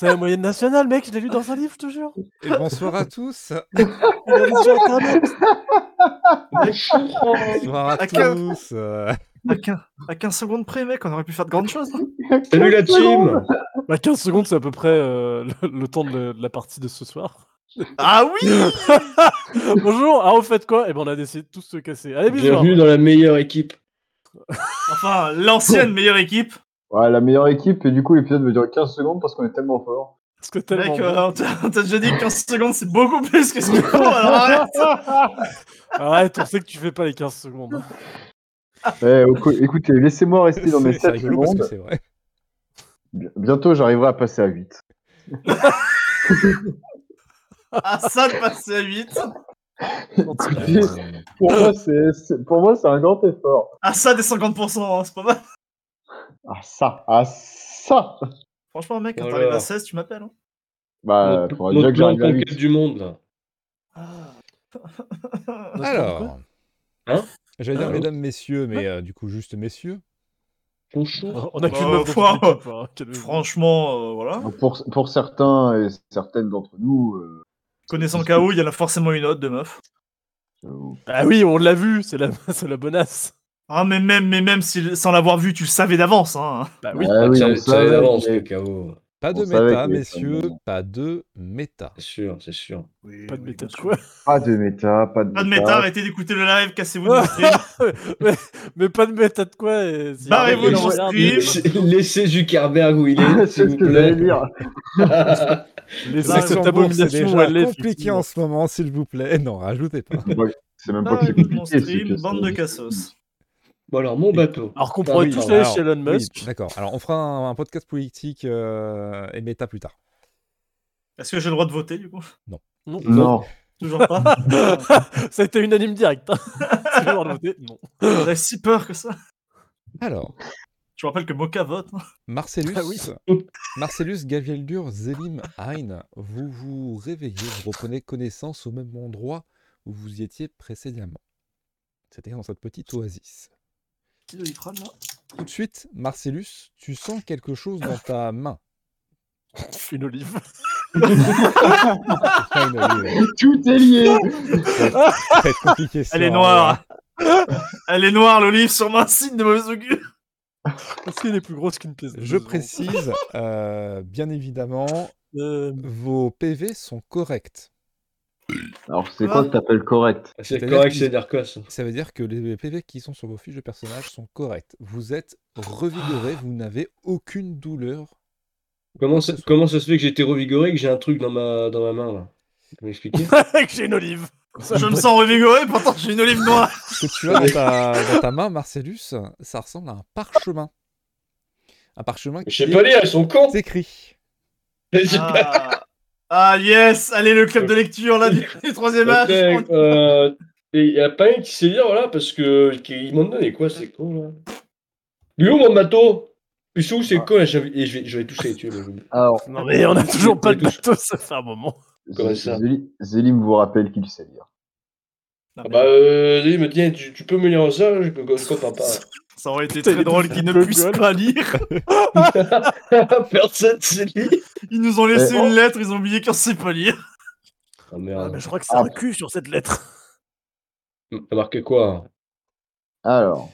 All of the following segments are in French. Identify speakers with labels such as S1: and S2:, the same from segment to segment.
S1: C'est la moyenne nationale, mec, je l'ai lu dans un livre, je te jure.
S2: Et Eh ben, bonsoir à tous.
S1: Il a lu sur Internet.
S2: Bonsoir à
S1: À quel-
S2: tous. euh,
S1: À 15, à 15 secondes près, mec, on aurait pu faire de grandes choses. hein.
S3: Salut la team
S4: Bah, 15 secondes, c'est à peu près euh, le, le temps de, le- de la partie de ce soir.
S1: Ah oui
S4: Bonjour, ah, au fait quoi Eh ben, on a décidé de tous se casser. Allez, bisous.
S3: Bienvenue dans la meilleure équipe.
S1: Enfin, l'ancienne meilleure équipe.
S5: Ouais, la meilleure équipe, et du coup, l'épisode va durer 15 secondes parce qu'on est tellement fort.
S4: hein. Parce que tellement.
S1: Mec, euh, t'as t'as déjà dit que 15 secondes, c'est beaucoup plus que ce qu'il faut, alors arrête
S4: Arrête, on sait que tu fais pas les 15 secondes. hein.
S5: Eh, écou- écoutez, laissez-moi rester dans mes
S2: C'est c'est
S5: 7
S2: rigolo parce que
S5: secondes.
S2: c'est vrai.
S5: Bi- Bientôt, j'arriverai à passer à 8.
S1: Ah, ça de passer à 8.
S5: Écoutez, pour moi, c'est- c'est pour moi, c'est un grand effort.
S1: Ah, ça des 50%, hein, c'est pas mal.
S5: Ah, ça Ah, ça
S1: Franchement, mec, quand
S3: Oh là
S1: t'arrives
S3: là.
S1: à 16, tu m'appelles. Hein.
S5: Bah,
S3: notre
S5: faudra
S3: notre
S5: déjà que
S3: plan de
S5: j'arrive à 8.
S3: conquête du monde. là.
S5: Ah.
S2: Alors.
S3: Hein
S2: J'allais dire
S3: Allô
S2: mesdames, messieurs, mais euh, du coup, juste messieurs.
S3: Bonjour.
S4: On a qu'une
S1: Oh,
S4: meuf dans
S1: wow.
S4: toute l'équipe, hein, quelle-
S1: Franchement, euh, voilà.
S5: Pour, pour certains et certaines d'entre nous, euh,
S1: Connaissant KO, il y en a forcément une autre de meuf.
S5: euh,
S4: Ah oui, on l'a vu, c'est la, c'est la bonasse.
S1: Ah, mais même, mais même si, sans l'avoir vue, tu le savais d'avance. Hein.
S4: Bah oui.
S5: bah oui, on savait,
S3: d'avance,
S5: mais-
S3: le KO.
S2: Pas de
S5: On savait
S2: méta,
S5: que-
S2: messieurs. Pas de méta.
S3: C'est sûr, c'est sûr.
S4: Pas de méta
S1: bien sûr.
S4: quoi.
S5: Pas de méta, pas Ah. de
S1: Pas de
S5: méta.
S1: méta, arrêtez d'écouter le live, cassez-vous de mon stream.
S4: mais, mais pas de méta de quoi. et si-
S5: Ah,
S1: Barrez-vous
S4: et
S3: dans
S4: je
S3: mon
S4: regarde,
S1: stream.
S3: Laissez laissez Zuckerberg où il est, s'il
S5: c'est ce
S3: vous
S5: que j'allais
S3: plaît.
S5: dire.
S4: Laissez cette
S2: Luxembourg, c'est
S4: abomination où
S2: déjà
S4: elle est.
S2: compliqué en ce moment, s'il vous plaît. Non, rajoutez pas.
S5: Ouais, C'est même pas que c'est
S1: Barrez-vous de Ah, mon
S5: compliqué. c'est
S1: stream,
S5: que
S1: bande
S5: c'est-
S1: de cassos.
S3: Bon alors, mon bateau.
S4: Alors qu'on pourrait
S3: Ah oui,
S4: tous
S3: pardon.
S4: aller
S2: Alors,
S4: chez Elon
S2: oui, bah,
S4: Musk.
S2: D'accord. Alors, on fera un, un podcast politique euh, et méta plus tard.
S1: Est-ce que j'ai le droit de voter, du coup
S5: Non,
S1: Toujours pas Ah,
S4: Ça a été unanime direct. hein. Tu veux avoir voté Non.
S1: J'aurais si peur que ça.
S2: Alors,
S1: Je vous rappelle que Moka vote. hein.
S2: Marcellus,
S4: Ah oui.
S2: Marcellus Gavieldur, Zélim, Hein, vous vous réveillez, vous reprenez connaissance au même endroit où vous y étiez précédemment. C'était dans cette petite oasis.
S1: Qui doit y prendre, là
S2: Tout de suite, Marcellus, tu sens quelque chose dans ta main.
S4: Une olive.
S2: Enfin, une olive.
S5: tout est lié.
S2: Ça va être compliqué, ce
S1: Elle est
S2: soir,
S1: noire. Elle est noire, l'olive, sûrement un signe de mauvaise augure.
S4: Est-ce qu'elle est plus grosse qu'une pièce de
S2: Je
S4: deux euros
S2: précise, euh, bien évidemment,
S4: Euh,
S2: vos PV sont corrects.
S5: Alors, c'est quoi que t'appelles correct
S3: C'est
S2: C'est-à-dire
S3: correct,
S2: qu'ils-
S3: c'est Narcos.
S2: Ça veut dire que les PV qui sont sur vos fiches de personnages sont corrects. Vous êtes revigoré, vous n'avez aucune douleur.
S3: Comment ça, comment ça se fait que j'ai été revigoré et que j'ai un truc dans ma, dans ma main là Tu peux m'expliquer
S4: que j'ai une olive.
S1: Je me sens revigoré, pourtant j'ai une olive noire.
S2: Ce que tu as dans ta, dans ta main, Marcellus, ça ressemble à un parchemin. Un parchemin
S3: Je
S2: qui
S3: sais pas
S2: est
S3: lire, ils sont cons
S2: écrit.
S3: Je sais pas.
S1: Ah. Ah, yes Allez, le club de lecture, là, du, du troisième âge.
S3: Ok, euh, et Il n'y a pas une qui sait lire, voilà, parce que qu'ils m'ont donné quoi, c'est con là. Il est où mon bateau Il est où, c'est con là, j'avais- et je vais, je vais toucher, tu vois. le-
S5: Alors,
S4: Non mais on a toujours pas le
S3: Touche.
S4: bateau, ça fait un moment.
S3: Comment ça
S5: Zélim- Zélim vous rappelle qu'il sait lire.
S1: Non, mais
S3: Ah bah, euh, il me dit, tiens, tu, tu peux me lire en ça, je, je comprends
S1: Ça aurait été
S4: Putain, il
S1: très
S4: est
S1: drôle
S4: devenu
S1: qu'ils ne
S4: Google.
S1: puissent pas lire.
S3: pas. Personne sait lire.
S1: Ils nous ont laissé
S5: Eh,
S1: une lettre, ils ont oublié qu'on ne sait pas lire.
S3: Ah
S4: Ah, mais
S3: merde,
S4: oh. je crois que c'est
S5: Ah.
S4: un cul sur cette lettre.
S3: t'as marqué quoi
S5: Alors,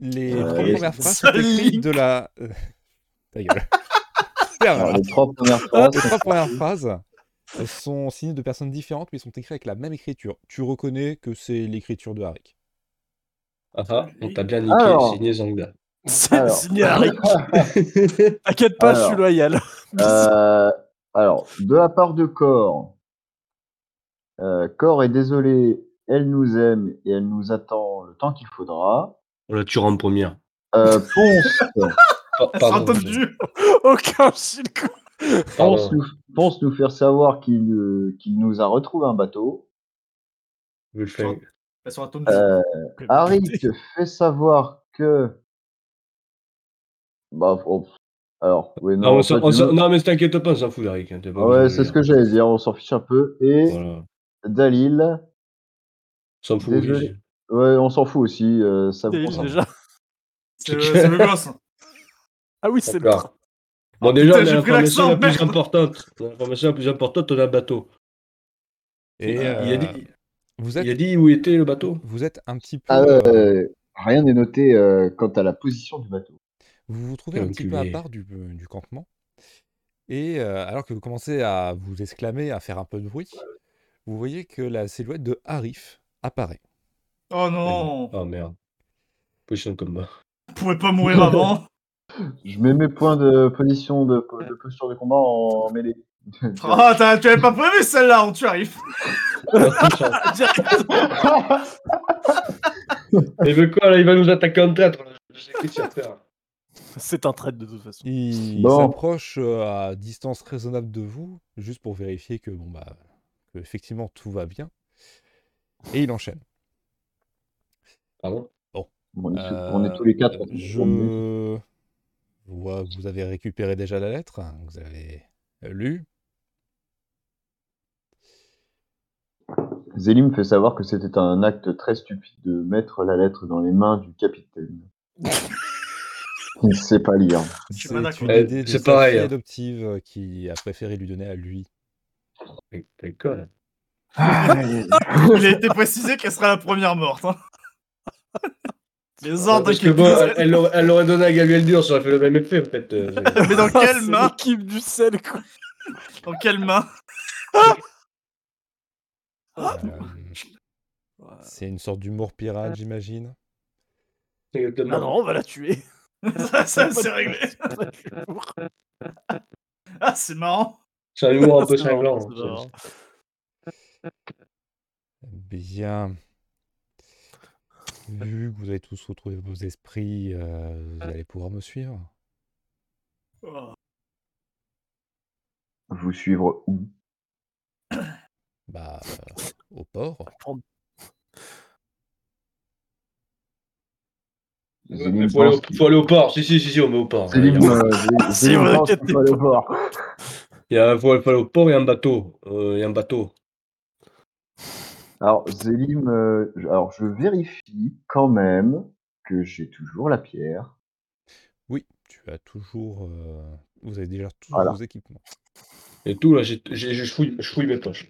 S2: Les
S5: Euh,
S2: trois
S5: oui.
S2: premières phrases sont
S1: Seul
S2: écrites
S1: link.
S2: de la. euh, Ta gueule. Ferme,
S5: alors,
S2: là.
S5: les trois premières
S2: Les
S5: phrases.
S2: trois premières phrases sont signées de personnes différentes, mais sont écrites avec la même écriture. Tu reconnais que c'est l'écriture de Harry.
S3: Ah ah, on t'a bien niqué,
S5: Alors.
S3: signé Zangda.
S4: C'est
S5: Alors.
S4: signé Harry. T'inquiète pas, je suis
S5: Alors.
S4: loyal.
S5: euh, alors, de la part de Cor, euh, Cor est désolée, elle nous aime et elle nous attend le temps qu'il faudra.
S3: On la tuera en première.
S5: Euh, Ponce,
S3: Pa-
S1: Ça sera
S3: Oh, pardon,
S1: top
S3: je-
S1: du.
S4: Aucun chilco.
S3: pardon.
S5: Ponce nous, Ponce nous faire savoir qu'il euh, qu'il nous a retrouvé un bateau.
S3: Je le fais.
S1: Ça sera top
S5: Euh, Harry te fait savoir que. Bah, oh, alors, oui, non,
S3: Non, Ah, on
S5: en
S3: s'en-
S5: fait,
S3: on s'en-
S5: non.
S3: non, mais t'inquiète pas, on s'en fout d'Aric. hein, t'as pas
S5: Ah
S3: besoin de
S5: ouais, c'est
S3: dire.
S5: ce que j'allais dire, on s'en fiche un peu. Et
S3: Voilà.
S5: Dalil,
S3: On s'en fout.
S5: Désolé.
S3: oui.
S5: ouais, on s'en fout aussi, euh, ça vous
S4: Terrible
S5: concerne.
S4: déjà.
S1: C'est le c'est le gosse.
S4: Ah oui, c'est le
S3: D'accord.
S4: train.
S3: Bon, déjà,
S1: Ah, putain,
S3: on a
S1: j'ai pris
S3: l'information la
S1: l'accent,
S3: plus
S1: merde.
S3: importante. L'information la plus importante, on a un bateau.
S2: Et
S3: il, a
S2: euh,
S3: dit,
S2: vous,
S3: il a
S2: êtes,
S3: dit où était le bateau.
S2: vous êtes un petit peu.
S5: Ah,
S2: euh,
S5: euh, rien n'est noté euh, quant à la position du bateau.
S2: Vous vous trouvez un petit peu à
S3: Enculé.
S2: part du, euh, du campement. Et euh, alors que vous commencez à vous exclamer, à faire un peu de bruit, vous voyez que la silhouette de Harif apparaît.
S1: Oh non
S3: Ah merde. Position de combat.
S1: Vous pouvez pas mourir avant
S5: Je mets mes points de position de, de posture de combat en mêlée.
S1: Oh, t'as- tu avais pas prévu celle-là, on tu arrives
S3: Il veut quoi là Il va nous attaquer en traître. là. Je sais qu'est-ce qu'il va faire.
S4: C'est un traître de toute façon.
S2: Il
S5: Bon.
S2: s'approche euh, à distance raisonnable de vous, juste pour vérifier que bon bah que effectivement tout va bien. Et il enchaîne.
S3: Pardon
S5: Bon, on, est,
S2: Euh,
S5: on est tous les quatre.
S2: Je vois que vous avez récupéré déjà la lettre, hein, vous avez lu.
S5: Zélim fait savoir que c'était un acte très stupide de mettre la lettre dans les mains du capitaine. Il ne sait pas lire.
S1: Je suis
S2: C'est
S1: pas d'accord.
S2: une
S3: Eh,
S2: idée de
S3: c'est
S2: sa
S3: pareil,
S2: fille
S3: hein.
S2: adoptive euh, qui a préféré lui donner à lui.
S3: Mais T'es con.
S1: Il a été précisé qu'elle sera la première morte. hein. Les ordres
S3: Parce que
S1: qu'il
S3: bon,
S1: faisait.
S3: elle- elle l'aurait- elle l'aurait donné à Gabriel Dur, ça aurait fait le même effet peut-être. euh,
S1: Mais dans
S4: Ah,
S1: quelle
S4: c'est
S1: main
S4: L'équipe du sel, quoi.
S1: Dans quelle main
S2: Euh, c'est une sorte d'humour pirate, j'imagine.
S4: Ah non,
S3: Exactement.
S4: on va la tuer.
S1: Ça, ça, c'est réglé. Ah, c'est marrant.
S3: C'est un humour Oh, un peu hein.
S4: C'est marrant,
S3: cinglant.
S4: c'est marrant.
S2: Bien. Vu que vous avez tous retrouvé vos esprits, euh, vous allez pouvoir me suivre.
S1: Oh,
S5: Vous suivre où
S2: Bah, euh, au port.
S3: Il faut, aller au- faut aller au port. Si, si, si, si, on va au port. Il
S5: Zélim,
S3: y a-
S5: euh, Zélim-
S4: Si,
S5: Zélim
S4: vous
S5: pense qu'il
S4: inquiétez
S5: faut aller au port.
S3: il y a- faut aller faut aller au port et un bateau. Euh, Il y a un bateau.
S5: Alors, Zélim, euh, je- alors je vérifie quand même que j'ai toujours la pierre.
S2: Oui, tu as toujours. euh, vous avez déjà tous
S5: Voilà.
S2: vos équipements.
S3: Et tout, là, j'ai- j'ai- je fouille je fouille mes poches.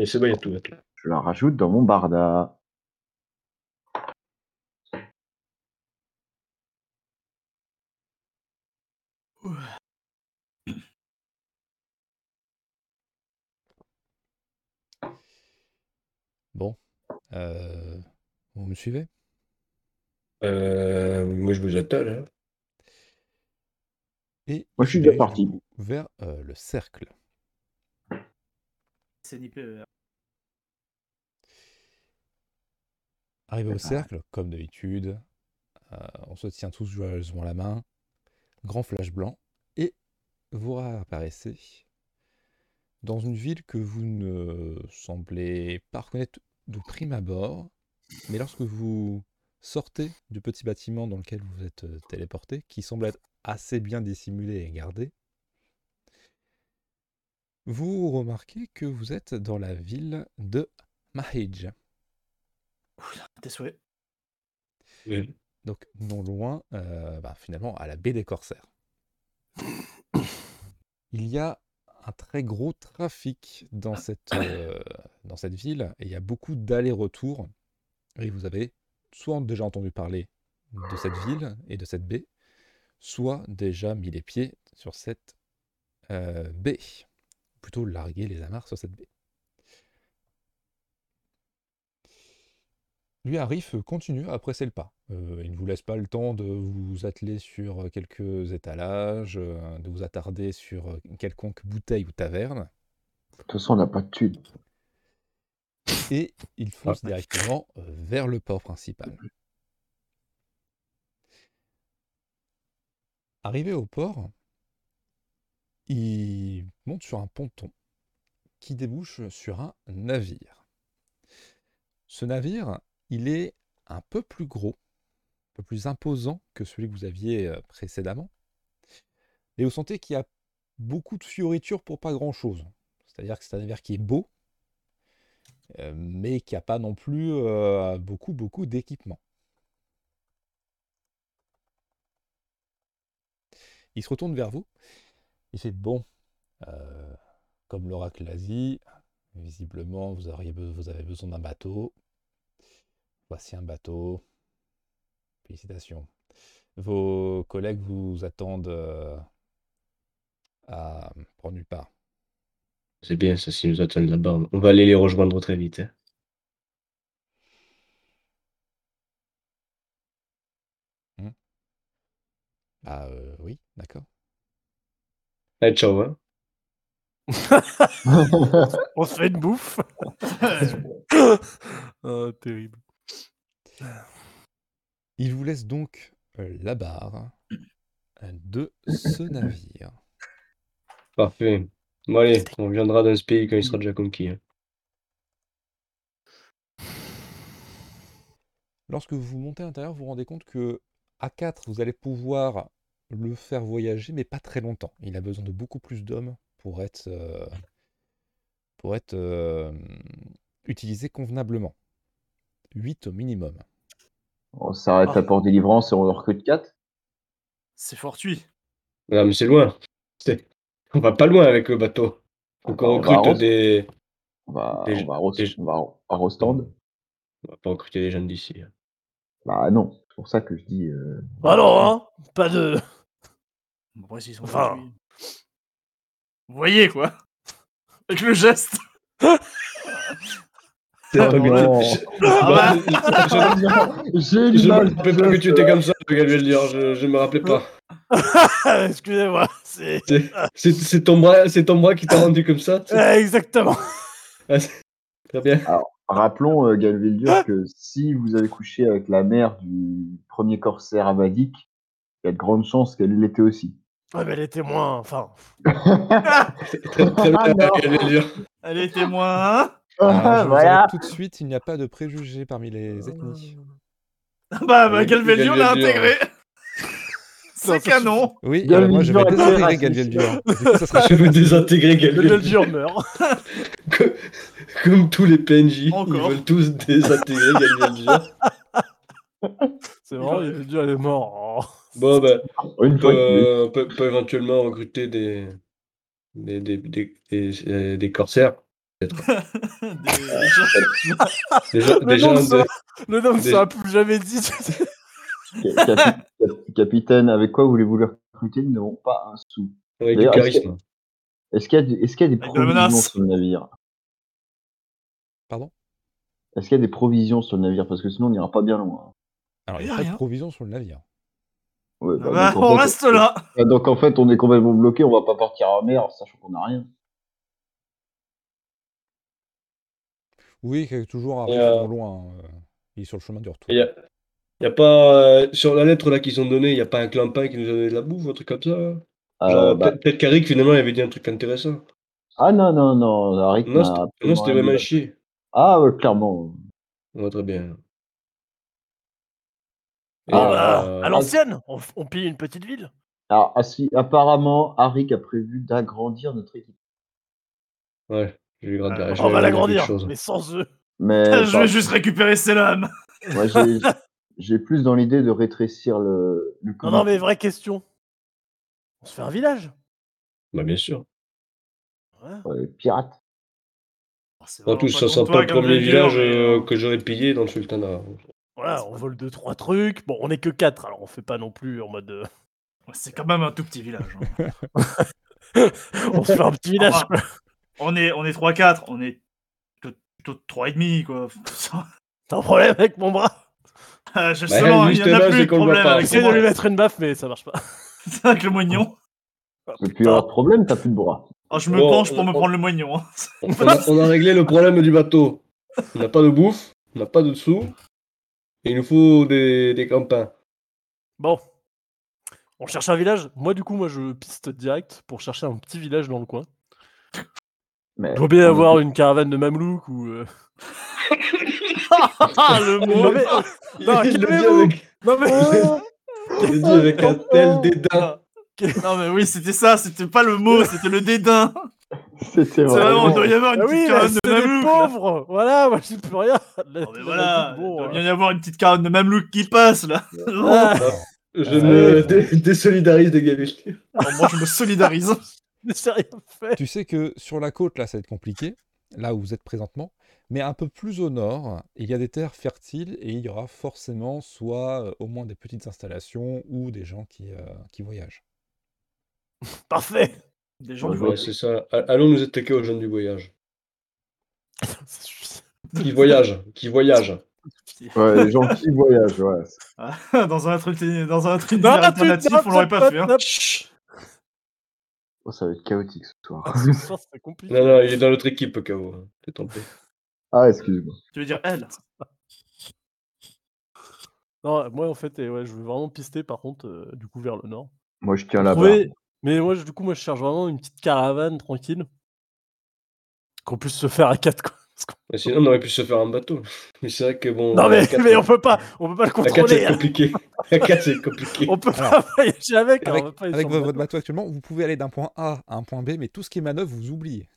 S3: Et c'est bon, il y a tout. il y a tout.
S5: Je la rajoute dans mon barda.
S2: Bon. Euh, vous me suivez
S3: Euh, moi, je vous attelle. hein.
S2: Et
S5: Moi, je suis
S2: il
S5: déjà
S2: dirige,
S5: parti.
S2: du coup, Vers euh, le cercle.
S1: C'est nippé. euh.
S2: Arrivé au cercle, comme d'habitude, euh, on se tient tous joyeusement la main. Grand flash blanc. Et vous réapparaissez dans une ville que vous ne semblez pas reconnaître de prime abord. Mais lorsque vous sortez du petit bâtiment dans lequel vous êtes euh, téléporté, qui semble être assez bien dissimulé et gardé, vous remarquez que vous êtes dans la ville de Mahij.
S1: Tes souhaits.
S3: Oui.
S2: Donc non loin, euh, bah, finalement, à la baie des Corsaires. Il y a un très gros trafic dans cette, euh, dans cette ville et il y a beaucoup d'allers-retours. Et vous avez soit déjà entendu parler de cette ville et de cette baie, soit déjà mis les pieds sur cette euh, baie. Plutôt largué les amarres sur cette baie. Lui, Arif euh, continue à presser le pas. Euh, il ne vous laisse pas le temps de vous atteler sur euh, quelques étalages, euh, de vous attarder sur euh, une quelconque bouteille ou taverne,
S5: De toute façon, on n'a pas de thune.
S2: et il fonce directement euh, vers le port principal. Arrivé au port, il monte sur un ponton qui débouche sur un navire. Ce navire, il est un peu plus gros, un peu plus imposant que celui que vous aviez euh, précédemment. Et vous sentez qu'il y a beaucoup de fioritures pour pas grand-chose. C'est-à-dire que c'est un navire qui est beau, euh, mais qui n'a pas non plus euh, beaucoup, beaucoup d'équipement. Il se retourne vers vous. Il fait Bon, euh, comme l'oracle l'a dit, visiblement, vous, auriez be- vous avez besoin d'un bateau. Voici un bateau. Félicitations. Vos collègues vous attendent euh, à prendre nulle part.
S3: C'est bien ça, s'ils nous attendent là-bas. On va aller les rejoindre très vite. hein.
S2: Ah euh, oui, d'accord.
S3: Allez, ciao. hein.
S4: On se fait une bouffe. Ah, terrible.
S2: Il vous laisse donc euh, la barre euh, de ce navire.
S3: Parfait. Bon, allez, on reviendra dans ce pays quand il sera déjà conquis. hein.
S2: Lorsque vous montez à l'intérieur, vous vous rendez compte que à 4, vous allez pouvoir le faire voyager, mais pas très longtemps. Il a besoin de beaucoup plus d'hommes pour être, euh, pour être euh, utilisé convenablement. 8 au minimum.
S5: On s'arrête à Port Délivrance et on en recrute 4.
S1: C'est fortuit.
S3: Non, mais c'est loin. C'est- On va pas loin avec le bateau. Faut qu'on
S5: On va à
S3: recrute
S5: Rose.
S3: des.
S5: On va,
S3: Déjà-
S5: on va, à Ros-
S3: déjà-
S5: on va à Rostand.
S3: On va pas recruter des gens d'ici. hein.
S5: Bah non, c'est pour ça que je dis. euh,
S4: Ah non, hein Pas de.
S1: Bon, Après, s'ils sont
S4: Enfin.
S1: fortuits. Vous voyez, quoi. Avec le geste.
S5: Ah
S3: Pas que tu-
S5: non.
S3: Je-
S1: Ah
S3: je-
S5: J'ai
S3: je-
S5: une
S3: je me
S5: mal.
S3: rappelais pas que tu étais comme ça, Gabriel, je veux dire, je, je me rappelais pas.
S4: Ah, Excusez-moi. C'est.
S3: C'est- C'est c'est ton bras, c'est ton bras qui t'a rendu comme ça. c'est-
S4: Ah, exactement.
S3: Très bien.
S5: Rappelons, euh, Galvildur, que si vous avez couché avec la mère du premier corsaire avadique, il y a de grandes chances qu'elle l'était aussi.
S4: Ouais, Ah, mais les témoins, enfin.
S3: Très, très bien,
S5: Ah, non.
S3: Gabriel, dire.
S1: Allez, témoin. hein
S2: Alors, Ah, je vous
S5: Ah, voilà.
S2: arrête tout de suite, il n'y a pas de préjugés parmi les ethnies.
S1: bah, bah,
S3: Oui,
S1: Galvelio l'a
S3: Galvelio.
S1: intégré. C'est
S4: Ça, ça
S1: canon.
S2: Oui,
S5: Galviel
S2: alors moi je
S5: Dur
S2: vais
S5: est
S2: désintégrer
S5: raciste.
S2: Galviel Dur. Du coup, ça sera
S3: Je veux désintégrer
S4: Le
S3: Gabriel.
S4: Delgier meurt.
S3: Comme, comme tous les PNJ,
S1: Encore.
S3: ils veulent tous désintégrer Gabriel. Dur.
S4: C'est vrai, le Delgier est mort. Oh.
S3: Bon, ben,
S5: Une
S3: on peut,
S5: fois de plus.
S3: euh, on peut- peut éventuellement recruter des, des, des, des, des- euh, des corsaires.
S1: Des- des gens-
S3: Des gens,
S4: Le
S3: des
S4: nom
S3: gens
S4: de
S3: de-
S4: Oh. Le nom ne
S3: Des-
S4: sera plus jamais dit.
S5: Ca- capi- cap- Capitaine, avec quoi voulez-vous le recruter Nous n'avons pas un sou.
S3: avec du
S5: D'ailleurs, est-ce
S3: charisme.
S5: Est-ce qu'il y a, des- est-ce qu'il y a des
S1: Avec de la
S5: provisions
S1: menace.
S5: sur le navire
S2: Pardon
S5: Est-ce qu'il y a des provisions sur le navire Parce que sinon, on n'ira pas bien loin.
S2: Alors, il n'y
S1: Y a
S2: a pas de
S1: rien.
S2: provision sur le navire.
S5: Ouais,
S1: Ah
S5: bah,
S1: bah,
S5: donc, en
S1: on
S5: fait-
S1: reste là.
S5: Bah, donc en fait, on est complètement bloqué, on va pas partir en mer, sachant qu'on n'a rien.
S2: Oui, il y a toujours un
S3: Et,
S2: relativement
S3: euh,
S2: loin. hein, euh, Il est sur le chemin du retour.
S3: Il y a, y a pas. euh, sur la lettre là qu'ils ont donnée, il n'y a pas un clampin qui nous a donné de la bouffe, un truc comme ça. là
S5: Euh,
S3: Genre,
S5: bah,
S3: peut- peut-être qu'Aric finalement il avait dit un truc intéressant.
S5: Ah non, non, non, Arik
S3: Non,
S5: n'a
S3: c'était- non,
S5: absolument
S3: c'était
S5: rien
S3: vraiment
S5: dit.
S3: chier.
S5: Ah ouais, clairement.
S3: On va très bien. Et,
S5: Ah,
S4: Bon, bah,
S3: euh,
S4: à l'ancienne, on, on pille une petite ville.
S5: Alors, ah, si, apparemment, Arik a prévu d'agrandir notre équipe.
S3: Ouais, je vais grandir.
S4: Euh,
S3: je
S4: on
S3: vais
S4: va
S3: grandir quelque
S4: l'agrandir,
S3: chose.
S4: mais sans eux.
S5: Mais
S1: Je
S5: bah,
S1: vais juste récupérer ses lames.
S5: moi, j'ai- j'ai plus dans l'idée de rétrécir le, le
S4: Non, non,
S5: comité.
S4: mais vraie question. On se fait un village
S3: Bah, bien sûr.
S4: Ouais.
S5: Euh, pirate.
S1: Oh,
S3: En tout, ça sera pas le premier village euh, que j'aurais pillé dans le sultanat.
S4: Voilà, on vole deux, trois trucs. Bon, on est que quatre, alors on fait pas non plus en mode. euh,
S1: C'est quand même un tout petit village. hein.
S4: on se fait un petit village.
S1: Enfin, on est, on est 3-4, on est plutôt 3,5 quoi.
S4: T'as un problème avec mon bras
S1: Ah, Justement,
S3: Bah,
S1: il n'y en
S3: justement,
S1: a
S3: c'est
S1: plus de
S3: qu'on le voit
S1: problème
S3: pas.
S1: avec
S4: J'essaie
S1: ses
S4: de
S1: bras.
S4: lui mettre une baffe, mais ça marche pas.
S1: C'est avec le moignon.
S4: Ah,
S5: Et puis,
S4: putain.
S5: alors, problème, t'as plus de bras.
S1: Oh, je me
S3: Bon,
S1: penche pour
S3: on-
S1: me
S3: on-
S1: prendre le moignon.
S4: Ah,
S1: hein.
S3: On a, on a réglé le problème du bateau. On n'a pas de bouffe, on n'a pas de sous. Et il nous faut des, des campins.
S4: Bon. On cherche un village. Moi, du coup, moi, je piste direct pour chercher un petit village dans le coin.
S5: Mais,
S4: Il faut bien
S5: on-
S4: avoir une caravane de mamelouks ou. euh,
S1: Ah, le
S4: Non,
S1: mot.
S4: mais- Non,
S3: il, le dit
S4: calmez-vous.
S3: avec,
S4: Non, mais.
S3: il le dit avec un tel dédain.
S1: Non, mais oui, c'était ça, c'était pas le mot, c'était le dédain.
S5: C'était
S1: C'est
S5: vraiment.
S1: vraiment, il doit y avoir une
S4: Ah oui, mais c'est
S1: petite caravane de
S4: des
S1: mamelouks. là.
S4: pauvres Voilà, moi, je peux rien. La-
S1: Non, mais
S4: la-
S1: voilà,
S4: la-
S1: il
S4: bon,
S1: doit
S4: euh,
S1: bien y avoir une petite caravane de mamelouks qui passe là.
S4: ah,
S3: Je
S2: Euh,
S3: me
S2: ouais.
S3: dé- désolidarise de Gavish.
S1: Alors, moi, je me solidarise.
S4: Je sais rien
S3: euh,
S4: faire.
S2: Tu sais que sur la côte, là, ça va être compliqué, là où vous êtes présentement, mais un peu plus au nord, il y a des terres fertiles et il y aura forcément soit euh, au moins des petites installations ou des gens qui, euh, qui voyagent.
S4: Parfait.
S1: Des gens
S3: Ouais,
S1: du
S3: ouais, c'est ça. A- Allons nous attaquer aux jeunes du voyage. Qui voyagent, qui voyagent.
S5: Ouais, les gens qui voyagent, ouais.
S1: dans un truc, dans un truc alternatif, on l'aurait pas fait. hein.
S5: Oh, ça va être chaotique ce soir.
S4: C'est compliqué.
S3: Non, non, il est dans l'autre équipe, KO. T'es tenté.
S5: Ah, excuse-moi.
S1: Tu veux dire elle
S4: Non, moi en fait, euh, ouais, je veux vraiment pister par contre, euh, du coup, vers le nord.
S5: Moi, je tiens la barre.
S4: Trouver- Mais moi, je- du coup, moi, je cherche vraiment une petite caravane tranquille. Qu'on puisse se faire à quatre, quoi. Parce que-
S3: Mais Sinon, on aurait pu se faire un bateau. Mais c'est vrai que bon.
S4: Non, mais,
S3: à quatre,
S4: mais on peut pas, on peut pas le
S3: À 4,
S4: contrôler.
S3: c'est
S4: hein.
S3: compliqué. À 4, c'est compliqué.
S4: On peut
S2: Alors,
S4: pas voyager avec. hein, on va pas aller
S2: Avec
S4: sur
S2: vo-
S4: le
S2: votre
S4: bateau.
S2: bateau actuellement, vous pouvez aller d'un point A à un point B, mais tout ce qui est manœuvre, vous oubliez.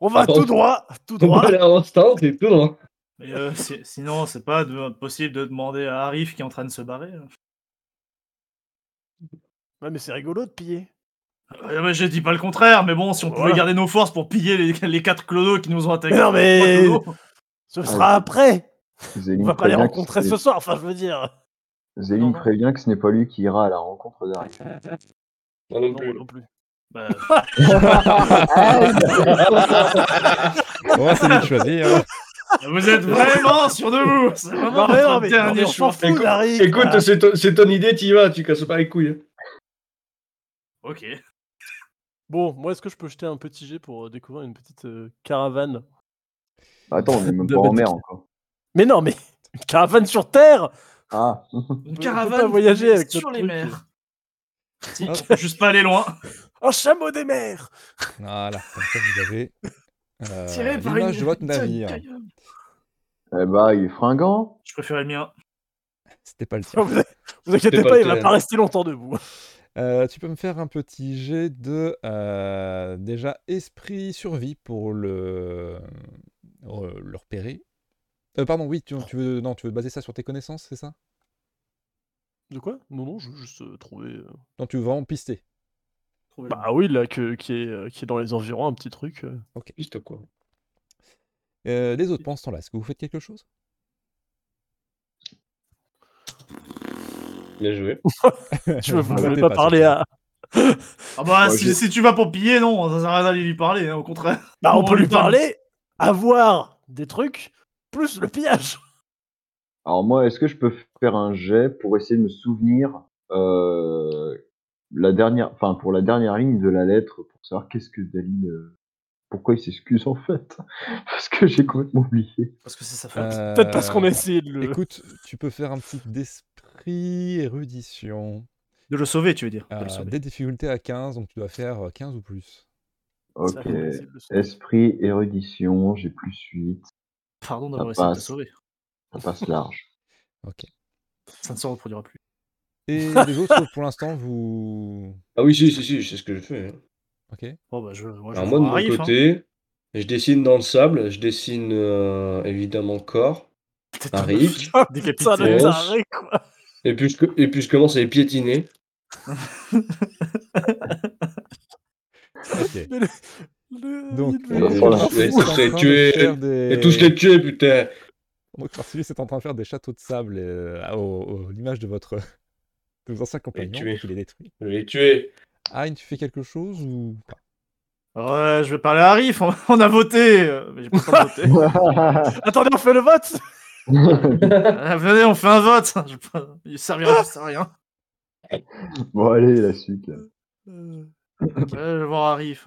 S4: On va
S3: Attends.
S4: tout droit, tout droit.
S3: Voilà, en instant, c'est tout, hein.
S1: Mais, euh, si- Sinon, c'est pas de- possible de demander à Arif qui est en train de se barrer. hein.
S4: Ouais, mais c'est rigolo de piller.
S1: Euh, mais je dis pas le contraire, mais bon, si on pouvait
S4: Voilà.
S1: garder nos forces pour piller les, les quatre clodos qui nous ont attaqués.
S4: Mais non, mais-
S1: Trois clodos.
S4: Ce sera après.
S5: Zéline
S4: On va pas les
S5: prévient que
S4: rencontrer
S5: c'est-
S4: ce soir. Enfin, je veux dire.
S5: Zéline
S1: Non.
S5: prévient que ce n'est pas lui qui ira à la rencontre d'Harry.
S3: Non, non
S4: Non,
S3: plus.
S4: non plus.
S1: Bah,
S2: Ouais, c'est lui de choisir. hein.
S1: vous êtes vraiment sûr de vous C'est
S4: Non, mais non,
S1: vraiment votre
S4: mais, non, mais
S1: dernier
S4: on s'en
S1: choix.
S4: fout, Larry.
S3: Écoute, c'est ton, c'est ton idée, t'y vas, tu casses pas les couilles. hein.
S1: Ok.
S4: Bon, moi, est-ce que je peux jeter un petit jet pour euh, découvrir une petite euh, caravane
S5: Attends, on est même
S4: De
S5: pas en
S4: bateau.
S5: mer encore.
S4: Mais non, mais une caravane sur Terre
S5: Ah,
S1: Une
S4: peut
S1: caravane
S4: pas voyager
S1: qui est
S4: avec
S1: sur
S4: notre
S1: les
S4: truc. Ah.
S1: mers. Si, on peut juste pas aller loin.
S4: Un chameau des mers
S2: Voilà, comme ça, vous avez euh,
S4: Bah,
S1: Tiré par
S2: l'image
S1: une-
S2: de votre
S1: putain, une
S2: navire.
S1: caillou.
S5: eh bah, il est fringant.
S1: Je préférais le mien.
S2: C'était pas le tien.
S4: Vous vous inquiétez
S3: C'est
S4: pas,
S3: pas le
S4: il va
S3: thème.
S4: pas rester longtemps debout.
S2: Euh, tu peux me faire un petit jet de euh, déjà esprit survie pour le, euh, le repérer. Euh, pardon, oui, tu, tu veux non, tu veux baser ça sur tes connaissances, c'est ça
S4: De quoi Non, non, je veux juste euh, trouver. euh,
S2: Non, tu veux vraiment pister.
S1: Trouver le
S4: Bah oui, là, que, qui, est, euh, qui est dans les environs, un petit truc. euh.
S3: Piste quoi.
S2: Euh, les autres pensent là, est-ce que vous faites quelque chose
S3: Bien joué.
S4: Je veux- vous
S2: Vous
S4: voulez
S2: votez
S4: pas,
S2: pas,
S4: parler
S2: surtout.
S4: à.
S1: Ah bah
S5: Moi,
S1: si,
S5: j'ai-
S1: si tu vas pour piller, non, ça sert à rien d'aller lui parler, hein, au contraire.
S4: Bah, on
S1: Bon,
S4: peut lui
S1: putain.
S4: parler, avoir des trucs, plus le pillage
S5: Alors moi, est-ce que je peux faire un jet pour essayer de me souvenir euh, la dernière, enfin pour la dernière ligne de la lettre, pour savoir qu'est-ce que Dali, euh, pourquoi il s'excuse en fait, parce que j'ai complètement oublié.
S1: Parce que c'est sa faute.
S2: Euh,
S4: Peut-être parce qu'on a essayé de le,
S2: Écoute, tu peux faire un petit d'esprit érudition.
S1: De le sauver, tu veux dire.
S2: Euh, des difficultés à 15, donc tu dois faire euh, 15 ou plus.
S4: Ça,
S5: Ok.
S4: on a essayé de le sauver.
S5: Esprit, érudition, j'ai plus 8,
S1: Pardon
S5: d'avoir
S4: Ah,
S1: d'avoir
S5: essayé
S1: essayé
S5: de le
S1: de le
S4: bah,
S5: passe.
S1: sauver.
S5: ça passe large.
S2: Ok.
S1: Ça ne se reproduira plus.
S2: Et les autres, pour l'instant, vous.
S3: Ah oui, si, si, si, je sais ce que je fais. hein.
S2: Ok.
S1: Bon bah je. Moi, je
S3: Alors, moi, de mon
S1: Arif, hein.
S3: côté, je dessine dans le sable, je dessine euh, évidemment corps,
S1: Peut-être un
S3: Arik,
S4: Ah,
S1: Décapité.
S4: Ça de
S3: Yes.
S4: taré, quoi.
S3: et puis, je, co- et puis je commence à les piétiner.
S2: Ok.
S4: Mais le- le-
S2: Donc,
S4: il
S2: les
S4: veut-
S5: euh, voilà.
S2: gens sont
S3: Et
S2: en
S3: tous les
S2: train de
S3: tuer,
S2: faire des-
S3: Et tous les tuer, putain!
S2: Donc Marcellus est en train de faire des châteaux de sable euh, à- au- au- l'image de votre de vos anciens compagnons,
S3: tuer.
S2: donc il les détruit.
S3: Je vais les tuer.
S2: Ayn, tu fais quelque chose ou pas
S1: Ouais, je vais parler à Arif, on, on a voté. euh, Mais j'ai pas le temps de voter.
S4: Attendez, on fait le vote
S1: Ah, venez, on fait un vote. Je- Il servira juste à rien.
S5: bon allez, la suite.
S1: Ouais, je vais voir Arif.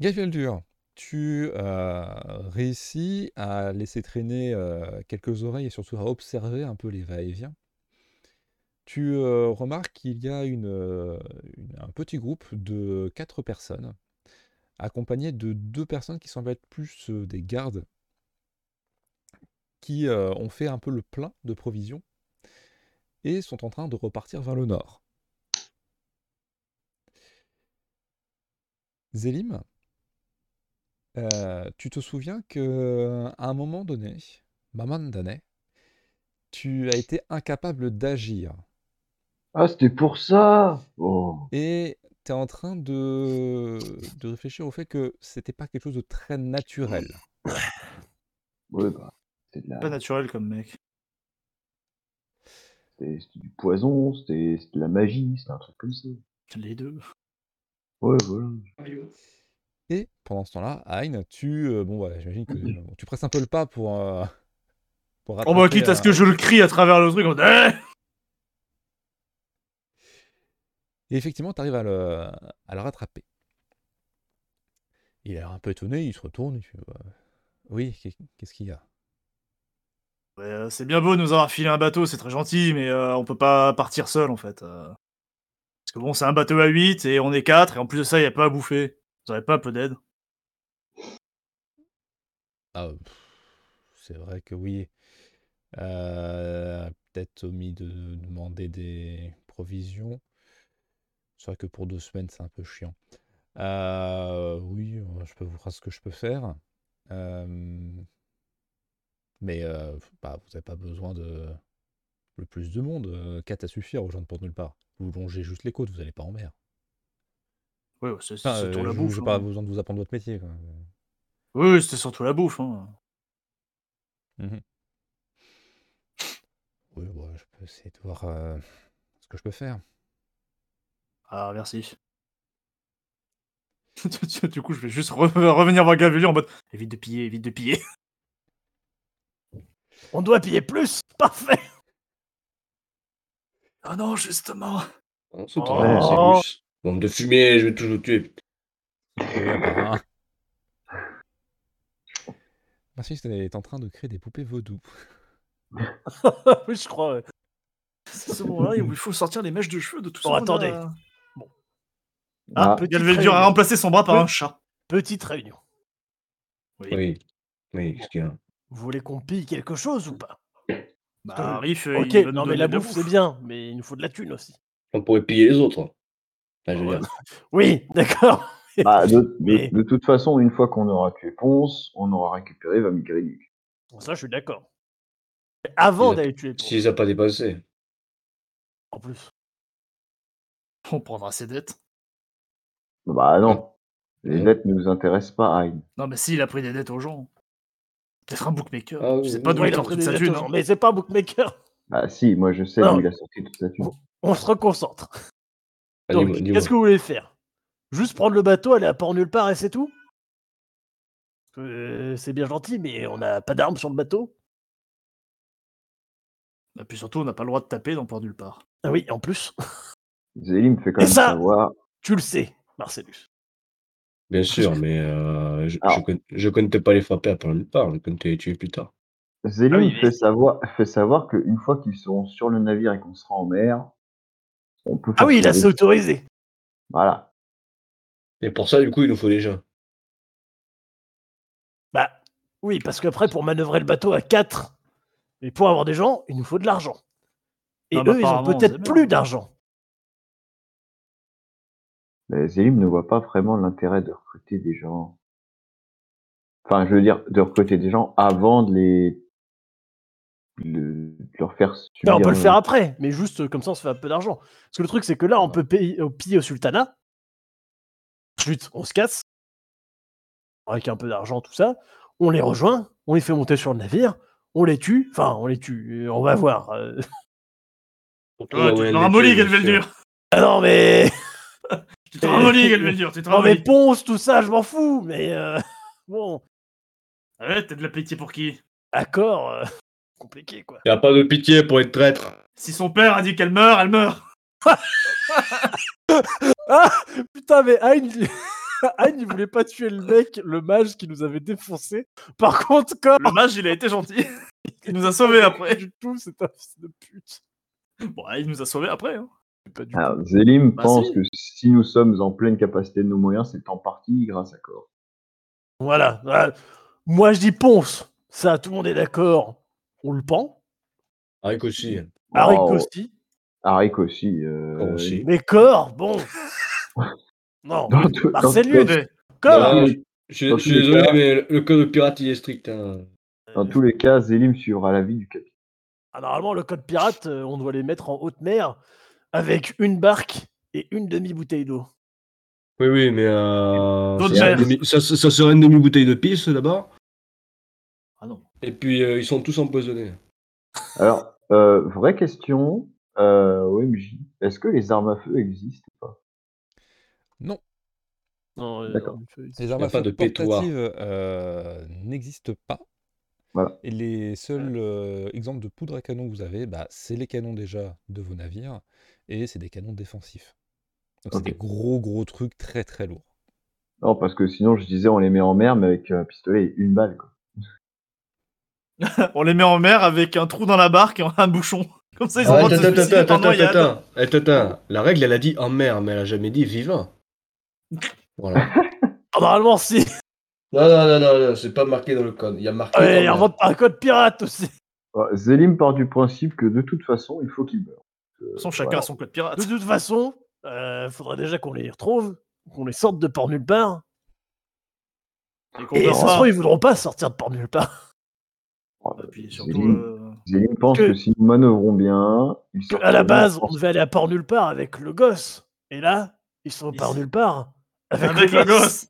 S2: Gabriel Dur, tu euh, réussis à laisser traîner euh, quelques oreilles et surtout à observer un peu les va-et-vient. Tu euh, remarques qu'il y a une, euh, une- un petit groupe de quatre personnes, accompagnées de deux personnes qui semblent être plus euh, des gardes, qui euh, ont fait un peu le plein de provisions et sont en train de repartir vers le nord. Zélim, euh, tu te souviens que à un moment donné, Maman Danet tu as été incapable d'agir.
S5: Ah, c'était pour ça Oh.
S2: Et tu es en train de, de réfléchir au fait que c'était pas quelque chose de très naturel.
S5: Ouais, bah, c'est de la-
S1: Pas naturel comme mec.
S5: c'était- c'était du poison, c'était c'était de la magie, c'était un truc comme ça.
S1: Les deux.
S5: Ouais, voilà.
S2: Et pendant ce temps-là, Hein, tu. euh, bon, ouais, j'imagine que bon, tu presses un peu le pas pour. euh, pour
S1: Oh bah
S2: rattraper,
S1: quitte à ce
S2: euh,
S1: que je le crie à travers le truc. en mode, Eh
S2: Et effectivement, tu arrives à le, à le rattraper. Il a l'air un peu étonné, il se retourne. il fait, Ouais. Oui, qu'est- qu'est-ce qu'il y a
S1: Ouais, euh, c'est bien beau de nous avoir filé un bateau, c'est très gentil, mais euh, on peut pas partir seul en fait. euh. Parce que bon, c'est un bateau à 8 et on est 4 et en plus de ça, il n'y a pas à bouffer. Vous aurez pas un peu d'aide
S2: Ah, euh, pff, c'est vrai que oui. Euh, peut-être omis de demander des provisions. C'est vrai que pour deux semaines, c'est un peu chiant. Euh, oui, euh, je peux vous faire ce que je peux faire. Euh, mais euh, bah, vous n'avez pas besoin de le plus de monde. euh, Quatre à suffire aux gens de pour nulle part. Vous longez juste les côtes, vous n'allez pas en mer.
S1: Oui, c'est c'est
S2: Enfin,
S1: surtout
S2: euh,
S1: la
S2: je-
S1: bouffe.
S2: j'ai pas
S1: hein.
S2: besoin de vous apprendre votre métier. quoi.
S1: Oui, oui, c'était surtout la bouffe. hein.
S2: Oui, bon, je peux essayer de voir euh, ce que je peux faire.
S1: Ah, merci. du coup, je vais juste re- revenir voir Gavelier en mode évite de piller, évite de piller.
S4: On doit payer plus Parfait
S1: Ah non, justement.
S3: Hein, ce
S4: Oh.
S3: temps-là, c'est russe. Bande de fumée, je vais tous vous tuer.
S2: Et un par un. Marcus est en train de créer des poupées vaudou.
S4: Oui, je crois. ouais.
S1: C'est ce moment-là où il faut sortir les mèches de cheveux de tout
S4: Bon,
S1: ça. on a-
S4: attendez.
S1: Ah,
S5: Ah.
S1: peut
S4: Petite
S1: Galveldur
S4: réunion.
S1: a remplacé son bras par
S4: Pe-
S1: un chat.
S4: Petite réunion.
S3: Oui. Oui, qu'est-ce qu'il y a
S4: Vous voulez qu'on pille quelque chose ou pas
S1: Bah, Riff, euh,
S4: Ok,
S1: il va nous
S4: non mais
S1: donner
S4: la
S1: de la
S4: bouffe c'est bien, mais il nous faut de la thune aussi.
S3: On pourrait piller les autres. Enfin, je veux
S4: Ouais.
S3: dire,
S4: Oui, d'accord.
S5: Bah, de, de-
S4: Mais-
S5: de toute façon, une fois qu'on aura tué Ponce, on aura récupéré Vamigrenuc.
S4: Pour ça, je suis d'accord. Mais Avant
S3: Il a-
S4: d'aller tuer pour
S3: si les a pas dépassés.
S4: en plus.
S1: On prendra ses dettes.
S5: Bah non, les
S3: Ouais.
S5: dettes ne nous intéressent pas, Hein.
S1: Non, mais si, il a pris des dettes aux gens. Peut-être un bookmaker.
S3: Ah
S1: je sais
S3: oui,
S1: pas
S3: oui,
S1: d'où
S4: Ouais,
S1: il
S4: il a
S1: sort
S4: pris
S1: toute
S4: des
S1: sa
S4: dettes
S1: thune. hein.
S4: aux gens, mais c'est pas un bookmaker.
S5: Ah si, moi je sais
S4: Non.
S5: d'où il a sorti toute sa thune.
S4: On se reconcentre.
S3: Ah,
S4: Donc,
S3: dis-moi, dis-moi.
S4: qu'est-ce que vous voulez faire Juste prendre le bateau, aller à port nulle part et c'est tout Euh, C'est bien gentil, mais on n'a pas d'armes sur le bateau.
S1: Et hein. Ah, puis surtout, on n'a pas le droit de taper dans Port Nulle part.
S4: Ah oui, en plus,
S5: Zélie me fait quand
S4: Et
S5: même
S4: ça
S5: savoir.
S4: tu le sais, Marcellus.
S3: Bien sûr, mais euh, je,
S5: Alors.
S3: je, con- je compte pas les frapper à part nulle part, je compte les tuer plus tard.
S5: Zélie
S4: Ah oui,
S5: me
S4: mais-
S5: fait savoir, fait savoir qu'une fois qu'ils seront sur le navire et qu'on sera en mer, on peut
S4: Ah oui,
S5: facturer-
S4: là, c'est autorisé.
S5: Voilà.
S3: Et pour ça, du coup, il nous faut des gens.
S4: Bah oui, parce qu'après, pour manœuvrer le bateau à 4, et pour avoir des gens, il nous faut de l'argent. Et
S1: Ah bah,
S4: eux, ils ont
S1: apparemment,
S4: peut-être
S1: c'est bien.
S4: plus d'argent.
S5: Mais Zélim ne voit pas vraiment l'intérêt de recruter des gens. Enfin, je veux dire, de recruter des gens avant de les. le- de leur faire subir.
S4: Enfin, Bah, on peut le faire
S5: euh,
S4: après, mais juste euh, comme ça, on se fait un peu d'argent. Parce que le truc, c'est que là, on peut payer, on pille au sultanat. Ensuite, on se casse. Avec un peu d'argent, tout ça. On les rejoint, on les fait monter sur le navire, on les tue. Enfin, on les tue. euh, On va voir. euh.
S3: Donc, on
S1: Ouais,
S3: a
S1: Ah, tu
S3: moyen
S1: te
S3: de les
S1: ramollis,
S3: tuer, bien sûr.
S1: Galveldur.
S4: Ah non, mais.
S1: Tu te ramollis, Galveldur. Tu te
S4: Non, mais
S1: ramollis.
S4: ponce, tout ça, je m'en fous. Mais euh, bon,
S1: Ouais, Eh, t'as de la pitié pour qui
S4: accord. euh, Compliqué, quoi.
S3: Il n'y a pas de pitié pour être traître.
S1: Si son père a dit qu'elle meurt, elle meurt.
S4: Putain, mais Hein, il... Hein, il voulait pas tuer le mec, le mage qui nous avait défoncé. Par contre, quand
S1: Le mage, il a été gentil. Il nous a sauvés après.
S4: du tout, c'est un fils de pute.
S1: Bon, ouais, il nous a sauvés après. hein.
S4: C'est Pas du tout.
S5: Alors, Zélim
S1: Bah,
S5: pense
S1: si.
S5: que si nous sommes en pleine capacité de nos moyens, c'est en partie grâce à Cor.
S4: Voilà, voilà. Moi, je dis ponce. Ça, tout le monde est d'accord. On le pend.
S3: Avec aussi. hein.
S4: Harry
S5: Oh,
S4: Costi.
S5: Arik aussi. euh,
S3: Cor aussi.
S4: Mais corps, bon. non.
S5: dans tout- dans
S4: Marcellus,
S5: tout-
S4: Corps.
S3: Ouais,
S5: dans tous
S3: je, je-
S5: dans
S3: je
S5: tous
S3: suis
S5: les
S3: désolé,
S5: cas-
S3: mais le, le code pirate, il est strict. hein.
S5: dans tous les cas, Zélim suivra l'avis du capitaine.
S4: Ah, normalement, le code pirate, euh, on doit les mettre en haute mer avec une barque et une demi-bouteille d'eau.
S3: Oui, oui, mais. euh,
S1: D'autres
S3: ça,
S1: mers.
S3: demi- ça- ça- ça serait une demi-bouteille de pisse là-bas.
S4: Ah non.
S3: Et puis euh, ils sont tous empoisonnés.
S5: Alors, euh, vraie question, euh, OMJ, est-ce que les armes à feu existent ou pas
S4: Non, euh,
S5: D'accord.
S4: en effet, ils-
S2: Les armes
S3: y a
S2: à
S3: pas
S2: feu
S3: de pétoire.
S2: portatives euh, n'existent pas.
S5: Voilà.
S2: Et les seuls euh, exemples de poudre à canon que vous avez, bah, c'est les canons déjà de vos navires et c'est des canons défensifs. Donc
S5: Ok.
S2: c'est des gros gros trucs très très lourds.
S5: Non, parce que sinon, je disais, on les met en mer, mais avec un pistolet et une balle. Quoi.
S1: On les met en mer avec un trou dans la barque et un bouchon. Comme ça, ils ont le
S3: Ah,
S1: droit de
S3: attends,
S1: se
S3: attends,
S1: suicider
S3: attends,
S1: par
S3: attends,
S1: noyade.
S3: attends, attends, attends. La règle, elle a dit en mer, mais elle a jamais dit vivant. Voilà.
S4: Ah, normalement, si.
S3: Non, non, non, non, non, c'est pas marqué dans le code. Il y a
S5: Ah
S3: marqué.
S4: Ouais,
S3: en mer.
S4: invente pas un code pirate aussi.
S5: Alors, Zélim part du principe que de toute façon, il faut qu'il meure.
S1: De toute façon, chacun a son code pirate.
S4: De toute façon, euh, faudrait déjà qu'on les retrouve, qu'on les sorte de port nulle part.
S1: Et qu'on
S4: Et ça se
S1: verra.
S4: trouve, ils voudront pas sortir de port nulle part.
S1: Et Ah, puis surtout,
S5: Zélim,
S1: euh,
S5: Zélim pense
S4: que-
S5: que, si nous manœuvrons bien, ils sortiront
S4: À la base,
S5: en
S4: on devait aller à port nulle part avec le gosse. Et là, ils sont au
S1: Ils
S4: port
S1: sont-
S4: nulle part avec,
S1: avec, le gosse.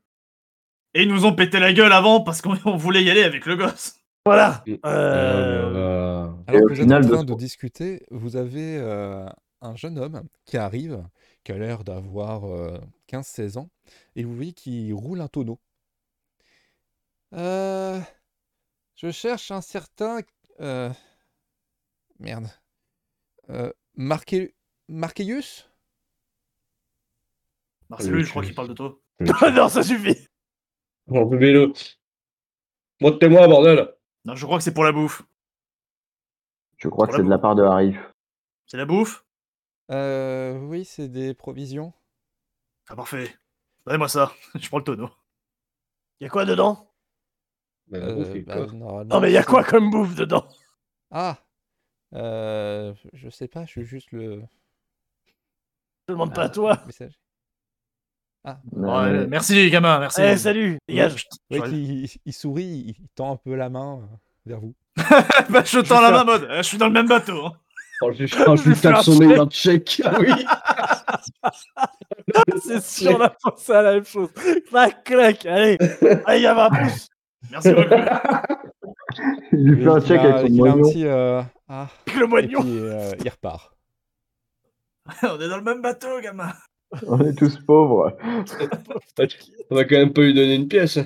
S1: Et ils nous ont pété la gueule avant parce qu'on on voulait y aller avec le gosse.
S4: Voilà.
S3: Mm.
S4: Euh,
S3: Euh,
S2: Alors
S5: au
S2: que vous êtes en
S5: final, de
S2: train de
S5: trois.
S2: discuter, vous avez euh, un jeune homme qui arrive, qui a l'air d'avoir euh, 15-16 ans, et vous voyez qu'il roule un tonneau. Euh, je cherche un certain... euh, merde. Euh, Marque- Marqueius
S1: Marcelo, je crois qu'il parle de toi.
S3: Oh,
S4: non, ça suffit.
S3: Bon, buvez-le. Montez-moi, bordel.
S1: Non, je crois que c'est pour la bouffe.
S5: Je crois que
S1: Voilà.
S5: c'est de la part de Harif.
S1: C'est la bouffe
S2: Euh, Oui, c'est des provisions.
S1: Ah, parfait. Donnez-moi ça. Je prends le tonneau.
S4: Y a quoi dedans
S3: Ah
S2: Euh, bah, normalement,
S4: Non, mais y a
S2: c'est-
S4: quoi comme bouffe dedans
S2: Ah Euh, Je sais pas, je suis juste le
S4: Je te demande pas à toi.
S2: message. Ah,
S1: Ouais,
S5: Euh,
S1: merci, les gamins. Merci.
S4: Eh, salut, dégage.
S3: Mm.
S1: Dégage.
S2: Oui, qui- il, il sourit, il, il tend un peu la main euh, vers vous.
S1: Bah, je tends la main en mode. euh, Je suis dans le même bateau. hein.
S3: Oh, je oh, je
S4: Je vais
S3: lui tape
S4: faire
S3: son
S4: un
S3: nez dans le check.
S5: Ah
S3: Oui.
S4: C'est sûr, on a pensé à la même chose. Clac, clac, allez. Allez, y a 20 pouces.
S1: Merci beaucoup.
S5: Il lui fait un
S2: Il
S5: check
S2: a-
S5: avec son
S2: il a un
S5: moignon.
S2: petit, euh, ah,
S4: Avec le
S2: et
S4: moignon.
S2: puis euh, il repart.
S1: On est dans le même bateau, gamin.
S5: On est tous pauvres.
S3: On va quand même pas lui donner une pièce.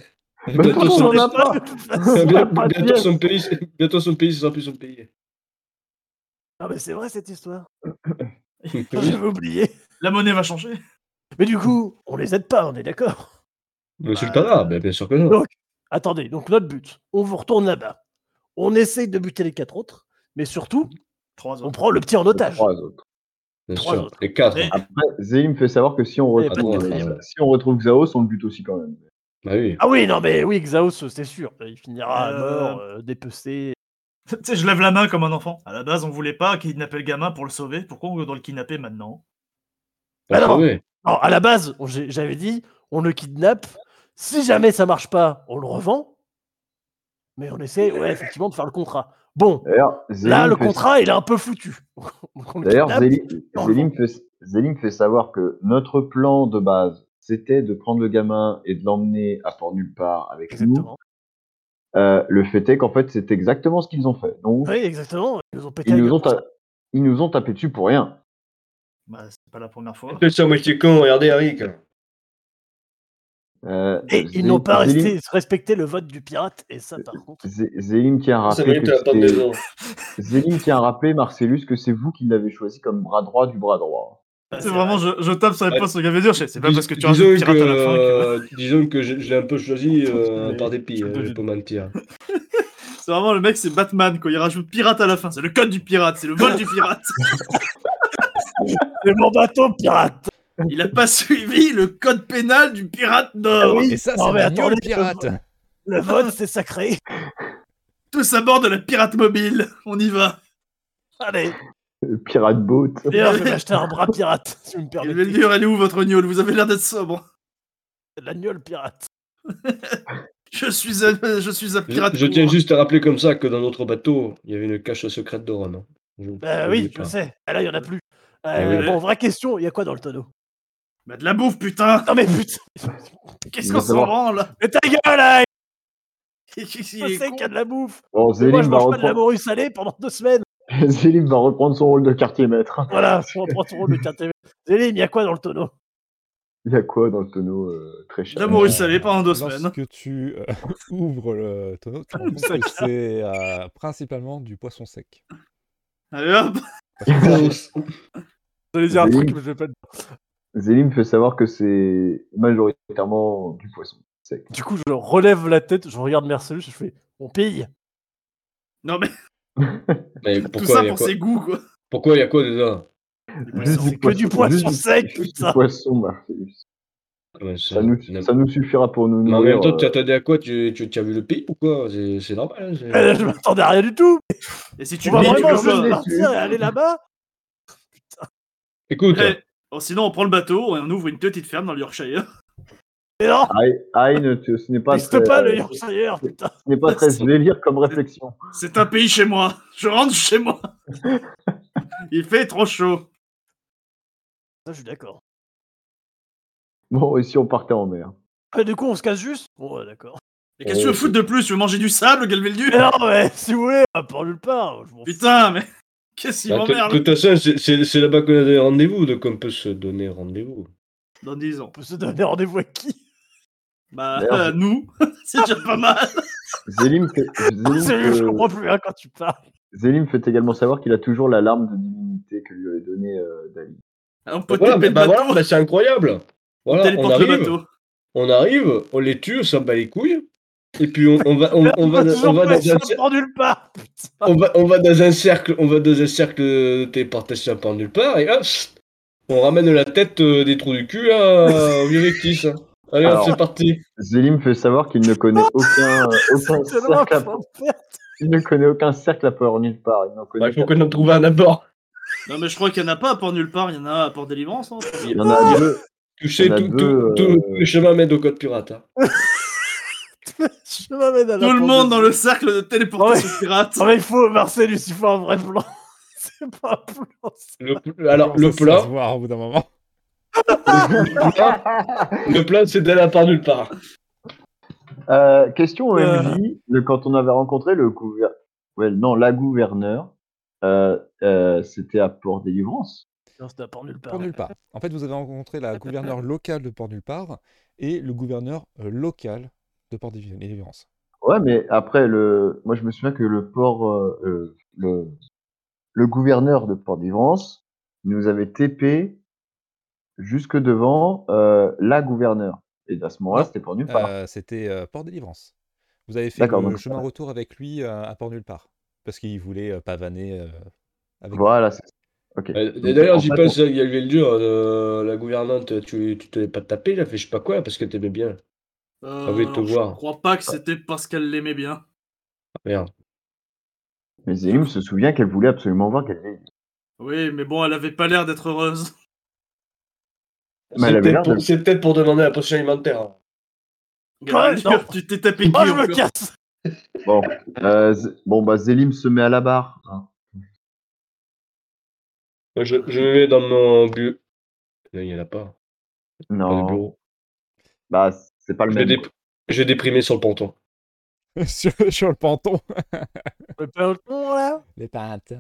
S5: Mais
S3: Bientôt
S5: pourquoi
S3: son,
S5: on en a pas
S4: De toute façon,
S5: on a pas de
S3: bientôt
S5: pièce.
S3: son pays, bientôt son pays, ce sera plus son pays.
S4: Ah mais c'est vrai cette histoire.
S3: Oui.
S4: Ah, J'avais oublié.
S1: La monnaie va changer.
S4: Mais du coup, on les aide pas, on est d'accord.
S3: Le sultanat, mais bien sûr que non.
S4: Non. Attendez, donc notre but, on vous retourne là-bas. On essaye de buter les quatre autres, mais surtout,
S1: Trois
S4: on
S1: ans.
S4: prend le petit en otage.
S5: Trois autres.
S3: Bien
S4: Trois
S3: sûr.
S4: autres.
S3: Les quatre.
S1: Mais-
S5: Après, Zélim fait savoir que si on
S4: Et pas de
S5: retrouve,
S3: quatrième.
S5: si on retrouve Xaos, on le bute aussi quand même.
S3: Bah oui.
S4: Ah oui, non mais oui, Xaos, c'est sûr. Il finira à
S1: Euh,
S4: mort, euh, dépecé.
S1: Tu sais, je lève la main comme un enfant. À la base, on voulait pas kidnapper le gamin pour le sauver. Pourquoi on doit le kidnapper maintenant
S3: Pas
S4: non.
S3: trouvé.
S4: Non, à la base, on- j'ai- j'avais dit, on le kidnappe. Si jamais ça marche pas, on le revend. Mais on essaie, ouais, effectivement, de faire le contrat. Bon,
S5: D'ailleurs, Zélim
S4: là, le
S5: Euh. fait-
S4: contrat, il est un peu foutu. Donc, on le
S5: D'ailleurs,
S4: kidnappe.
S5: Zélim,
S4: dans
S5: Zélim fait, Zélim fait savoir que notre plan de base, c'était de prendre le gamin et de l'emmener à Port Nulle Part avec
S4: Exactement.
S5: nous. Euh, le fait est qu'en fait, c'est exactement ce qu'ils ont fait. Donc,
S4: Oui, exactement. Ils nous ont pété
S5: ils,
S4: la
S5: nous
S4: gueule
S5: ont
S4: pour
S5: ta- ils nous ont tapé dessus pour rien.
S1: Bah, c'est pas la première fois.
S3: Peut-être ça moitié con, regardez Eric.
S5: Euh,
S4: ça. Et ils
S5: Zélim-
S4: n'ont pas
S5: Zélim-
S4: resté, respecté le vote du pirate, et ça, par contre.
S5: Zé- Zélim tient à
S3: Ça
S5: rappeler
S3: mérite
S5: que
S3: la tente des
S5: c'était-
S3: gens.
S5: Zélim tient à rappeler, Marcellus, que c'est vous qui l'avez choisi comme bras droit du bras droit.
S4: Bah,
S1: C'est vraiment, je, je tape sur les
S3: Ouais.
S1: postes, regarde dire, c'est pas
S3: Dis-
S1: parce que tu as un
S3: disons
S1: pirate à la fin que.
S3: que, euh, disons que je, je l'ai un peu choisi euh,
S1: Mais-
S3: par dépit,
S1: je
S3: hein,
S1: te
S3: je
S1: dis.
S3: peux mentir.
S1: C'est vraiment le mec, c'est Batman, quoi. Il rajoute pirate à la fin. C'est le code du pirate, c'est le vol du pirate.
S4: C'est mon bateau pirate.
S1: Il a pas suivi le code pénal du pirate
S3: Eh
S1: Nord.
S4: Oui,
S2: Et ça,
S4: non,
S2: c'est
S4: mais
S2: mignon,
S4: attendez,
S2: le pirate
S4: Le vote, c'est sacré.
S1: Tous à bord de la pirate mobile. On y va.
S4: Allez,
S5: Le Euh, pirate boat.
S4: d'ailleurs, je vais m'acheter un bras pirate, si vous me
S1: Il va
S4: permettez.
S1: dire, elle est où votre gnôle Vous avez l'air d'être sobre.
S4: L'agneau pirate.
S1: Je suis un, je suis un
S3: Je,
S1: pirate.
S3: je
S1: court.
S3: tiens juste à rappeler comme ça que dans notre bateau, il y avait une cache secrète de rhum. hein. Je-
S4: Bah
S3: je
S4: oui,
S3: l'ai
S4: je
S3: pas.
S4: sais. Ah, là, il y en a plus.
S1: Eh
S4: Euh,
S1: oui.
S4: Bon, vraie question, il y a quoi dans le tonneau
S1: Bah, de la bouffe, putain
S4: Non mais putain
S1: Qu'est-ce
S5: Il
S1: qu'on
S5: va
S1: s'en
S5: falloir-
S1: branle
S4: Mais ta gueule, là
S1: Il est
S4: Je sais
S1: con.
S4: qu'il y a de la bouffe
S5: Bon,
S4: Mais Moi, je
S5: Zélim va,
S4: mange pas de la
S5: reprendre...
S4: morue salée pendant deux semaines
S5: Zélim va reprendre son rôle de quartier maître.
S4: Voilà, je reprends ton rôle de quartier. Zélim, il y a quoi dans le tonneau
S5: Il y a quoi dans le tonneau euh, très cher
S1: De la morue
S2: Euh,
S1: salée pendant deux semaines. hein.
S2: Lorsque tu euh, ouvres le tonneau, tu te rends compte
S1: Sac
S2: que c'est euh, principalement du poisson sec.
S1: Allez hop
S4: J'allais
S5: dire un truc,
S4: mais je vais pas le
S5: Zélim fait savoir que c'est majoritairement du poisson sec.
S4: Du coup, je relève la tête, je regarde Mercelus, je fais On pille
S1: Non mais
S3: Mais
S1: tout
S3: pourquoi
S1: ça
S3: il y a
S1: pour
S3: quoi
S1: ses goûts quoi
S3: Pourquoi il y a quoi dedans
S5: Juste
S4: c'est que du poisson
S5: juste-
S4: sec,
S5: juste
S4: putain.
S5: du poisson, Marcellus.
S3: Ouais, Ah ben, c'est-
S5: Ça nous,
S3: c'est-
S5: ça nous suffira pour nous
S3: Mais en
S5: nourrir.
S3: même temps, tu
S5: euh,
S3: t'attendais à quoi Tu, tu, tu as vu le pays ou quoi C'est c'est normal. hein, c'est-
S1: Euh,
S4: Eh, Je m'attendais à rien du tout
S1: Et si
S4: Tu
S1: tu
S4: vas
S1: me dis tu
S4: vraiment
S1: veux
S5: je
S1: pas
S4: juste
S5: l'ai
S4: partir
S5: su.
S4: et aller là-bas
S3: Écoute,
S1: Eh, oh, Sinon on prend le bateau et on ouvre une petite ferme dans le Yorkshire.
S4: Mais non
S5: Aïe, aïe, ne te- ce n'est pas
S4: N'existe
S5: très,
S4: pas le
S5: euh,
S4: Yorkshire, putain
S5: ce n'est pas très délire comme réflexion.
S1: C'est un pays chez moi. Je rentre chez moi. Il fait trop chaud.
S4: Ça, je suis d'accord.
S5: Bon, et si on partait en mer
S4: Mais du coup, on se casse juste Bon, ouais, d'accord.
S1: Et qu'est-ce que tu veux
S3: Oh.
S1: foutre de plus Tu veux manger du sable, Galveldu
S4: Mais non, mais si vous voulez, on va pas nulle part je m'en fous.
S1: Putain mais qu'est-ce qu'il
S3: bah, de de
S1: m'emmerde
S3: toute façon, c'est- c'est c'est là-bas qu'on a des rendez-vous, donc on peut se donner rendez-vous.
S1: Dans 10 ans.
S4: On peut se donner rendez-vous avec qui
S1: Bah
S5: Merde.
S1: euh, nous, c'est déjà pas mal.
S5: Zélim fait, Zélim
S4: Sérieux, Je
S3: euh,
S5: fait-
S4: comprends plus rien quand tu parles.
S5: Zélim fait également savoir qu'il a toujours la larme de divinité que lui avait donnée euh, Dali.
S1: On peut
S3: Donc Voilà,
S1: taper
S3: bah,
S1: le
S3: bah,
S1: bateau.
S3: voilà, bah, c'est incroyable.
S1: on
S3: Voilà, on
S1: téléporte le
S3: arrive,
S1: bateau.
S3: on arrive, on les tue, on s'en bat les couilles. Et puis on, on va, on, on
S4: On
S3: va, on, va dans un,
S4: se
S3: cer-
S4: prend nulle part putain.
S3: on, va, on va dans un cercle, on va dans un cercle de téléportation par nulle part et hop, pssst, on ramène la tête euh, des trous du cul à, au Virectis. hein. Allez, hop,
S5: Alors.
S3: c'est parti.
S5: Zélim fait savoir qu'il ne connaît aucun, euh, aucun
S4: Oh, C'est tellement
S5: cercle. à- Il ne connaît aucun cercle à port nulle part. Il n'en
S3: Bah,
S5: connaît
S3: il faut qu'on en trouve un d'abord.
S1: Non mais je crois qu'il y en a pas à port nulle part. Il y en a à port délivrance. hein.
S5: Il y en a deux.
S3: Toucher
S5: On a
S3: tout,
S5: deux,
S3: tout,
S5: euh,
S3: tout- tous les chemins mènent au code pirate. hein.
S4: Je m'amène à la
S1: Tout le
S4: pente
S1: monde
S4: de-
S1: dans le cercle de téléportation pirate.
S4: Non mais il faut, Marcellus, il faut un vrai plan. C'est pas un plan. c'est-
S3: Le- alors,
S2: Comment
S3: le
S2: ça, ça se
S3: plan,
S2: voit au bout d'un moment.
S3: le plan,
S4: Oh.
S3: le plan, c'est d'aller à part nulle part.
S5: Euh, question au
S4: Euh.
S5: MJ, le- quand on avait rencontré le gouver- ouais, non, la gouverneure, euh, euh, c'était à Port Délivrance.
S4: Non, c'est pas nulle part.
S2: Port nulle part. En fait, vous avez rencontré la gouverneure locale de Port nulle part et le gouverneur euh, local de Port délivrance
S5: Ouais, mais après, le... moi je me souviens que le port, euh, euh, le... le gouverneur de Port Délivrance nous avait TP jusque devant euh, la gouverneure. Et à ce moment-là,
S2: Non.
S5: c'était Port Nulle part.
S2: Euh, C'était euh, Port délivrance Vous avez fait
S5: D'accord,
S2: le
S5: donc-
S2: chemin retour avec lui euh, à Port nulle part parce qu'il voulait euh, pavaner euh, avec
S5: Voilà, c'est Ok.
S3: Euh,
S5: Donc,
S3: D'ailleurs,
S5: en
S3: j'y
S5: fait,
S3: pense, il y avait le dur, euh, la gouvernante, tu, tu te l'es pas tapé, elle a fait je sais pas quoi, parce que t'aimais bien.
S1: Euh,
S3: Ah oui, te
S1: alors, je
S3: voir.
S1: crois pas que c'était parce qu'elle l'aimait bien.
S3: Merde.
S5: Mais Zélim se souvient qu'elle voulait absolument voir qu'elle vieillit.
S1: Oui, mais bon, elle avait pas l'air d'être heureuse.
S5: Mais
S3: C'est
S5: elle avait
S3: peut-être
S5: l'air
S3: pour,
S5: de-
S3: c'est peut-être pour demander la potion alimentaire. hein.
S1: Galvaldu,
S4: non.
S1: tu t'es tapé
S4: Moi
S1: qui
S4: Oh, je
S1: au
S4: me
S1: cœur
S4: casse
S5: Bon, euh, Z- bon bah Zélim se met à la barre. hein.
S3: Moi, Je, je me mets dans mon bu. Non, il y en a pas. Pas de
S5: Non.
S3: bureau.
S5: Bah, c'est pas le
S3: Ah, Je vais,
S5: même.
S3: dép- je vais déprimer sur le ponton.
S2: lui. sur, sur le ponton.
S4: Le panton là
S2: Les pintes.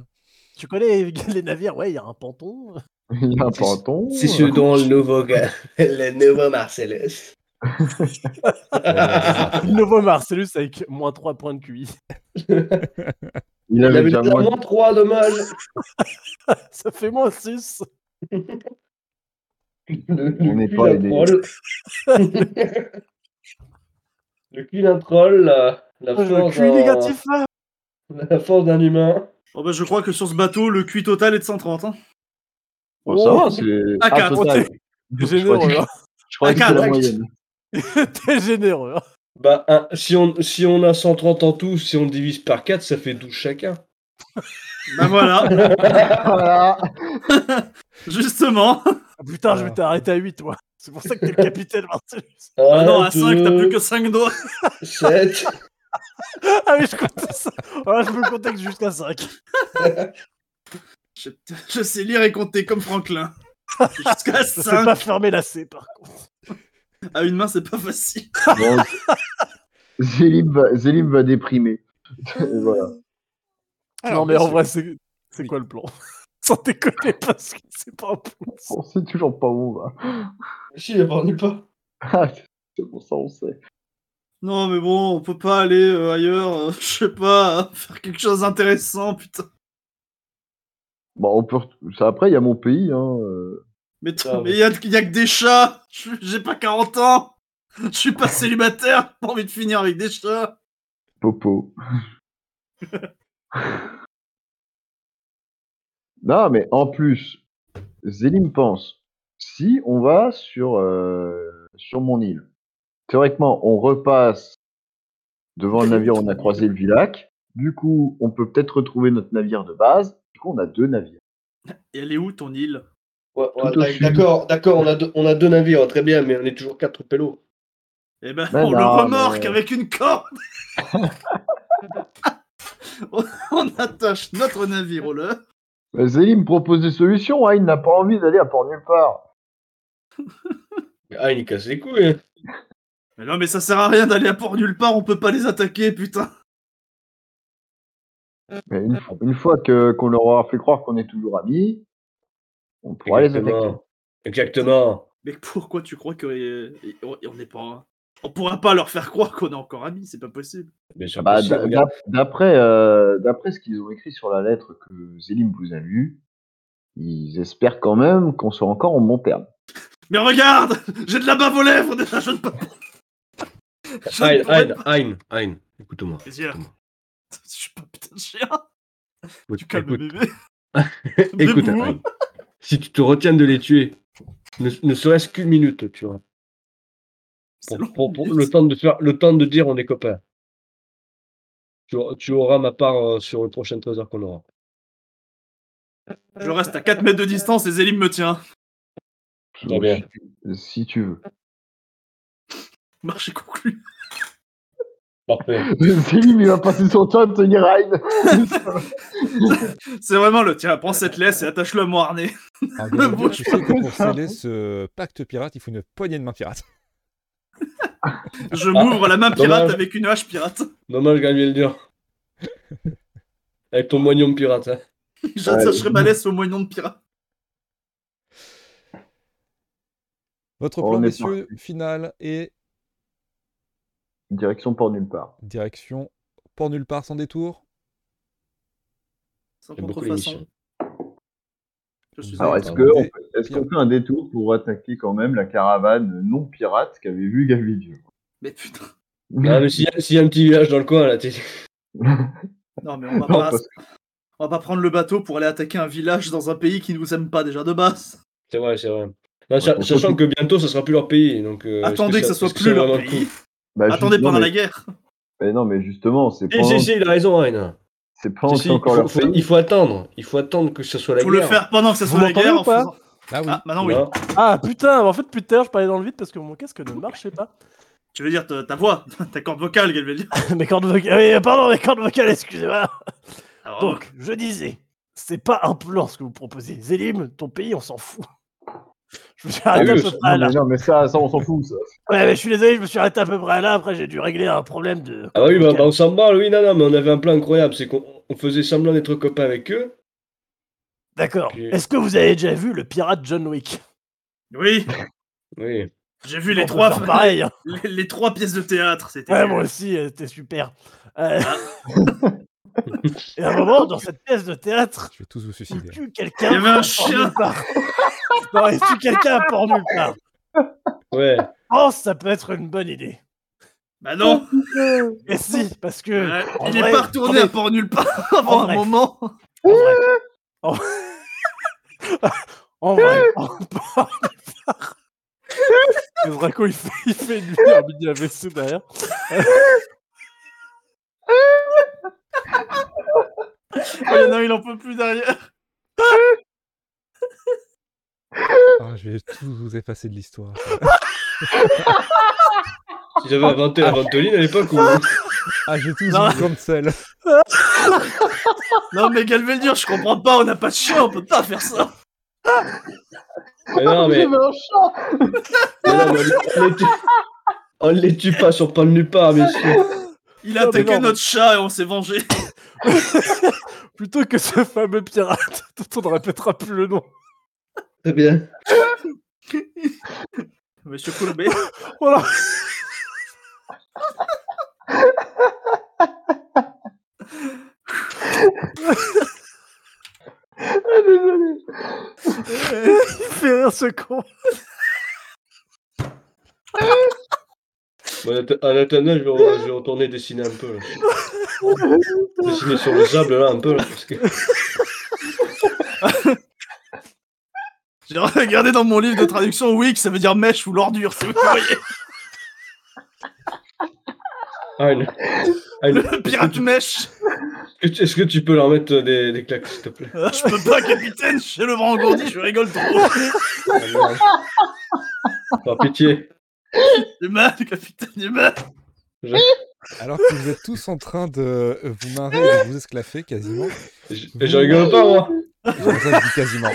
S4: Tu connais les navires Ouais, il y a un panton.
S5: Il y a un panton. euh.
S3: C'est ce dont le nouveau, gars- le nouveau Marcellus.
S4: Le nouveau Marcellus avec moins 3 points de QI.
S5: Il
S3: Il
S5: avait
S3: avait
S5: déjà
S3: déjà
S5: moins.
S3: moins 3 dommages.
S4: Ça fait moins 6.
S3: Le, le
S5: On n'est
S3: cul
S5: pas
S3: d'un
S5: aidé.
S3: troll. le cul d'un troll, la, la
S1: Ah,
S4: Le
S3: force
S4: QI
S3: d'un-
S4: négatif là
S3: la force d'un humain.
S1: Oh bah, je crois que sur ce bateau, le QI total est de 130. Hein.
S5: Bon, ça va,
S4: Oh,
S5: c'est.
S1: Ah, quatre,
S5: total. Je
S4: Généreux,
S5: croyais que-
S4: hein.
S5: je croyais que
S1: Ah,
S5: c'était la
S3: quatre.
S5: moyenne.
S4: T'es généreux. hein.
S3: Bah, un- si, on, si on a 130 en tout, si on divise par 4, ça fait 12 chacun.
S1: Bah voilà,
S5: Voilà.
S1: justement.
S4: Ah, Putain, je
S2: Ah.
S4: m'étais arrêté à 8, toi. C'est pour ça que t'es le capitaine, Marcellus.
S1: Ah non, à 5, t'as plus que 5 doigts.
S3: 7.
S4: Ah oui, je comptais ça. Voilà, je peux le compter que jusqu'à 5.
S1: Je, je sais lire et compter comme Franklin. Jusqu'à
S4: Je sais
S1: 5.
S4: pas fermer la C, par contre.
S1: À une main, c'est pas facile.
S5: Bon, Zélib va, Zélib va déprimer. Et voilà.
S4: non, mais en
S2: monsieur,
S4: vrai, c'est c'est
S2: Oui.
S4: quoi le plan Sans déconner, parce que c'est pas un plan.
S5: On sait toujours pas où on va.
S3: Si, il n'épargne pas.
S5: Ah, C'est pour ça on sait.
S1: Non, mais bon, on peut pas aller euh, ailleurs, euh, je sais pas, euh, faire quelque chose d'intéressant, putain.
S5: Bon, Bah, on peut. ret- ça, après, il y a mon pays. Hein. euh.
S1: Mais t-
S3: Ah,
S1: mais y a, y a que des chats. Je- J'ai pas 40 ans. Je suis pas célibataire. Pas envie de finir avec des chats.
S5: Popo. non, mais en plus, Zélim pense si on va sur, euh, sur mon île, théoriquement, on repasse devant le navire où on a croisé le Vilac. Du coup, on peut peut-être retrouver notre navire de base. Du coup, on a deux navires.
S1: Et elle est où ton île
S3: Ouais, ouais,
S5: Tout au
S3: d'ac-
S5: sud.
S3: d'accord, d'accord, on, a deux- on a deux navires, très bien, mais on est toujours quatre pélos.
S1: Eh ben,
S5: Mais
S1: on le
S5: non,
S1: remorque
S5: mais-
S1: avec une corde. on, on attache notre navire au leurre.
S5: Euh, Zélim propose des solutions. hein, il n'a pas envie d'aller à port nulle part.
S3: Ah, il nous casse les couilles. hein.
S1: Mais non, mais ça sert à rien d'aller à port nulle part. On peut pas les attaquer, putain.
S5: Mais une, fo- une fois que qu'on leur aura fait croire qu'on est toujours amis, on pourra les attaquer.
S3: Exactement. Exactement.
S1: Mais pourquoi tu crois que euh, on on n'est pas. hein. On pourra pas leur faire croire qu'on est encore amis. C'est pas possible.
S3: Mais c'est
S5: Bah,
S3: impossible,
S5: d'a-
S3: Ah, regarde.
S5: d'a- D'après euh, d'après ce qu'ils ont écrit sur la lettre que Zélim vous a lue, ils espèrent quand même qu'on soit encore en bon terme.
S1: Mais regarde, j'ai de la bave aux lèvres déjà. Je ne peux pas. Je ne
S3: Hein,
S1: pourrais
S3: hein, hein, hein. Écoute-moi.
S1: Vas-y, alors. Je suis pas putain de chien.
S3: Écoute,
S1: Tu calmes
S3: écoute,
S1: bébé.
S3: écoute,
S1: Debout.
S3: hein. Si tu te retiens de les tuer, ne, ne serait-ce qu'une minute, tu vois.
S1: C'est
S3: Pour,
S1: long,
S3: pour- pour
S1: mais-
S3: le, temps de faire, le temps de dire on est copains. Tu, auras- tu auras ma part euh, sur le prochain trésor qu'on aura.
S1: Je reste à 4 mètres de distance et Zélim me tient.
S3: Très bien.
S5: Si tu- Si tu veux.
S1: Marché conclu.
S3: Parfait.
S5: Zélim, il va passer son temps à tenir Aïn.
S1: C'est vraiment le tiens, prends cette laisse et attache-le à mon harnais.
S2: Ah, bien,
S1: beau
S2: tu sais que pour sceller ce pacte pirate, il faut une poignée de main pirate.
S1: Je m'ouvre la main pirate
S3: dommage.
S1: avec une hache pirate.
S3: Dommage, Gabriel Dur. Avec ton moignon de pirate. hein.
S1: J'attacherai ma laisse au moignon de pirate.
S2: Votre
S5: On
S2: plan,
S5: est
S2: messieurs, final est
S5: Direction port nulle part.
S2: direction port nulle part sans détour.
S1: Sans
S3: J'aime beaucoup
S1: contrefaçon.
S3: l'émission.
S1: Je suis
S5: Alors,
S1: un-
S5: est-ce
S2: Pardon.
S5: qu'on
S2: Des-
S5: est fait un détour pour attaquer quand même la caravane non pirate qu'avait vu Galvidio
S1: Mais putain.
S3: Ah, mais s'il y, a- s'il y a un petit village dans le coin, là, t'es-
S1: Non, mais on va,
S5: Non,
S1: pas...
S5: parce
S1: on va pas prendre le bateau pour aller attaquer un village dans un pays qui nous aime pas déjà de base.
S3: c'est vrai, c'est vrai. Non, sa-
S5: on peut-
S3: sachant que bientôt, ça sera plus leur pays. Donc, euh, est-ce
S1: Attendez que ça
S3: ça-
S1: soit
S3: est-ce
S1: plus
S3: c'est
S1: leur
S3: vraiment le
S1: pays.
S3: coup
S5: Bah, juste-
S1: Attendez
S5: non,
S1: pendant
S5: mais-
S1: la guerre.
S5: mais non, mais justement, c'est
S3: Si,
S5: pendant,
S3: si, si, il a raison, Ryan.
S5: c'est pendant que
S3: Si, Eh, si,
S5: c'est encore
S3: il,
S5: leur
S3: faut,
S5: pays.
S3: il faut attendre. Il faut attendre que ce soit la
S1: Faut le
S3: guerre. Hein
S1: faire pendant que ça
S4: Vous
S1: soit la
S4: m'entendez
S1: guerre
S4: ou
S1: en
S4: pas
S1: faisant.
S2: Ah oui.
S1: Ah, maintenant oui.
S3: Non.
S4: Ah putain, en fait, putain, je parlais dans le vide parce que mon casque ne marchait pas.
S1: Tu veux dire ta ta voix, ta corde vocale, qu'elle veut dire.
S4: mes cordes vocales. Oui, pardon, mes cordes vocales, excusez-moi.
S1: Alors,
S4: Donc, je disais, c'est pas un plan ce que vous proposez. Zélim, ton pays, on s'en fout. Je me suis arrêté
S3: oui,
S4: à peu
S5: Ah Non,
S4: près à là.
S5: mais, non, mais ça, ça, on s'en fout. Ça.
S4: Ouais, mais je suis désolé, je me suis arrêté à peu près à là. Après, j'ai dû régler un problème de.
S3: Ah oui, bah, bah, on s'en branle, oui, non, non, mais on avait un plan incroyable, c'est qu'on on faisait semblant d'être copains avec eux.
S4: D'accord.
S3: Ok.
S4: Est-ce que vous avez déjà vu le pirate John Wick
S1: oui,
S3: Oui.
S1: j'ai vu
S4: On
S1: les
S4: peut
S1: trois,
S4: faire pareil. hein.
S1: les, les trois pièces de théâtre. C'était.
S4: Ouais,
S1: nul.
S4: moi aussi, euh, c'était super. Euh,
S1: Ah.
S4: Et à un moment, dans cette pièce de théâtre,
S2: Je vais tous vous
S4: il
S2: suicider.
S4: tue
S1: Il y
S4: quelqu'un.
S1: avait un
S4: à Port
S1: chien.
S4: nulle part. Non, il tue quelqu'un à port nulle part.
S3: Ouais.
S4: Je pense que ça peut être une bonne idée.
S1: Bah non.
S4: Et si, parce que.
S1: Ouais,
S4: en
S1: il est
S4: vrai,
S1: pas retourné à port nulle part avant
S4: En
S1: un
S4: vrai.
S1: moment.
S4: En vrai. En, en vrai. En Le Draco, il fait, il fait une lumière mini AVC derrière.
S1: Oh, Il y en a un, il en peut plus derrière.
S2: Ah, je vais tout vous effacer de l'histoire.
S3: Si j'avais inventé la ventoline à l'époque, ou-
S2: Ah, j'ai tout
S1: Non.
S2: vous cancel.
S1: Non, mais Galveldur, je comprends pas, on n'a pas de chien, on peut pas faire ça.
S3: mais non, mais,
S5: J'avais un chat
S3: mais non, mais on les- on les tue- on les tue pas sur Pan nulle part, messieurs.
S1: Il
S4: Non, mais
S1: a attaqué
S4: non.
S1: notre chat et on s'est vengé.
S4: Plutôt que ce fameux pirate dont on ne répétera plus le nom.
S3: Très bien.
S1: Monsieur Courbet.
S4: Voilà.
S5: Ah, Désolé.
S4: Il fait rire ce con.
S3: Bon, en atta- en attendant, je vais, re- je vais retourner dessiner un peu. Là. Dessiner sur le sable, là, un peu. Là, parce que...
S1: J'ai regardé dans mon livre de traduction Wick, ça veut dire mèche ou l'ordure, si vous voyez.
S3: Ah, une- ah, une-
S1: Le pirate mèche.
S3: Est-ce que tu- est-ce que tu peux leur mettre euh, des, des claques, s'il te plaît
S1: Je peux pas, capitaine, chez le brangondi, je rigole trop.
S3: Ah, merde. Par pitié.
S1: Du mal, capitaine, du mal.
S2: Alors que vous êtes tous en train de euh, vous marrer et de vous esclaffer quasiment.
S3: Je, je rigole pas, moi.
S2: Enfin, ça, je dis quasiment.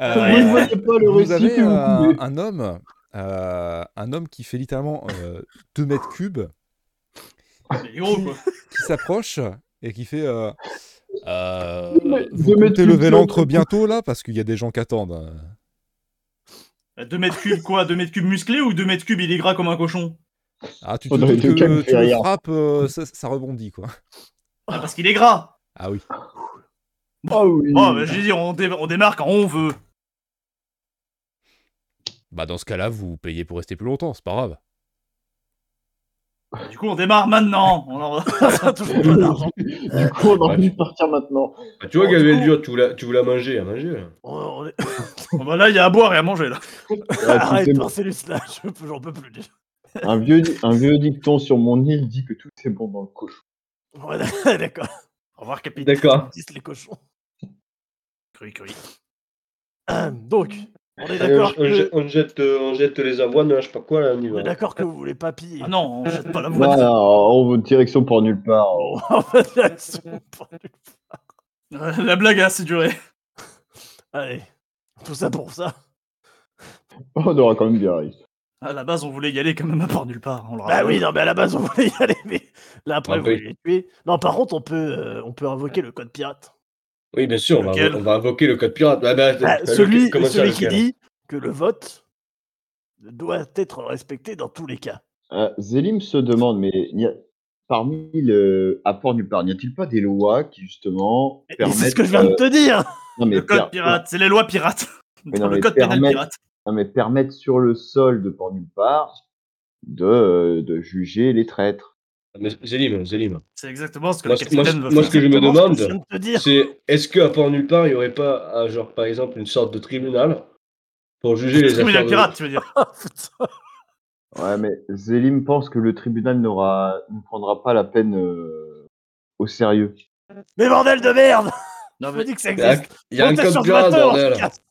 S2: Euh,
S5: Vous ne voyez pas Ah, le
S2: vous
S5: récit
S2: avez
S5: que vous
S2: un,
S5: pouvez.
S2: un homme, euh, un homme qui fait littéralement 2 mètres cubes,
S1: Mais gros, quoi.
S2: qui s'approche et qui fait. euh, euh,
S5: Deux mètres-
S2: vous
S5: deux mètres
S2: comptez
S5: cubes,
S2: lever
S5: deux
S2: l'ancre
S5: mètres
S2: bientôt là parce qu'il y a des gens qui attendent.
S1: 2 mètres cubes, quoi 2 mètres cubes musclés ou 2 mètres cubes, il est gras comme un cochon
S2: Ah, tu te
S5: Oh, dans
S2: doutes
S5: les deux cas, il
S2: que
S5: me
S2: tu
S5: fait
S2: le
S5: rire.
S2: frappes, euh, ça, ça rebondit quoi.
S1: Ah, parce qu'il est gras
S2: Ah oui.
S5: Ah oui.
S3: Mm.
S1: Oh, bah, je dis, on, dé- on démarque quand on veut.
S2: Bah dans ce cas-là, vous payez pour rester plus longtemps, c'est pas grave.
S1: Du coup, on démarre maintenant. On en-
S4: Ça a toujours pas d'argent.
S5: du coup, on a envie de partir maintenant.
S3: Ah, tu vois, Gabriel tu voulais, tu voulais manger, à manger. hein. Là.
S4: On- on est-
S1: Bon, bah, là, il y a à boire et à manger, là.
S5: Ah,
S4: Arrête,
S5: tu sais,
S4: Marcellus, là, je peux- j'en peux plus. déjà.
S5: un, vieux, di- un vieux dicton sur mon île dit que tout est bon dans le cochon.
S4: Ouais, d'accord.
S1: Au revoir, capitaine.
S3: D'accord.
S4: Dix les cochons.
S1: Cru, cru.
S4: Euh, Donc, on est
S3: Allez, on,
S4: d'accord
S3: on jette,
S4: que...
S3: on jette, euh, on jette les avoines, là, je sais pas quoi, là, on y
S4: On est
S3: va.
S4: d'accord que vous voulez pas piller.
S1: Ah non, on jette pas la voix.
S5: Voilà, on veut direction pour nulle part.
S4: Bon, on va dire qu'ils sont pas nuls.
S1: La blague a assez duré.
S4: Allez, tout ça pour ça.
S5: On aura quand même bien ri.
S1: À la base, on voulait y aller quand même à part nulle part. On le
S4: Bah
S1: rappelle.
S4: oui, non, mais à la base, on voulait y aller, mais là, après,
S3: Ah,
S4: vous
S3: oui.
S4: les tuez. Non, par contre, on peut, euh, on peut invoquer le code pirate.
S3: Oui, bien sûr, on va,
S1: Lequel
S3: on va invoquer le code pirate. Ah, bah,
S4: Bah,
S3: le-
S4: celui
S3: comment ça,
S4: celui qui
S3: lequel
S4: dit que le vote doit être respecté dans tous les cas.
S5: Euh, Zélim se demande, mais il y a- parmi le apport nulle part, n'y a-t-il pas des lois qui justement
S4: Et
S5: permettent
S4: C'est ce que je viens de
S5: euh,
S4: te dire
S5: non, mais
S1: Le
S5: per-
S1: code pirate, c'est les lois pirates.
S5: Mais non,
S1: le
S5: mais
S1: code pénal
S5: permettre-
S1: pirate.
S5: non, hein, mais permettent sur le sol de port nulle part de, euh, de juger les traîtres.
S3: Mais Zélim, hein, Zélim.
S1: C'est exactement ce que
S3: Moi,
S1: le
S3: ce- moi,
S1: capitaine
S3: ce-
S1: veut
S3: moi,
S1: faire.
S3: ce que je me
S4: Exactement ce que
S3: demande,
S4: je viens de te dire.
S3: C'est est-ce qu'à part nulle part, il n'y aurait pas, ah, genre, par exemple, une sorte de tribunal pour juger les affaires
S1: Tribunal
S3: de-
S1: pirate, tu veux dire.
S4: Ah, putain.
S5: Ouais, mais Zélim pense que le tribunal n'aura ne prendra pas la peine euh, au sérieux.
S4: Mais bordel de merde
S1: Non,
S4: Je
S1: mais-
S4: me dis que ça
S3: Il y a un-
S4: existe
S3: il y a un
S4: Votation
S3: code
S4: ce matin,
S3: pirate, bordel.
S4: on se casse.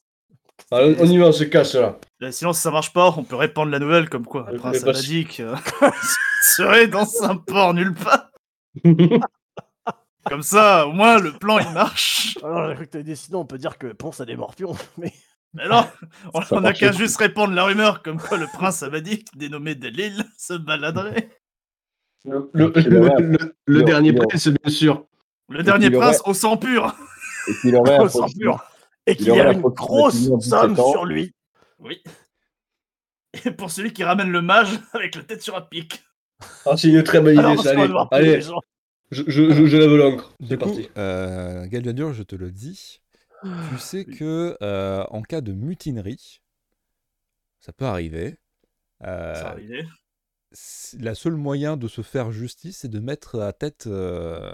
S3: Allez, on y va, on se casse là.
S1: Euh, Sinon, si ça marche pas, on peut répandre la nouvelle comme quoi un
S3: Mais bah,
S1: prince
S3: parce-
S1: abadique euh, serait dans un port nulle part. Comme ça, au moins, le plan, il marche.
S4: Alors, j'ai cru que t'avais dit sinon, on peut dire que pense à des morpions, mais
S1: Mais non, on
S5: Ça
S1: on n'a
S5: marche
S1: qu'à
S5: pas.
S1: juste répandre la rumeur comme quoi le prince abadique, dénommé Delil, se baladerait.
S3: Le, le-
S5: Il
S3: le-
S5: aurait-
S3: le- le
S5: il aurait-
S3: dernier
S5: il aurait-
S3: prince, bien sûr.
S1: Le dernier
S5: il aurait-
S1: prince au sang pur.
S5: Et qu'il aurait
S4: au sang
S5: approximativement-
S4: pur. Et qu'il y
S5: aurait
S4: a une
S5: approximativement
S4: grosse
S5: 17
S4: somme
S5: ans.
S4: sur lui.
S1: Oui. Et pour celui qui ramène le mage avec la tête sur un pic.
S3: Ah, c'est une très bonne idée,
S4: Alors,
S3: ça.
S4: on va
S3: Allez,
S4: devoir payer
S3: allez
S4: les gens.
S3: je, je, je, je lève l'encre.
S2: Du
S3: C'est
S2: coup,
S3: parti. Ah,
S2: euh, Galvandur, je te le dis, tu sais que euh, en cas de mutinerie, ça peut arriver. euh,
S1: Ça arrivait.
S2: s- la seule moyen de se faire justice, c'est de mettre à tête, euh,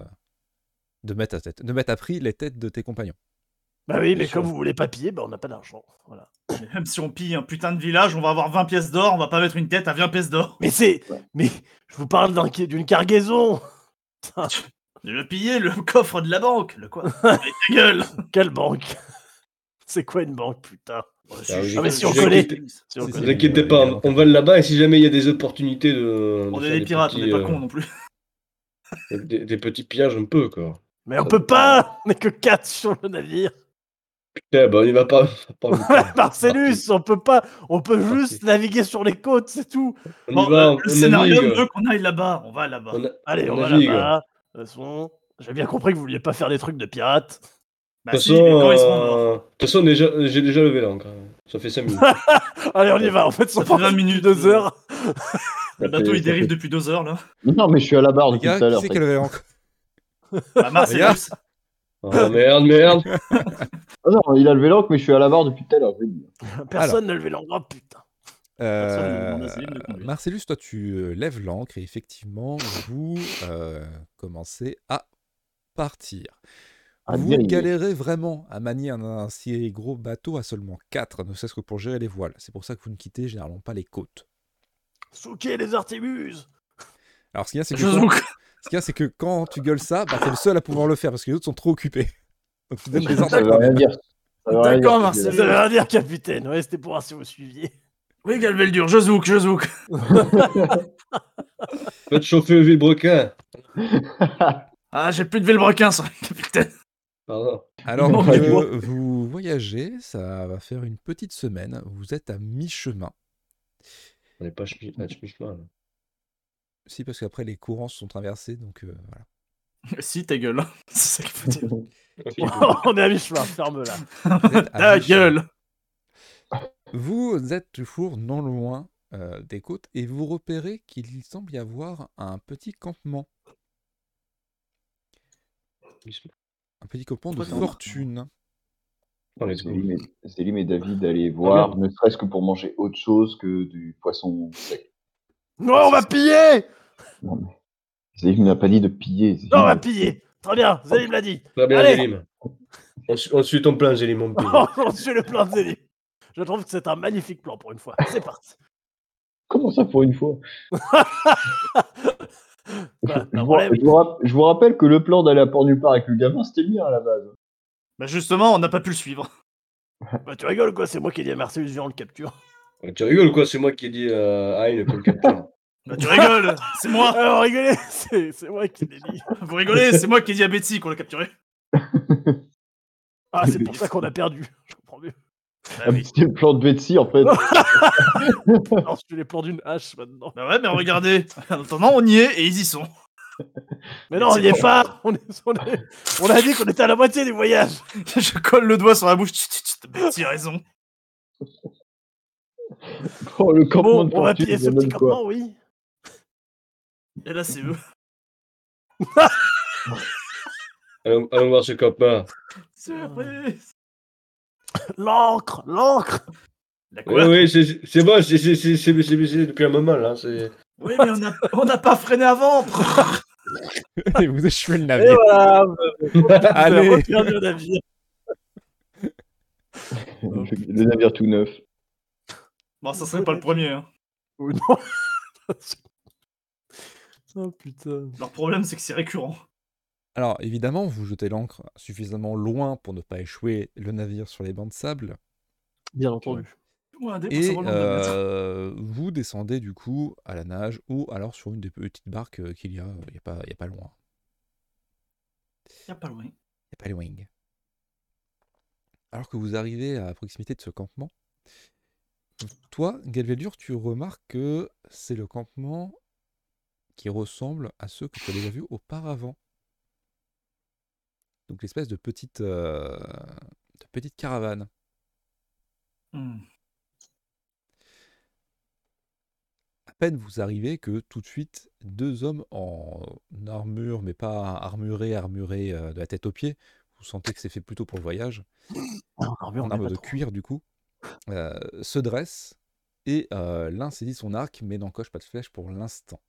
S2: de mettre à tête, de mettre à prix les têtes de tes compagnons.
S4: Bah oui,
S3: Bien
S4: mais
S3: sûr.
S4: comme vous voulez pas piller, bah on n'a pas d'argent. Voilà.
S1: Mais Même si on pille un putain de village, on va avoir 20 pièces d'or, on va pas mettre une tête à 20 pièces d'or.
S4: Mais c'est. Mais je vous parle d'un- d'une cargaison
S1: Je vais piller le coffre de la banque. Le quoi Mais Ta gueule
S4: Quelle banque C'est quoi une banque, putain
S3: Ah,
S1: je-
S3: oui.
S1: ah, mais
S4: si on
S3: J'ai-
S4: connaît.
S1: Si on
S2: Si,
S3: Ne vous
S1: connaît.
S3: inquiétez
S2: bon,
S3: pas,
S2: évidemment.
S3: on va là-bas et si jamais il y a des opportunités de. de
S1: On
S3: faire
S1: est des pirates, on
S3: petits,
S1: n'est pas
S3: euh,
S1: cons non plus.
S3: Des, des petits pillages un peu, quoi.
S4: Mais on peut pas On est que 4 sur le navire
S3: Putain, bah, on y va pas. on va pas-
S4: Marcellus, on peut pas On peut juste naviguer sur les côtes, c'est tout
S3: On y
S1: Bon,
S3: va,
S1: euh,
S3: on,
S1: le
S3: on
S1: scénario
S3: navigue.
S1: veut qu'on aille là-bas, on va là-bas.
S3: On a-
S4: Allez, on,
S3: On
S4: va
S3: navigue.
S4: là-bas. De toute façon, j'ai bien compris que vous vouliez pas faire des trucs de pirates.
S3: De
S1: Bah
S3: toute
S1: si, mais quand ils seront
S3: façon,
S1: morts.
S3: euh, de toute façon, déjà, j'ai déjà levé là encore. Ça fait 5 minutes. Ça
S4: Allez, on y va. En fait,
S1: Ça
S4: on
S1: fait 20 minutes.
S4: 2
S1: euh,
S4: heures.
S1: Le
S5: Ça
S1: bateau
S5: fait-
S1: il
S5: ça
S1: dérive
S5: fait-
S1: depuis deux heures là.
S5: Non, mais je suis à la barre
S2: Les
S5: depuis
S2: gars,
S5: tout à l'heure.
S2: qui c'est qui avait encore
S1: Bah,
S2: Regarde.
S1: Marcellus,
S3: Oh, merde, merde.
S5: Ah non, il a levé l'ancre, mais je suis à la barre depuis tout à l'heure. je vais dire.
S4: Personne n'a levé l'endroit, putain.
S1: Personne ne demande à Céline de conduire.
S2: euh, Marcellus, toi, tu euh, lèves l'ancre et effectivement, vous euh, commencez à partir.
S5: Ah,
S2: vous
S5: dérivé.
S2: galérez vraiment à manier un, un si gros bateau à seulement 4, ne serait-ce que pour gérer les voiles. C'est pour ça que vous ne quittez généralement pas les côtes.
S4: Souquez les Artémuses.
S2: Alors, ce qu'il y a, c'est que,
S1: je
S2: quand-
S1: zouk.
S2: ce qu'il y a, c'est que quand tu gueules ça, bah, t'es le seul à pouvoir le faire parce que les autres sont trop occupés. Donc, tu donnes des ordres
S5: Ça
S2: à
S5: veut rien
S2: toi-même.
S5: dire. Ça veut rien
S1: D'accord,
S5: dire,
S1: Marcel.
S5: ce que
S4: Vous
S5: j'ai
S4: avez
S5: là.
S4: rien à dire, capitaine. Ouais, c'était pour voir si vous suiviez.
S1: Oui, Galveldur, je zouk, je zouk.
S3: Faites chauffer le vilebrequin.
S1: Ah, j'ai plus de vilebrequin sur le capitaine.
S3: Pardon.
S2: Alors
S5: Non,
S2: que
S5: mais moi-
S2: vous voyagez, ça va faire une petite semaine. Vous êtes à mi-chemin.
S3: On n'est pas chemi- à chemin. là.
S2: Si, parce qu'après, les courants se sont traversés. Donc, euh, voilà.
S1: Si, ta gueule. hein. C'est ça qu'il faut dire.
S4: on est à mi-chemin. Ferme là.
S2: Vous êtes à
S1: Ta
S2: mi-chemin.
S1: gueule.
S2: Vous êtes toujours non loin euh, des côtes et vous repérez qu'il semble y avoir un petit campement, un petit campement de
S1: Pourquoi t'en-
S2: fortune.
S3: On est
S5: Zélim
S3: cool.
S5: et- Zélim et David d'aller voir,
S1: Ah,
S3: merde.
S5: ne serait-ce que pour manger autre chose que du poisson sec.
S4: Non, on va piller.
S5: Non, mais Zélim n'a pas dit de piller. Zélim
S4: Non, on va
S5: a-
S4: piller. Très bien. Zélie me l'a dit.
S3: Très bien,
S4: Allez.
S3: Zélim. On, su- on suit ton plan, Zélim, mon petit.
S4: on suit Oh, le plan de Zélie. Je trouve que c'est un magnifique plan pour une fois. C'est parti.
S5: Comment ça pour une fois je,
S4: Bah,
S5: je
S4: bah,
S5: vous,
S4: ouais,
S5: je vous rapp- je vous rappelle que le plan d'aller à Port du Parc avec le gamin, c'était bien à la base.
S1: Bah justement, on n'a pas pu le suivre.
S4: Bah, tu rigoles quoi C'est moi qui ai dit à Marcellus, viens, on le capture.
S3: Tu rigoles, quoi C'est moi qui ai dit euh, Hein, le capture.
S1: Bah tu rigoles, c'est moi.
S4: Alors, rigolez. C'est c'est moi qui l'ai dit.
S1: Vous rigolez, c'est moi qui ai dit à Betsy qu'on l'a capturé.
S4: Ah, c'est pour ça qu'on a perdu. Je comprends mieux.
S1: Bah
S5: Ah, mais
S1: oui.
S5: C'était le plan de Betsy en fait.
S4: On suit les plans d'une hache maintenant.
S1: Bah ouais, mais regardez. En attendant, on y est et ils y sont.
S4: Mais non, on
S1: C'est
S4: n'y est
S1: bon.
S4: pas on, est- on est- on a dit qu'on était à la moitié du voyage
S1: Je colle le doigt sur la bouche. Tch, tch, tch, Betsy a raison.
S5: Oh, le
S4: Bon,
S5: campement de
S4: on va
S5: fortune,
S4: piller
S5: ça
S4: ce petit
S5: donne quoi
S4: campement, oui
S1: Et là, c'est eux.
S3: Allons, allons voir ce copain.
S1: Surprise.
S4: L'encre L'encre
S1: La quoi
S3: Oui, oui, c'est c'est bon, c'est c'est- c'est- c'est- c'est- c'est depuis un moment, là. c'est-
S1: Oui, mais on n'a on n'a pas freiné avant.
S2: et vous échouez le
S1: Eh
S4: Et
S2: navire.
S4: voilà
S2: Allez.
S4: Allez le navire
S5: Le navire tout neuf.
S1: Bon, ça serait pas le premier. hein.
S4: Ou non. Oh putain
S1: Leur problème, c'est que c'est récurrent.
S2: Alors évidemment, vous jetez l'ancre suffisamment loin pour ne pas échouer le navire sur les bancs de sable.
S4: Bien entendu.
S1: Ou un dé pour
S2: Et
S1: savoir le nombre de mètres.
S2: euh, vous descendez du coup à la nage ou alors sur une des petites barques euh, qu'il y a, euh, il n'y a, pas- il y a pas loin.
S1: Y a pas loin.
S2: Il n'y a pas les wings. Alors que vous arrivez à proximité de ce campement, toi, Galveldur, tu remarques que c'est le campement qui ressemble à ceux que tu as déjà vus auparavant. Donc l'espèce de petite, euh, de petite caravane.
S1: Hmm.
S2: À peine vous arrivez que tout de suite, deux hommes en armure, mais pas armurés, armurés euh, de la tête aux pieds, vous sentez que c'est fait plutôt pour le voyage,
S4: Non, l'armure,
S2: en
S4: Ah, on est
S2: arme
S4: pas
S2: de
S4: trop.
S2: cuir du coup, euh, se dressent et euh, l'un saisit son arc mais n'encoche pas de flèche pour l'instant.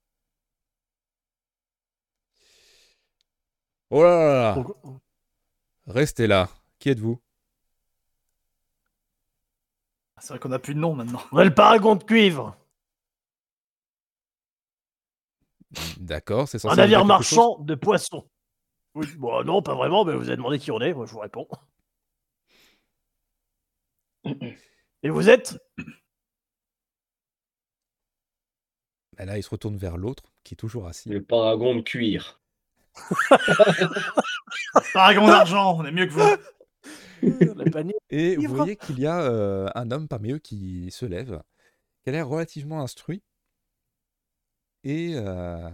S2: Oh là là là
S4: Pourquoi-
S2: Restez là Qui êtes-vous
S1: Ah, C'est vrai qu'on a plus de nom maintenant.
S4: On a le paragon de cuivre
S2: D'accord, c'est censé.
S4: Un
S2: vous dire
S4: navire
S2: quelque chose
S4: marchand de poissons Oui, bon non, pas vraiment, mais vous avez demandé qui on est, moi je vous réponds. Et vous êtes
S2: Bah là, il se retourne vers l'autre, qui est toujours assis.
S3: Le paragon de cuir.
S1: Paragon d'argent, on est mieux que vous.
S4: Euh, La panique.
S2: Et vous
S4: Ivre.
S2: voyez qu'il y a euh, un homme parmi eux qui se lève, qui a l'air relativement instruit, et euh,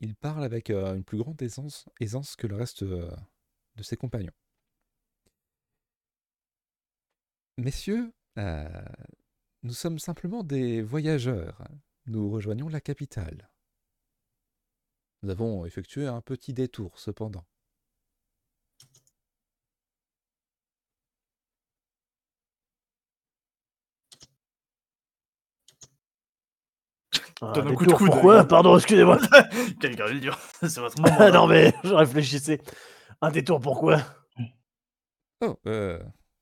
S2: il parle avec euh, une plus grande aisance, aisance que le reste euh, de ses compagnons. Messieurs, euh, nous sommes simplement des voyageurs. Nous rejoignons la capitale. Nous avons effectué un petit détour, cependant.
S4: Ah,
S1: Donne un
S4: des
S1: coup de
S4: tours,
S1: coude.
S4: Pourquoi Pardon, excusez-moi.
S1: Quelqu'un lui dire, c'est votre
S4: Ah,
S1: moment.
S4: non, mais je réfléchissais. Un détour, pourquoi
S2: Oh, euh,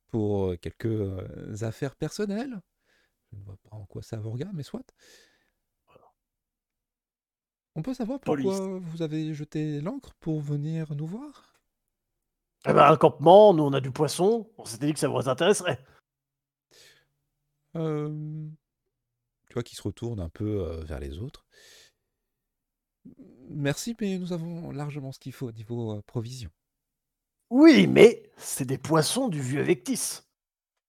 S2: pour euh, quelques euh, affaires personnelles. Je ne vois pas en quoi ça vous regarde, mais soit. On peut savoir
S1: Police.
S2: pourquoi vous avez jeté l'ancre pour venir nous voir
S4: Eh ben, un campement, nous on a du poisson, on s'était dit que ça vous intéresserait.
S2: Euh, Tu vois qu'il se retourne un peu euh, vers les autres. Merci, mais nous avons largement ce qu'il faut niveau euh, provisions.
S4: Oui, mais c'est des poissons du vieux Vectis.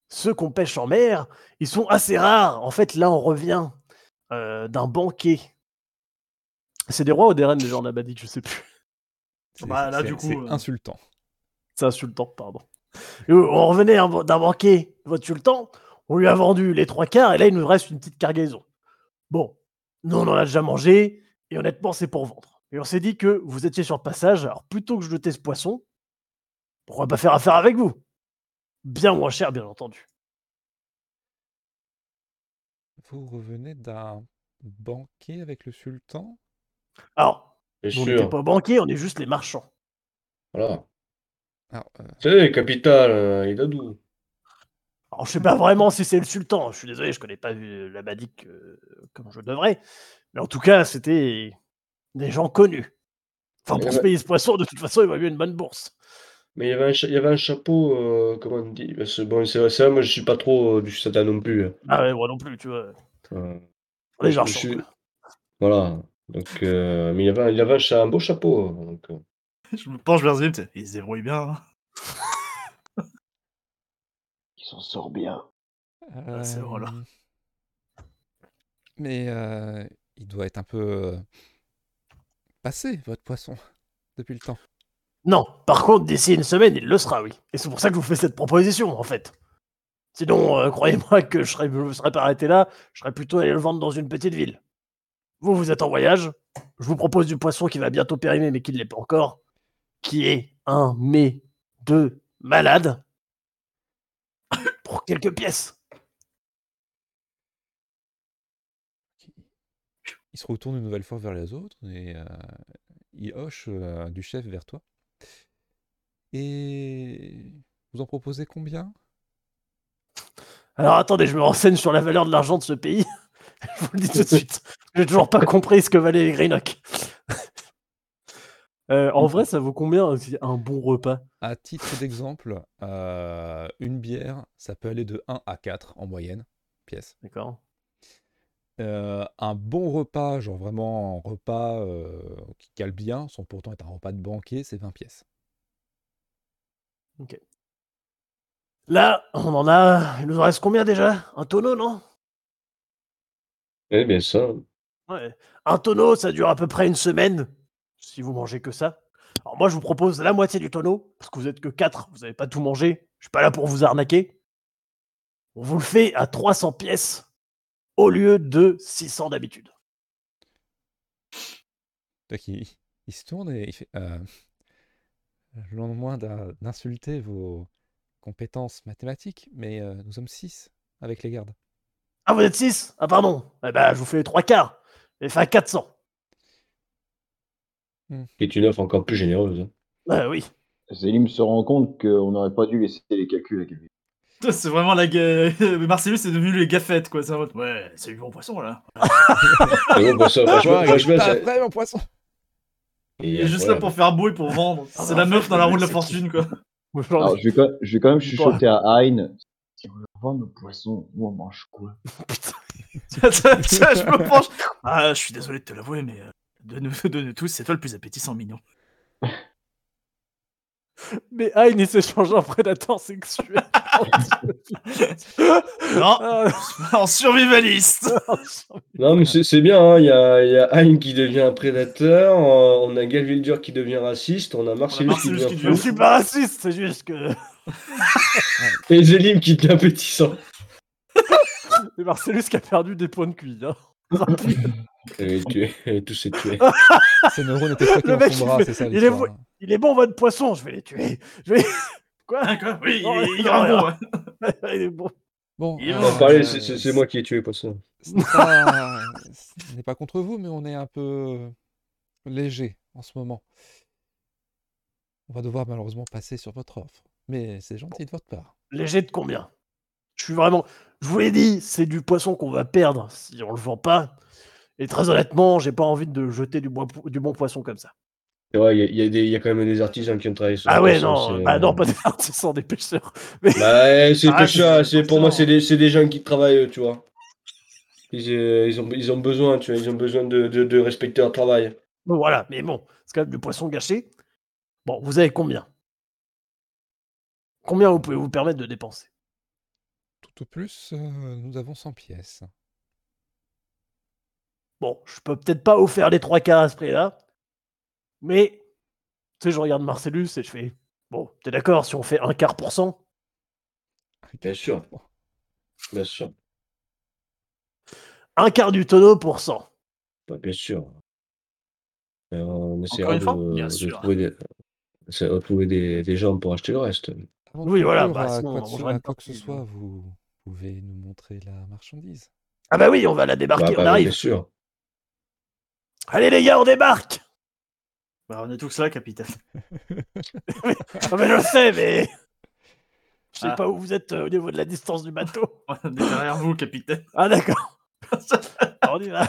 S4: Ceux qu'on pêche en mer, ils sont assez rares. En fait, là, on revient euh, d'un banquet. C'est des rois ou des reines déjà en Abadique, je sais plus.
S2: C'est-
S1: Bah, là,
S2: c'est-
S1: du coup,
S2: c'est
S1: euh,
S2: insultant.
S4: C'est un sultan, pardon. Et on revenait un- d'un banquet, votre sultan, on lui a vendu les trois quarts et là, il nous reste une petite cargaison. Bon, nous, on en a déjà mangé et honnêtement, c'est pour vendre. Et on s'est dit que vous étiez sur le passage, alors plutôt que je jeter ce poisson, pourquoi pas faire affaire avec vous Bien moins cher, bien entendu.
S2: Vous revenez d'un banquet avec le sultan
S4: Alors,
S3: Bien
S4: on n'était
S3: sûr.
S4: pas banquier, on est juste les marchands.
S3: Voilà.
S2: Alors, euh,
S3: Tu sais, capitale, euh, il a d'où
S4: Alors, je sais pas vraiment si c'est le sultan. Je suis désolé, je connais pas euh, la Badique euh, comme je devrais. Mais en tout cas, c'était des gens connus. Enfin,
S3: Ouais,
S4: pour se
S3: ouais.
S4: payer ce poisson, de toute façon, il va mieux une bonne bourse.
S3: Mais il y avait un, cha- il y avait un chapeau, euh, comment on dit Parce que bon, c'est ça, moi je suis pas trop euh, du satan non plus. hein.
S4: Ah ouais, moi non plus, tu vois.
S3: Euh,
S4: On est
S3: je me
S4: marchands,
S3: suis-
S4: quoi.
S3: Voilà. Donc, euh, mais il y avait, un- il y avait un, cha- un beau chapeau. euh, donc, euh.
S1: Je me penche vers Zim, il se débrouille bien. hein.
S5: Qui s'en sort bien.
S1: Ah, c'est vrai, là.
S2: hein. Euh, Mais euh, il doit être un peu euh, passé, votre poisson, depuis le temps.
S4: Non, par contre, d'ici une semaine, il le sera, oui. Et c'est pour ça que je vous fais cette proposition, en fait. Sinon, euh, croyez-moi que je serais, je me serais pas arrêté là, je serais plutôt allé le vendre dans une petite ville. Vous, vous êtes en voyage, je vous propose du poisson qui va bientôt périmer, mais qui ne l'est pas encore, qui est un mais deux malade pour quelques pièces.
S2: Il se retourne une nouvelle fois vers les autres et euh, il hoche euh, du chef vers toi. Et vous en proposez combien
S4: Alors attendez, je me renseigne sur la valeur de l'argent de ce pays. je vous le dis tout de suite. J'ai toujours pas compris ce que valait les Greenock. Euh, en vrai, ça vaut combien euh, si- un bon repas
S2: À titre d'exemple, euh, une bière, ça peut aller de 1 à 4 en moyenne, pièce.
S4: D'accord.
S2: Euh, un bon repas, genre vraiment un repas euh, qui cale bien, sans pourtant être un repas de banquet, c'est 20 pièces.
S4: Là, on en a. Il nous en reste combien déjà Un tonneau, non
S3: Eh bien, ça.
S4: Ouais. Un tonneau, ça dure à peu près une semaine, si vous mangez que ça. Alors moi, je vous propose la moitié du tonneau, parce que vous êtes que 4, vous n'avez pas tout mangé. Je suis pas là pour vous arnaquer. On vous le fait à 300 pièces au lieu de 600 d'habitude.
S2: Donc il, il se tourne et il fait euh, Loin de moi d'in- d'insulter vos compétences mathématiques, mais euh, nous sommes six avec les gardes.
S4: Ah, vous êtes 6 Ah, pardon. Eh ben, je vous fais les trois quarts. Et fait à 400.
S3: Qui est une offre encore plus généreuse. hein.
S4: Ah oui.
S5: Zélim se rend compte qu'on n'aurait pas dû laisser les calculs à quelqu'un.
S1: Putain, C'est vraiment la gueule. Marcellus est devenu les gaffettes, quoi. C'est un mode, ouais, c'est du bon poisson, là.
S3: Mais bon, pour ça, franchement,
S4: Ah, bah,
S2: Ouais,
S3: franchement,
S2: t'as
S3: ça-
S2: après mon poisson
S1: Il est juste là pour faire beau et pour vendre.
S4: Ah,
S1: C'est
S4: bah,
S1: la
S4: en
S1: meuf
S4: fait,
S1: dans la
S4: le
S1: roue de la
S4: mec, c'est qui
S1: fortune, quoi.
S5: Alors, je vais quand, je vais quand même chuchoter à Hein. Si vous vend nos poissons, nous on mange quoi
S1: Tiens, tiens, tiens, je me penche. Ah, je suis désolé de te l'avouer, mais euh, de nous, de nous tous, c'est toi le plus appétissant mignon.
S4: Mais Ayn, il s'est changé en prédateur sexuel.
S1: Non,
S4: Ah,
S1: en survivaliste.
S3: Non, mais c'est c'est bien, hein, il y a, il y a Hein qui devient un prédateur, euh, on a Galvildur qui devient raciste, on a Marcellus qui
S1: Marcellus
S3: devient
S1: qui
S4: je
S1: devient
S3: fou,
S4: suis pas raciste, c'est juste que.
S3: et Zélim qui devient appétissant.
S4: C'est Marcellus qui a perdu des points de QI. hein.
S3: Elle est tuée, elle est euh, tous est tuée.
S2: Ces neurones étaient stockés
S4: Le
S2: dans
S4: mec,
S2: son
S4: il
S2: bras,
S4: fait-
S2: c'est ça
S4: il est
S2: l'histoire. hein.
S4: Il est bon, votre poisson, je vais les tuer. Je vais... Quoi
S1: Hein, quoi oui, il,
S4: Oh, Non,
S1: est-
S4: non,
S1: il est bon. hein.
S4: Il est bon.
S2: Bon,
S1: Il est
S2: euh,
S1: mort.
S3: Non, parlez, c'est- c'est c'est moi qui ai tué pour ça.
S2: ce n'est pas- ce n'est pas contre vous, mais on est un peu léger en ce moment. On va devoir malheureusement passer sur votre offre. Mais c'est gentil de votre part.
S4: Léger de combien Je suis vraiment. Je vous l'ai dit, c'est du poisson qu'on va perdre si on le vend pas. Et très honnêtement, j'ai pas envie de jeter du, bois- du bon poisson comme ça.
S3: C'est vrai, il y a- il y, a des- il y a quand même des artisans qui ont travaillé sur
S4: Ah
S3: le
S4: ouais,
S3: poisson,
S4: non,
S3: c'est- euh,
S4: bah non, pas des artisans, des pêcheurs.
S3: Bah, eh, c'est
S1: Ah,
S3: tout
S1: c'est
S3: ça,
S1: des
S3: c'est, pour
S1: artisans.
S3: moi, c'est des, c'est des gens qui travaillent, tu vois. Ils, euh, ils ont, ils ont besoin, tu vois, ils ont besoin de, de, de respecter leur travail.
S4: Bon, voilà, mais bon, c'est quand même du poisson gâché. Bon, vous avez combien Combien vous pouvez vous permettre de dépenser
S2: Tout au plus, euh, nous avons 100 pièces.
S4: Bon, je peux peut-être pas offrir les trois quarts à ce prix-là, mais tu sais, je regarde Marcellus et je fais Bon, t'es d'accord si on fait un quart pour cent
S3: Bien sûr. Bien sûr.
S4: Un quart du tonneau pour cent.
S3: Bah, bien sûr. Et on essaiera
S1: une fois
S3: de,
S1: Bien
S3: de
S1: sûr.
S3: trouver, des, c'est- de trouver des, des gens pour acheter le reste.
S2: Avant
S4: Oui,
S2: de
S4: voilà,
S2: conclure,
S4: bah,
S2: à
S4: sinon, on
S2: quoi, que ce-
S4: mangerait
S2: à
S4: une
S2: quoi que ce
S4: partie,
S2: soit, vous pouvez nous montrer la marchandise.
S4: Ah bah oui, on va la débarquer,
S3: Bah,
S4: on
S3: bah,
S4: arrive.
S3: bien sûr.
S4: Allez les gars, on débarque
S1: Bah, on est tous là, capitaine.
S4: Ah mais je le sais, mais. Je sais
S1: Ah.
S4: pas où vous êtes euh, au niveau de la distance du bateau.
S1: On est derrière vous, capitaine.
S4: Ah d'accord. on y va.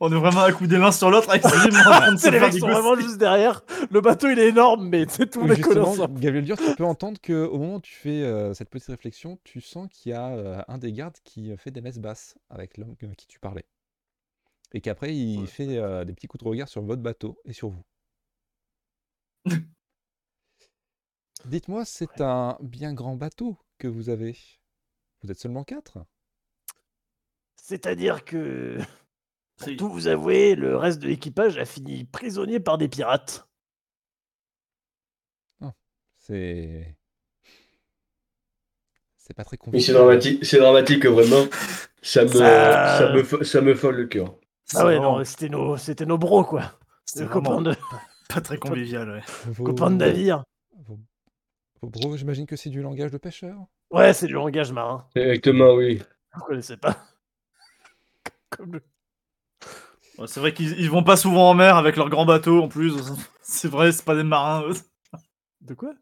S1: On est vraiment à coup des mains sur l'autre. avec ses yeux, mais en train de se
S4: C'est les
S1: faire
S4: mecs sont vraiment
S1: dégoûter.
S4: juste derrière. Le bateau il est énorme, mais c'est tout
S2: Oui,
S4: les
S2: justement,
S4: connaissances.
S2: Gabriel Dur, tu peux entendre qu'au moment où tu fais euh, cette petite réflexion, tu sens qu'il y a euh, un des gardes qui euh, fait des messes basses avec l'homme que- qui tu parlais. Et qu'après, il fait euh, des petits coups de regard sur votre bateau et sur vous. Dites-moi, c'est un bien grand bateau que vous avez. Vous êtes seulement quatre
S4: C'est-à-dire que. Pour
S1: Si.
S4: tout vous avouer, le reste de l'équipage a fini prisonnier par des pirates. Ah
S2: C'est. C'est pas très
S3: Mais
S2: convivial.
S3: c'est dramatique, c'est dramatique, vraiment. Ça me,
S4: Ça-
S3: ça me, fo- ça me folle le cœur.
S1: C'est
S4: Ah ouais,
S1: vraiment-
S4: non, c'était nos, c'était nos bros, quoi.
S1: c'est
S4: Nos
S1: vraiment
S4: copains de,
S1: pas très convivial, ouais.
S2: Vos-
S4: copains de navire.
S2: Vos, vos bros, j'imagine que c'est du langage de pêcheur.
S4: Ouais, c'est du langage marin.
S3: Directement, oui.
S4: Vous connaissez pas. Comme le-
S1: Ouais, c'est vrai qu'ils ils vont pas souvent en mer avec leurs grands bateaux en plus. C'est vrai, c'est pas des marins. eux.
S4: De quoi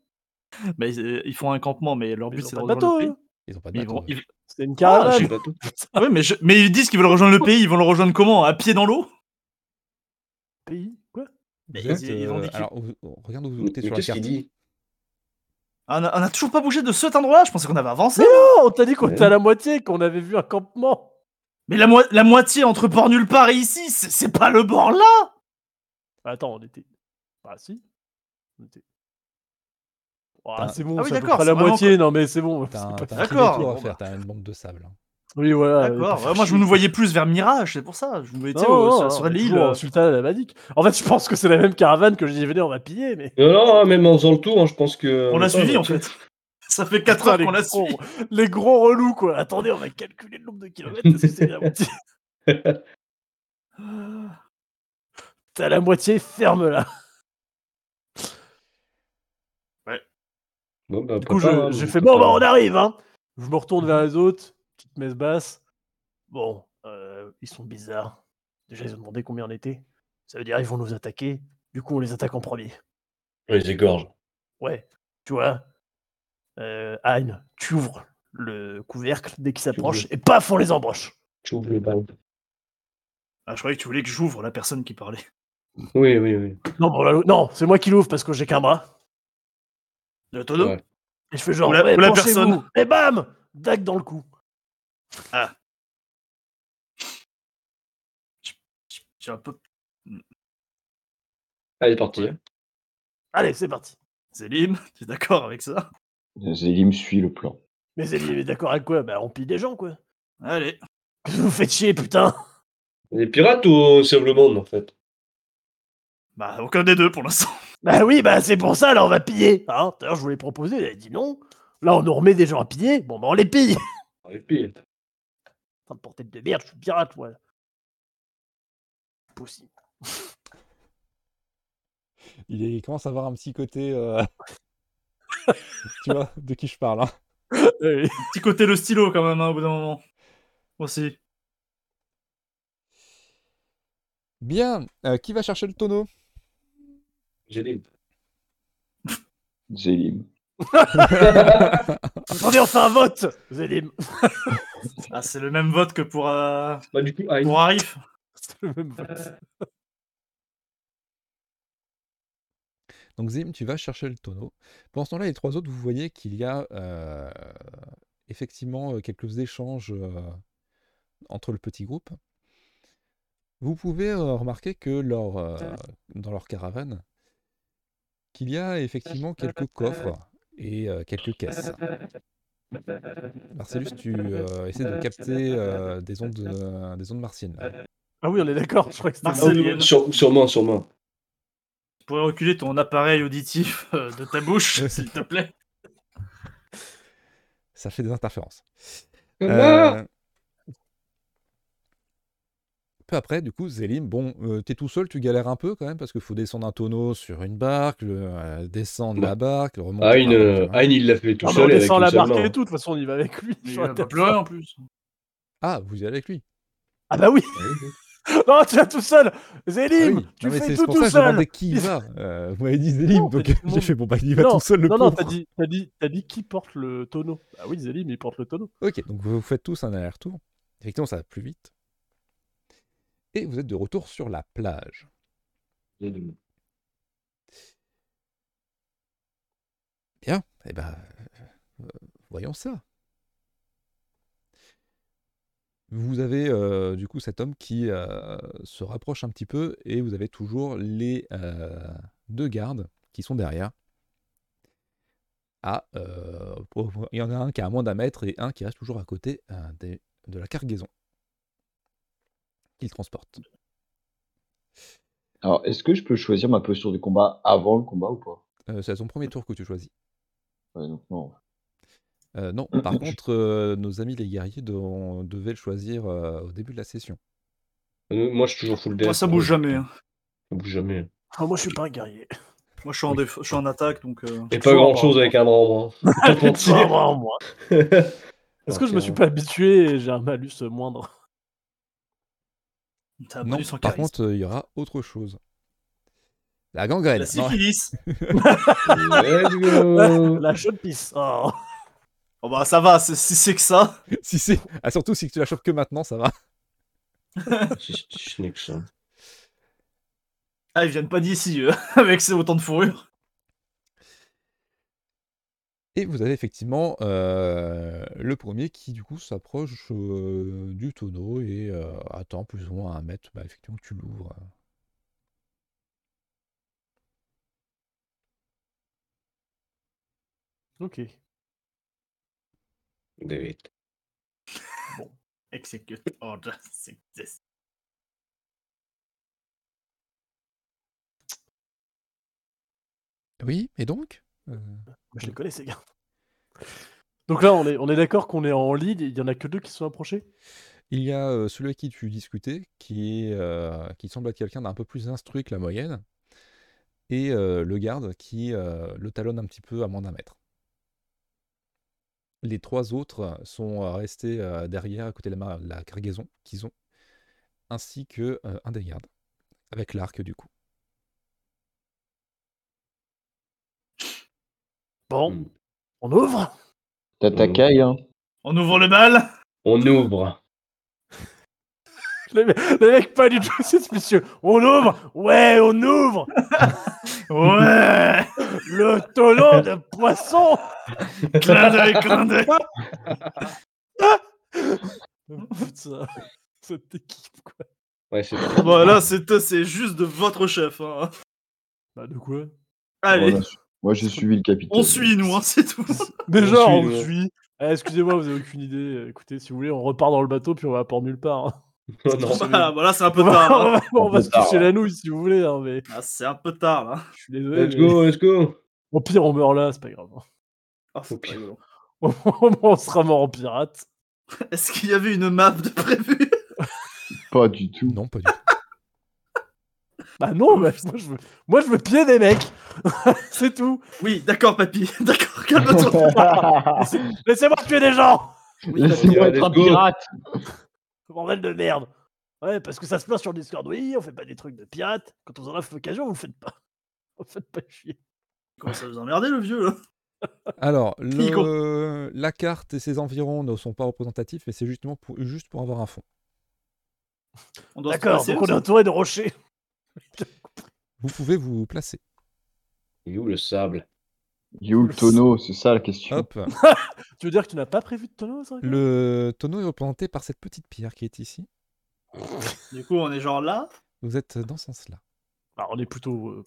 S1: Mais euh, ils, ils font un campement, mais leur
S4: Mais
S1: but
S4: ils ont
S1: c'est de
S4: pas de
S1: rejoindre
S4: bateau,
S1: le pays.
S4: eux.
S2: Ils ont pas de
S1: Mais ils
S2: bateau,
S1: vont-
S2: eux.
S1: ils-
S4: C'est une
S1: Ah,
S4: caravane.
S1: j'ai- Ah ouais, mais, je- mais ils disent qu'ils veulent rejoindre le pays. Ils vont le rejoindre comment À pied dans l'eau
S4: pays. Quoi
S1: Mais
S2: Vous êtes,
S1: ils- ils ont
S2: euh,
S1: dit qu'ils-
S2: alors, vous- on regarde où vous
S3: Mais
S2: êtes sur la
S3: qu'est-ce
S2: carte.
S3: qu'il dit
S1: Ah, on, a, on a toujours pas bougé de cet endroit. Je pensais qu'on avait avancé.
S4: Mais non, Oh, on t'a dit qu'on
S3: Ouais.
S4: était à la moitié, qu'on avait vu un campement.
S1: Mais la, moi- la moitié entre port nulle part et ici, c'est c'est pas le bord là.
S4: Bah, Attends, on était. Ah si. On était- Ah,
S2: T'as-
S4: c'est bon,
S1: Ah oui,
S4: c'est à peu
S1: d'accord,
S4: près la
S1: c'est vraiment
S4: moitié. Non, mais c'est bon.
S2: T'as un,
S4: c'est pas-
S2: t'as un petit
S1: D'accord,
S2: détour à
S1: bon,
S2: faire, t'as une bande de sable. hein.
S4: Oui, voilà. euh,
S1: D'accord.
S4: pas
S1: ouais,
S4: faire
S1: moi, je
S4: chier.
S1: me voyais plus vers Mirage. C'est pour ça. Je me voyais tu sais,
S4: Non,
S1: au-
S4: non,
S1: sur-
S4: non,
S1: sur
S4: mais
S1: l'île. euh,
S4: toujours euh, en sultan la En fait, je pense que c'est la même caravane que je dis venez, on va piller, mais.
S3: Non, non, même en faisant le tour, hein, je pense que. bah,
S1: On l'a
S3: Attends,
S1: suivi
S3: mais-
S1: en fait. Ça fait 4 heures
S4: les
S1: qu'on l'a
S4: gros-
S1: suivi.
S4: Les gros relous, quoi. Attendez, on va calculer le nombre de kilomètres. Est-ce que c'est la moitié T'as la moitié, ferme là.
S3: Bon, bah,
S4: Du coup,
S3: prépare, hein,
S4: je, je
S3: vous-
S4: fais bon, bah, on arrive, hein. Je me retourne vers les autres, petite messe basse. Bon, euh, ils sont bizarres. Déjà, ils ont demandé combien on était. Ça veut dire, ils vont nous attaquer. Du coup, on les attaque en premier.
S3: On les égorge.
S4: Ouais, tu vois, euh, Anne, tu ouvres le couvercle dès qu'ils s'approchent et paf, on les embroche.
S3: Tu ouvres le bal.
S1: Ah, je croyais que tu voulais que j'ouvre la personne qui parlait.
S3: Oui, oui, oui.
S4: Non, bon, là, non c'est moi qui l'ouvre parce que j'ai qu'un bras.
S1: Le tonneau
S3: Ouais.
S4: Et je fais genre,
S1: Ou la-
S4: ouais,
S1: ou la
S4: penchez-vous.
S1: personne.
S4: Et bam dague dans le cou.
S1: J'ai un peu.
S3: Allez, parti. hein.
S4: Allez, c'est parti.
S1: Zélim, tu es d'accord avec ça
S5: Zélim suit le plan.
S4: Mais Zélie est d'accord avec quoi Bah, on pille des gens, quoi.
S1: Allez.
S4: Qu'est-ce que vous faites chier, putain
S3: Les pirates ou on sauve le monde en fait
S1: Bah, aucun des deux pour l'instant.
S4: Bah oui, bah c'est pour ça, là, on va piller. Hein D'ailleurs, je voulais proposer, elle a dit non. Là, on nous remet des gens à piller. Bon, bah, on les pille.
S3: Et puis,
S4: Putain de portée de merde, je suis pirate, moi. Possible.
S2: Il, est- il commence à avoir un petit côté. euh, tu vois de qui je parle. hein.
S1: Petit côté le stylo quand même, hein, au bout d'un moment. Aussi.
S2: Bien, euh, qui va chercher le tonneau
S3: j'ai dit.
S5: Zélim.
S4: Attendez, on fait un vote Zélim.
S1: Ah, c'est le même vote que pour, euh,
S3: Bah, du coup, ah,
S1: pour Arif.
S4: C'est le même vote.
S2: Euh. Donc Zim, tu vas chercher le tonneau. Pendant ce temps-là, les trois autres, vous voyez qu'il y a euh, effectivement euh, quelques échanges euh, entre le petit groupe. Vous pouvez euh, remarquer que leur, euh, dans leur caravane, qu'il y a effectivement quelques coffres et euh, quelques caisses. Marcellus, tu euh, essaies de capter euh, des, ondes, euh, des ondes martiennes. là.
S4: Ah oui, on est d'accord, je crois que
S3: ah,
S4: c'est
S3: oui, oui, sur- sûrement, sûrement.
S1: Tu pourrais reculer ton appareil auditif euh, de ta bouche, s'il te plaît.
S2: Ça fait des interférences.
S3: Ah,
S2: Euh, Peu après, du coup, Zélim, bon, euh, t'es tout seul, tu galères un peu quand même, parce qu'il faut descendre un tonneau sur une barque, le- euh, descendre
S3: Bon.
S2: la barque, le remonter.
S3: Ayn,
S2: par-
S3: euh, Ayn, il l'a fait tout
S4: Ah, mais on
S3: seul. avec
S4: descend
S3: une
S4: la
S3: seule
S4: barque
S3: main.
S4: et tout, de toute façon, on y va avec lui.
S1: Mais Il
S4: Sur la
S1: va pas
S4: tête.
S1: pleurer en plus.
S2: Ah, vous y allez avec lui.
S4: Ah bah oui Non, tu vas tout seul
S2: Ah
S4: Zélim
S2: oui.
S4: Tu
S2: Non, mais
S4: fais
S2: c'est
S4: tout
S2: pour ça
S4: tout
S2: que je demandais
S4: seul
S2: qui y va. Euh, vous m'avez dit Zélim,
S4: Non, t'as
S2: donc
S4: dit tout le
S2: j'ai
S4: monde.
S2: fait bon, bah, il va
S4: Non,
S2: tout seul le
S4: Non, non,
S2: pauvre.
S4: t'as dit, t'as dit, t'as dit qui porte le tonneau Ah oui, Zélim, il porte le tonneau.
S2: Ok, donc vous faites tous un aller-retour. Effectivement, ça va plus vite. Et vous êtes de retour sur la plage.
S3: hein.
S2: Bien, eh ben, euh, voyons ça. Vous avez euh, du coup cet homme qui euh, se rapproche un petit peu et vous avez toujours les euh, deux gardes qui sont derrière. Ah, euh, pour- pour- il y en a un qui est à moins d'un mètre et un qui reste toujours à côté euh, des- de la cargaison qu'il transporte.
S5: Alors, est-ce que je peux choisir ma posture de combat avant le combat ou pas
S2: Euh, C'est à son premier tour que tu choisis.
S5: Ouais, donc non.
S2: Euh, non, par contre, euh, nos amis les guerriers don- devaient le choisir euh, au début de la session.
S3: Euh, Moi, je suis toujours full death.
S1: Moi, ça bouge
S3: hein.
S1: jamais. hein.
S3: Ça bouge jamais.
S4: Ah, moi, je suis pas un guerrier.
S1: Moi, je suis en, déf- je suis en attaque, donc. euh,
S3: Et pas grand chose avec un hein. bras en moins. Pas pour
S4: C'est
S3: dire.
S4: Ah, vraiment moi. Est-ce que je me
S1: euh,
S4: suis pas habitué et j'ai un malus euh, moindre
S1: T'as un
S2: Non,
S1: bonus en
S2: par
S1: charisme.
S2: contre, euh, il y aura autre chose. La gangrène.
S1: La
S2: Non,
S1: syphilis.
S3: Let's go.
S1: euh,
S4: La jaune pisse. Oh.
S1: Oh bah ça va, c'est- si c'est que ça.
S2: si c'est- ah, surtout si tu la chopes que maintenant, ça va.
S3: Si, si, si, n'est que ça.
S1: Ah, ils viennent pas d'ici, eux, avec ces autant de fourrure.
S2: Et vous avez effectivement euh, le premier qui du coup s'approche euh, du tonneau et euh, attend plus ou moins à un mètre. Bah, effectivement, tu l'ouvres.
S4: Ok.
S3: David.
S1: Execute order success.
S2: Oui, et donc Euh,
S4: Moi, je les connais, ces gars. Donc là, on est, on est d'accord qu'on est en lead et il y en a que deux qui se sont approchés
S2: Il y a euh, celui avec qui tu discutais, qui, est, euh, qui semble être quelqu'un d'un peu plus instruit que la moyenne, et euh, le garde qui euh, le talonne un petit peu à moins d'un mètre. Les trois autres sont euh, restés euh, derrière, à côté de la, mar- la cargaison qu'ils ont, ainsi que euh, un des gardes, avec l'arc du coup.
S4: Bon,
S3: Hmm.
S4: on ouvre
S5: T'as ta
S3: Euh,
S5: caille, hein
S1: On ouvre le bal
S3: On ouvre.
S4: les, me- les mecs, pas du tout, c'est monsieur. On ouvre Ouais, on ouvre
S1: Ouais
S4: Le tonneau de poisson
S1: Clin d'œil, clin d'œil
S4: Putain, cette équipe, quoi.
S3: Ouais, c'est
S1: Bon, là, c'est c'est juste de votre chef. hein.
S4: Bah, de quoi
S1: Allez,
S5: Voilà. Moi, j'ai suivi le capitaine.
S1: on suit, nous, hein, c'est tout.
S4: Déjà,
S3: suit,
S4: on
S3: ouais.
S4: suit. Eh, Excusez-moi, vous avez aucune idée. Euh, Écoutez, si vous voulez, on repart dans le bateau, puis on va pas nulle part. hein.
S3: Oh Non, non.
S1: Voilà, Ah, voilà, c'est un peu
S4: On va,
S1: tard.
S4: on
S1: hein.
S4: va- on va
S3: Un peu
S4: se
S3: tard,
S4: toucher
S3: ouais.
S4: la nouille si vous voulez, hein, mais
S1: Ah, c'est un peu tard, là.
S4: je suis désolé.
S3: Let's
S4: mais-
S3: go, let's go.
S4: Au pire, on meurt là, c'est pas grave. hein.
S1: Ah, c'est
S3: Au pire.
S1: pas rigolo.
S4: Au moins, on sera mort en pirate.
S1: Est-ce qu'il y avait une map de prévu
S5: Pas du tout.
S2: Non, pas du tout.
S4: Bah non, bah, moi, je veux... moi je veux pied des mecs. c'est tout.
S1: Oui, d'accord, papy. D'accord, calme-toi.
S4: Laissez-moi tuer des gens.
S5: Laissez-moi
S3: let's
S5: être un
S3: go.
S5: pirate.
S4: Bordel de merde. Ouais, parce que ça se plaint sur Discord. Oui, on fait pas des trucs de pirates. Quand on en a fait l'occasion, vous le faites pas. Vous le faites pas chier.
S1: Comment ça vous emmerdez, le vieux, là
S2: Alors,
S1: Il
S2: le- la carte et ses environs ne sont pas représentatifs, mais c'est justement pour, juste pour avoir un fond.
S1: On doit se hein.
S4: D'accord,
S1: placer,
S4: donc on est
S1: ça
S4: entouré de rochers.
S2: Vous pouvez vous placer.
S3: Il est où le sable
S5: Il est où le tonneau C'est ça la question.
S2: Hop.
S4: Tu veux dire que tu n'as pas prévu de tonneau, ça Grégoire
S2: Le tonneau est représenté par cette petite pierre qui est ici.
S1: Du coup, on est genre là.
S2: Vous êtes dans ce sens-là.
S4: Alors, on est plutôt. Euh...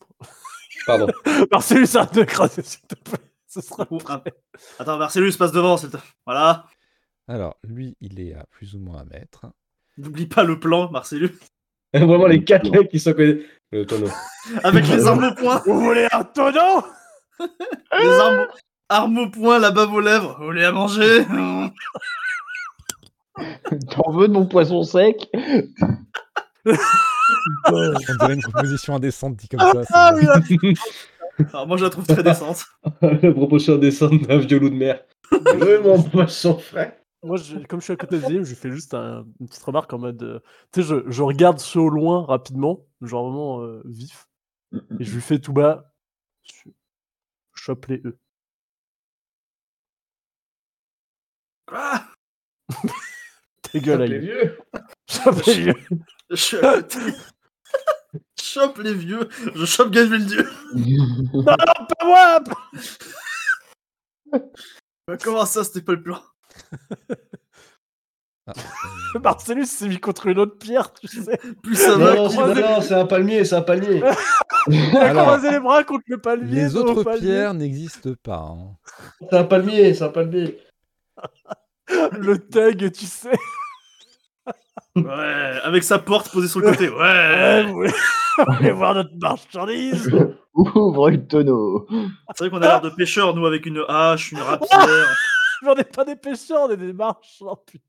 S3: Pardon.
S4: Marcellus, arrête de crasser, s'il te plaît. Ce
S1: Du
S4: sera.
S1: coup, un- Attends, Marcellus, passe devant. c'est- Voilà.
S2: Alors, lui, il est à plus ou moins un mètre.
S1: N'oublie pas le plan, Marcellus.
S3: Vraiment les quatre mecs qui sont connus. Le tonneau.
S1: Avec les armes au poing.
S4: Vous voulez un tonneau
S1: Les armes, armes au poing, la bave aux lèvres. Vous voulez à manger
S5: T'en veux de mon poisson sec
S2: On dirait une proposition indécente dit comme ça.
S1: Ah
S2: c'est-
S1: oui, la- Alors, moi, je la trouve très décente.
S3: La proposition descente d'un vieux loup de mer. Vraiment poisson frais.
S4: Moi, je- comme je suis à côté de Zim, je fais juste un- une petite remarque en mode. euh, Tu sais, je, je regarde ce au loin rapidement, genre vraiment euh, vif, et je lui fais tout bas. je- Chope les E.
S1: Quoi
S4: Tes gueules,
S3: les
S4: aïe.
S3: vieux.
S4: Chope les yeux.
S1: Je suis à côté. Je chope les vieux. Je chope Dieu.
S4: Pas moi pas-
S1: Euh, Comment ça, c'était pas le plan
S2: Euh,
S4: Marcellus s'est mis contre une autre pierre, tu sais.
S1: Plus ça
S3: Non,
S1: va,
S3: non,
S1: plus-
S3: c'est- non, c'est un palmier, c'est un palmier.
S4: Il a
S2: Alors,
S4: croisé les bras contre le palier.
S2: les
S4: dos au
S2: autres
S4: palier.
S2: pierres n'existent pas. hein.
S3: C'est un palmier, c'est un palmier.
S4: Le tag, tu sais.
S1: Ouais, avec sa porte posée sur le côté. Ouais.
S4: Ouais, vous voulez- vous voulez voir notre marchandise
S5: Ouvre le tonneau.
S1: C'est vrai qu'on a l'air de pêcheurs, nous, avec une hache, une rapière.
S4: Mais on n'est pas des pêcheurs, on est des marchands, putain.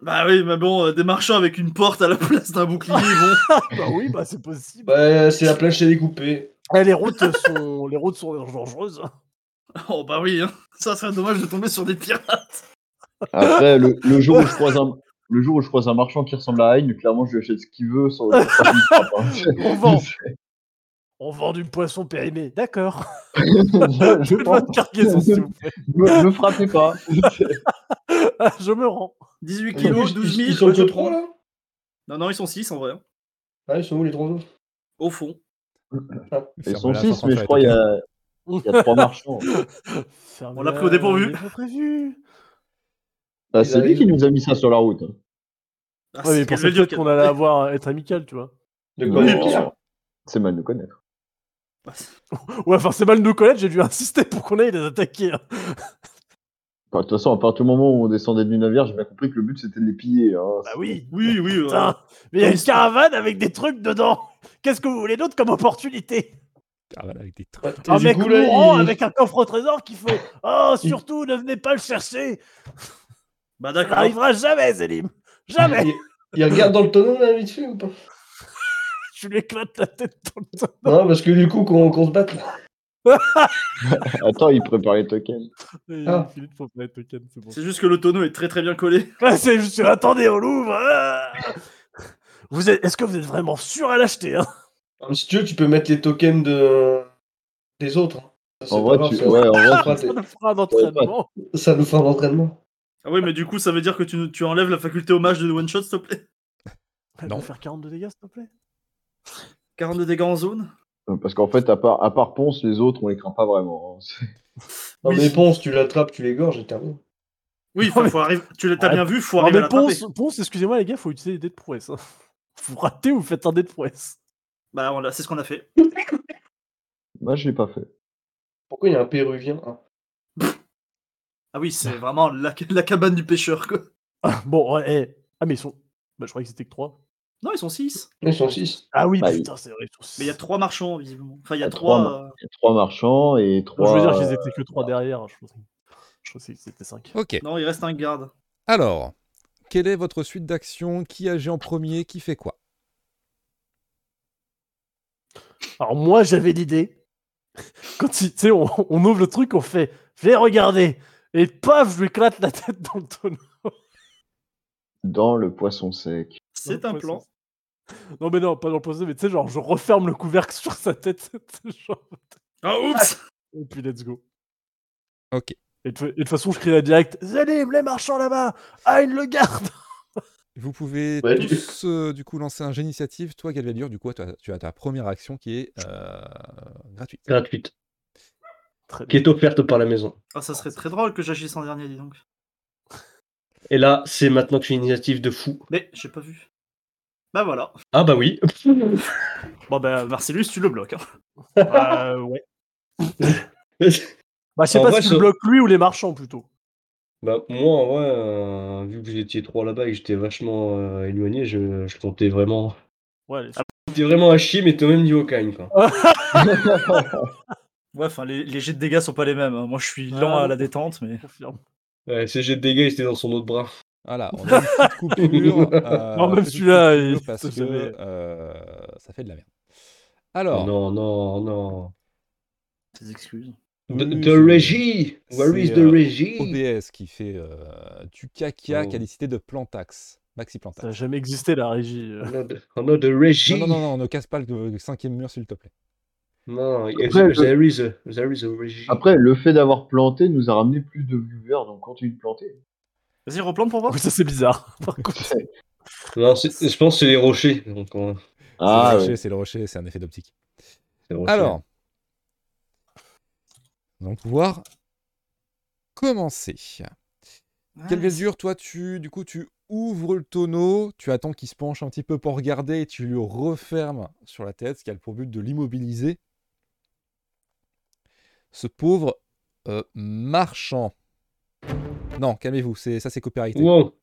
S1: Bah oui, mais bon, euh, des marchands avec une porte à la place d'un bouclier, bon.
S4: Bah oui, bah c'est possible.
S3: Bah, c'est la planche à découper.
S4: Eh, les routes sont, les routes sont dangereuses. hein.
S1: Oh bah oui, hein. ça serait dommage de tomber sur des pirates.
S5: Après, le, le jour où je croise un. Le jour où je croise un marchand qui ressemble à Hein, clairement je lui achète ce qu'il veut sans sans faire une frappe, hein.
S4: On vend, on vend du poisson périmé. D'accord.
S5: je, je
S4: Plus de
S5: pense,
S4: votre cargaison, s'il vous plaît.
S5: me, me frappez pas.
S4: Ah, Je me rends.
S1: 18
S3: Ils
S1: kilos, 12 000.
S3: ils sont
S1: ouais, je
S3: que
S1: prends.
S3: trois là
S1: Non, non, ils sont 6 en vrai. hein.
S3: Ah, ils sont où les trois autres
S1: Au fond.
S5: Ils
S2: Ferme-la,
S5: sont
S2: François,
S5: 6, mais je
S2: t'as
S5: crois qu'il y,
S2: été-
S5: a- il y a trois marchands.
S1: On l'a pris au dépourvu.
S4: Ferme-la, on est pas prévu.
S5: Ah,
S3: Ils
S5: c'est lui
S3: arrivent.
S5: qui nous a mis ça sur la route. hein.
S1: Ah,
S4: Ouais, mais
S1: c'est
S4: pour
S1: qu'elle
S4: ça,
S1: veut dire
S4: peut-être qu'on allait avoir euh, être amical, tu vois.
S3: De
S5: Non,
S3: quoi les
S1: bien
S3: pierres
S1: sûr.
S5: C'est mal de nous connaître.
S1: que-
S4: Ouais, enfin, c'est mal de nous connaître, j'ai dû insister pour qu'on aille les attaquer. hein.
S5: Enfin, de toute façon, à partir du moment où on descendait du navire, j'ai bien compris que le but c'était de les piller. hein.
S4: Bah oui.
S1: Oui, oui. ouais.
S4: Putain, mais il y a une caravane avec des trucs dedans. Qu'est-ce que vous voulez d'autre comme opportunité
S2: Ah, voilà, avec des trucs.
S3: Ouais, et
S4: Un
S3: du
S4: mec
S3: coup, là,
S4: mourant
S3: ils-
S4: avec un coffre au trésor qui fait Oh, surtout, ne venez pas le chercher
S1: Bah
S4: Ça
S1: d'accord.
S4: n'arrivera jamais, Zélim Jamais
S3: ils- Ah, Ils regardent dans le tonneau là, vite fait ou pas
S4: Tu l'éclates la tête dans le temps.
S3: Non, parce que du coup, qu'on qu'on se batte là.
S5: Attends, ils préparent les tokens.
S3: Ah.
S4: Philippe, faut pas être token, c'est bon.
S1: C'est juste que le tonneau est très très bien collé.
S4: Ouais, c'est juste, attendez, on l'ouvre ah. Vous êtes- Est-ce que vous êtes vraiment sûr à l'acheter hein
S3: Ah, Si tu veux, tu peux mettre les tokens de... des autres. hein. Ça, c'est
S5: En
S3: pas
S5: vrai,
S3: grave,
S5: tu...
S3: ça-
S5: ouais, en vrai,
S3: ça fera
S4: Ça
S3: des-
S4: nous fera un entraînement.
S3: Ça nous fera l'entraînement.
S1: Ah oui, mais du coup, ça veut dire que tu, tu enlèves la faculté hommage de one shot, s'il te plaît.
S4: Elle
S2: Non.
S4: peut faire 42 dégâts, s'il te plaît
S1: 42 dégâts en zone.
S5: Euh, Parce qu'en fait, à part, à part Ponce, les autres, on les craint pas vraiment. hein. C'est-
S3: Non,
S1: Oui.
S3: mais Ponce, tu l'attrapes, tu l'égorges et terminé.
S1: Oui,
S4: Non,
S1: faut,
S4: mais-
S1: faut arriver- tu l'as t'as bien vu, faut
S4: Non,
S1: arriver à
S4: mais
S1: l'attraper.
S4: Ponce, Ponce, excusez-moi les gars, faut utiliser des dés de prouesse. hein. Vous ratez, vous faites un dé de prouesse.
S1: Bah, on l'a- c'est ce qu'on a fait.
S5: Moi, Bah, je l'ai pas fait.
S3: Pourquoi il y a un péruvien hein
S1: Ah oui, c'est vraiment la, la cabane du pêcheur, quoi.
S4: bon, ouais, eh. Ah, mais ils sont. Bah, je croyais que c'était que 3.
S1: Non, ils sont 6.
S3: Ils sont six.
S4: Ah oui,
S5: Bah,
S4: putain, c'est vrai. ils sont-
S1: Mais il y a trois marchands, visiblement. Enfin, il y a
S5: Ah, trois
S1: trois. euh,
S5: mar- Il y a Trois marchands et
S4: Je
S5: trois.
S4: veux dire qu'ils étaient que 3 derrière. hein, Je pensais, je pensais que c'était 5.
S2: Ok.
S1: euh, Non, il reste un garde.
S2: Alors, quelle est votre suite d'action Qui agit en premier Qui fait quoi
S4: Alors, moi, j'avais l'idée. Quand il- tu sais, on, on ouvre le truc, on fait Venez regarder Et paf, je lui éclate la tête dans le tonneau.
S5: Dans le poisson sec.
S1: C'est
S4: Dans le
S1: un plan.
S4: poisson. Non, mais non, pas dans le poisson, mais tu sais, genre, je referme le couvercle sur sa tête. genre,
S1: Ah, oups
S4: et puis, let's go.
S2: Ok.
S4: Et de fa- et de toute façon, je crierai direct Zalim, les marchands là-bas Ah, ils le gardent
S2: Vous pouvez
S3: Ouais, tu-
S2: tous, euh, du coup, lancer un jeu d'initiative. Toi, Galvaldur, du coup, tu as, tu as ta première action qui est euh, gratuite.
S3: Gratuite.
S4: Très bien.
S3: Qui est offerte par la maison.
S1: Ah, ça serait très drôle que j'agisse en dernier, dis donc.
S3: Et là, c'est maintenant que j'ai une initiative de fou.
S1: Mais j'ai pas vu. Bah voilà.
S3: Ah bah oui.
S4: ben,
S1: Bon, bah, Marcellus, tu le bloques. hein.
S4: Bah, ouais. Bah, je sais
S3: En
S4: pas
S3: vrai,
S4: si tu
S3: ça-
S4: bloques lui ou les marchands plutôt.
S3: Bah, moi, en vrai, euh, vu que vous étiez trois là-bas et que j'étais vachement euh, éloigné, je, je comptais vraiment.
S4: Ouais, les-
S3: J'étais vraiment à chier, mais t'es au même niveau qu'Aïn, quoi.
S1: Ouais, enfin, les, les jets de dégâts sont pas les mêmes. hein. Moi, je suis lent
S4: Ah.
S1: à la détente, mais.
S4: je confirme.
S3: Ouais, ces jets de dégâts, ils étaient dans son autre bras.
S2: Voilà, on a une petite coupure. euh,
S4: Non, même
S2: petite
S4: celui-là,
S2: coupure
S4: il-
S2: Parce
S4: ça,
S2: que
S4: ça va.
S2: euh, ça fait de la merde. Alors,
S3: Non, non, non.
S1: Tes excuses.
S3: The,
S2: oui,
S3: the
S2: c'est-
S3: Régie! Where
S2: c'est,
S3: is the
S2: euh,
S3: Régie?
S2: OBS qui fait euh, du caca
S3: Oh.
S2: qui a décidé de Plantax. Maxi
S4: Ça a
S2: Plantax.
S4: jamais existé la régie. euh.
S3: On a de- on a the Régie!
S2: Non, non, non, non, ne casse pas le, le cinquième mur, s'il te plaît.
S3: Non, il y a-
S5: Après, je-
S2: euh,
S3: there is a, there is a Régie.
S5: Après, le fait d'avoir planté nous a ramené plus de viewers, donc continue de planter.
S1: Vas-y, replante pour voir.
S4: Oui, ça c'est bizarre. Par contre,
S3: Non, c'est- je pense que c'est les rochers. Donc, on-
S5: Ah,
S2: c'est le
S5: ouais.
S2: rocher, c'est le rocher, c'est un effet d'optique.
S3: c'est les rochers.
S2: Alors, nous allons pouvoir commencer.
S4: Ah,
S2: Quelle mesure, toi, tu, du coup, tu ouvres le tonneau, tu attends qu'il se penche un petit peu pour regarder et tu le refermes sur la tête, ce qui a pour but de l'immobiliser. Ce pauvre euh, marchand. Non, calmez-vous, c'est ça c'est copyrighté.
S3: Wow.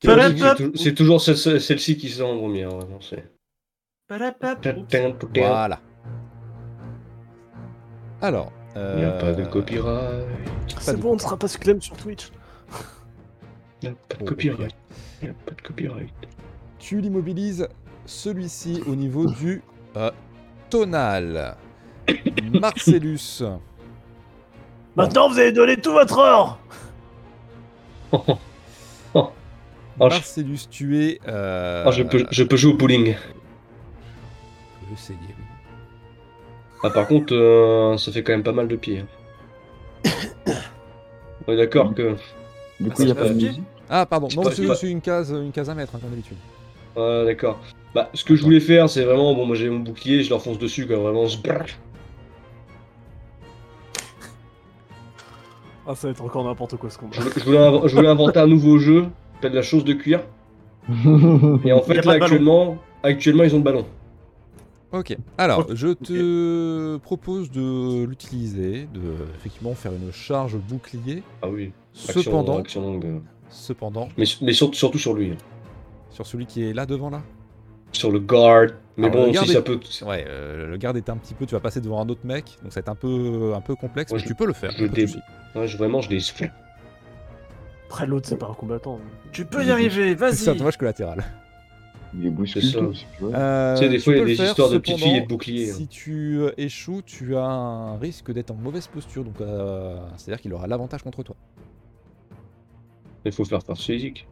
S1: Quel-
S3: C'est tou- C'est toujours ce- ce- celle-ci qui sort en premier. ouais, non, c'est- Il n'y a
S2: Voilà. Alors, euh,
S3: pas de copyright.
S4: c'est bon, on ne sera pas Clem sur Twitch.
S3: Il n'y a pas de
S2: Oh,
S3: copyright. Il n'y a pas de copyright. Ah,
S2: Tu l'immobilises, celui-ci, au niveau du euh, tonal. Marcellus.
S4: Bah, Maintenant, vous allez donner tout votre or
S3: Oh, je-
S2: Marcellus, tu es. euh,
S3: Ah, je, peux, je peux jouer au bowling.
S2: je peux saigner, oui.
S3: Ah, par contre, euh, ça fait quand même pas mal de pieds. hein. On est d'accord que.
S5: Du
S1: Ah,
S5: coup, il n'y a
S1: c'est
S5: pas de
S1: neuf pieds
S5: musique.
S2: Ah, pardon.
S3: Je
S2: Non,
S3: peux-
S2: c'est
S3: je peux-
S2: c'est une case, une case à mettre, hein, comme d'habitude.
S3: Ouais, d'accord. Bah, ce que je voulais faire, c'est vraiment. Bon, moi j'ai mon bouclier, je leur fonce dessus, quoi. Vraiment, je-
S4: Ah, ça va être encore n'importe quoi ce combat.
S3: Je voulais- je voulais, inv- je voulais inventer un nouveau jeu, peut-être la chose de cuir. Et
S1: Y
S3: en
S1: a pas
S3: fait,
S1: de
S3: là,
S1: ballon.
S3: actuellement, actuellement, ils ont le ballon.
S2: Ok. Alors, je te propose de l'utiliser, de effectivement faire une charge bouclier.
S3: Ah oui. action-
S2: Cependant,
S3: action longue, euh.
S2: cependant,
S3: Mais, su- mais sur- surtout sur lui. hein.
S2: sur celui qui est là devant là.
S3: Sur le guard. Mais
S2: Alors, Ah, le
S3: bon,
S2: guard
S3: si
S2: est-
S3: ça peut.
S2: Ouais, euh, le garde est un petit peu. Tu vas passer devant un autre mec, donc ça va être un peu, un peu complexe,
S3: Moi,
S2: mais
S3: je-
S2: tu peux le faire.
S3: je
S2: pas de
S3: dé-
S2: souci.
S3: Ouais, je- vraiment, je les.
S4: Après, l'autre, c'est pas un combattant.
S1: Tu peux y arriver,
S2: C'est un
S1: vas-y.
S2: dommage collatéral.
S5: Il est bousculé.
S3: ça.
S5: tout, si tu veux.
S2: Euh,
S3: Tu sais, des fois, il y a
S2: peux le
S3: des
S2: faire,
S3: histoires de petites filles et de
S2: cependant,
S3: boucliers. hein.
S2: Si tu euh, échoues, tu as un risque d'être en mauvaise posture, donc euh, c'est-à-dire qu'il aura l'avantage contre toi.
S3: Il faut faire force physique.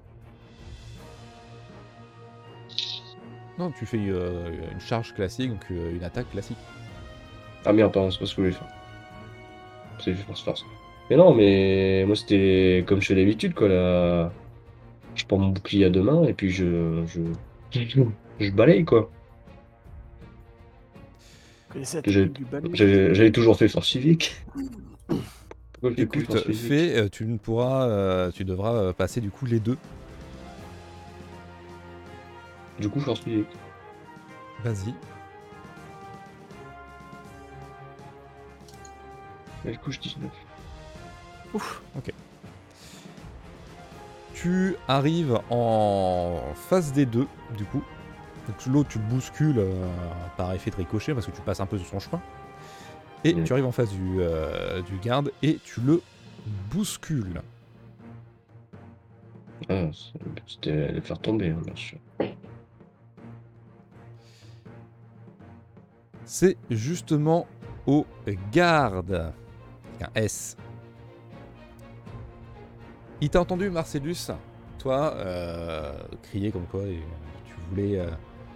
S2: Non, tu fais euh, une charge classique, donc euh, une attaque classique.
S3: Ah merde, pardon, c'est pas ce que je voulais faire. C'est force force. Mais non, mais moi, c'était comme je fais d'habitude, quoi. Là... Je prends mon bouclier à deux mains et puis je. Je, je balaye, quoi.
S4: connaissez la
S3: J'ai-
S4: technique du balai
S3: J'ai- J'avais toujours fait sens civique. Pourquoi j'ai plus
S2: Écoute,
S3: sens civique
S2: fais, euh, tu ne pourras, euh, tu devras euh, passer du coup les deux.
S3: Du coup, sens civique.
S2: Vas-y.
S3: Et Du coup, je dis 19.
S2: Tu arrives en face des deux, du coup. Donc l'autre, tu le bouscules euh, par effet de ricochet parce que tu passes un peu sur son chemin. Et
S3: Mm.
S2: tu arrives en face du, euh, du garde et tu le bouscules.
S3: Ah, c'est- c'était le faire tomber, hein, bien sûr.
S2: C'est justement au garde. Avec Un S. Il t'a entendu, Marcellus Toi, euh, crier comme quoi euh, tu voulais euh,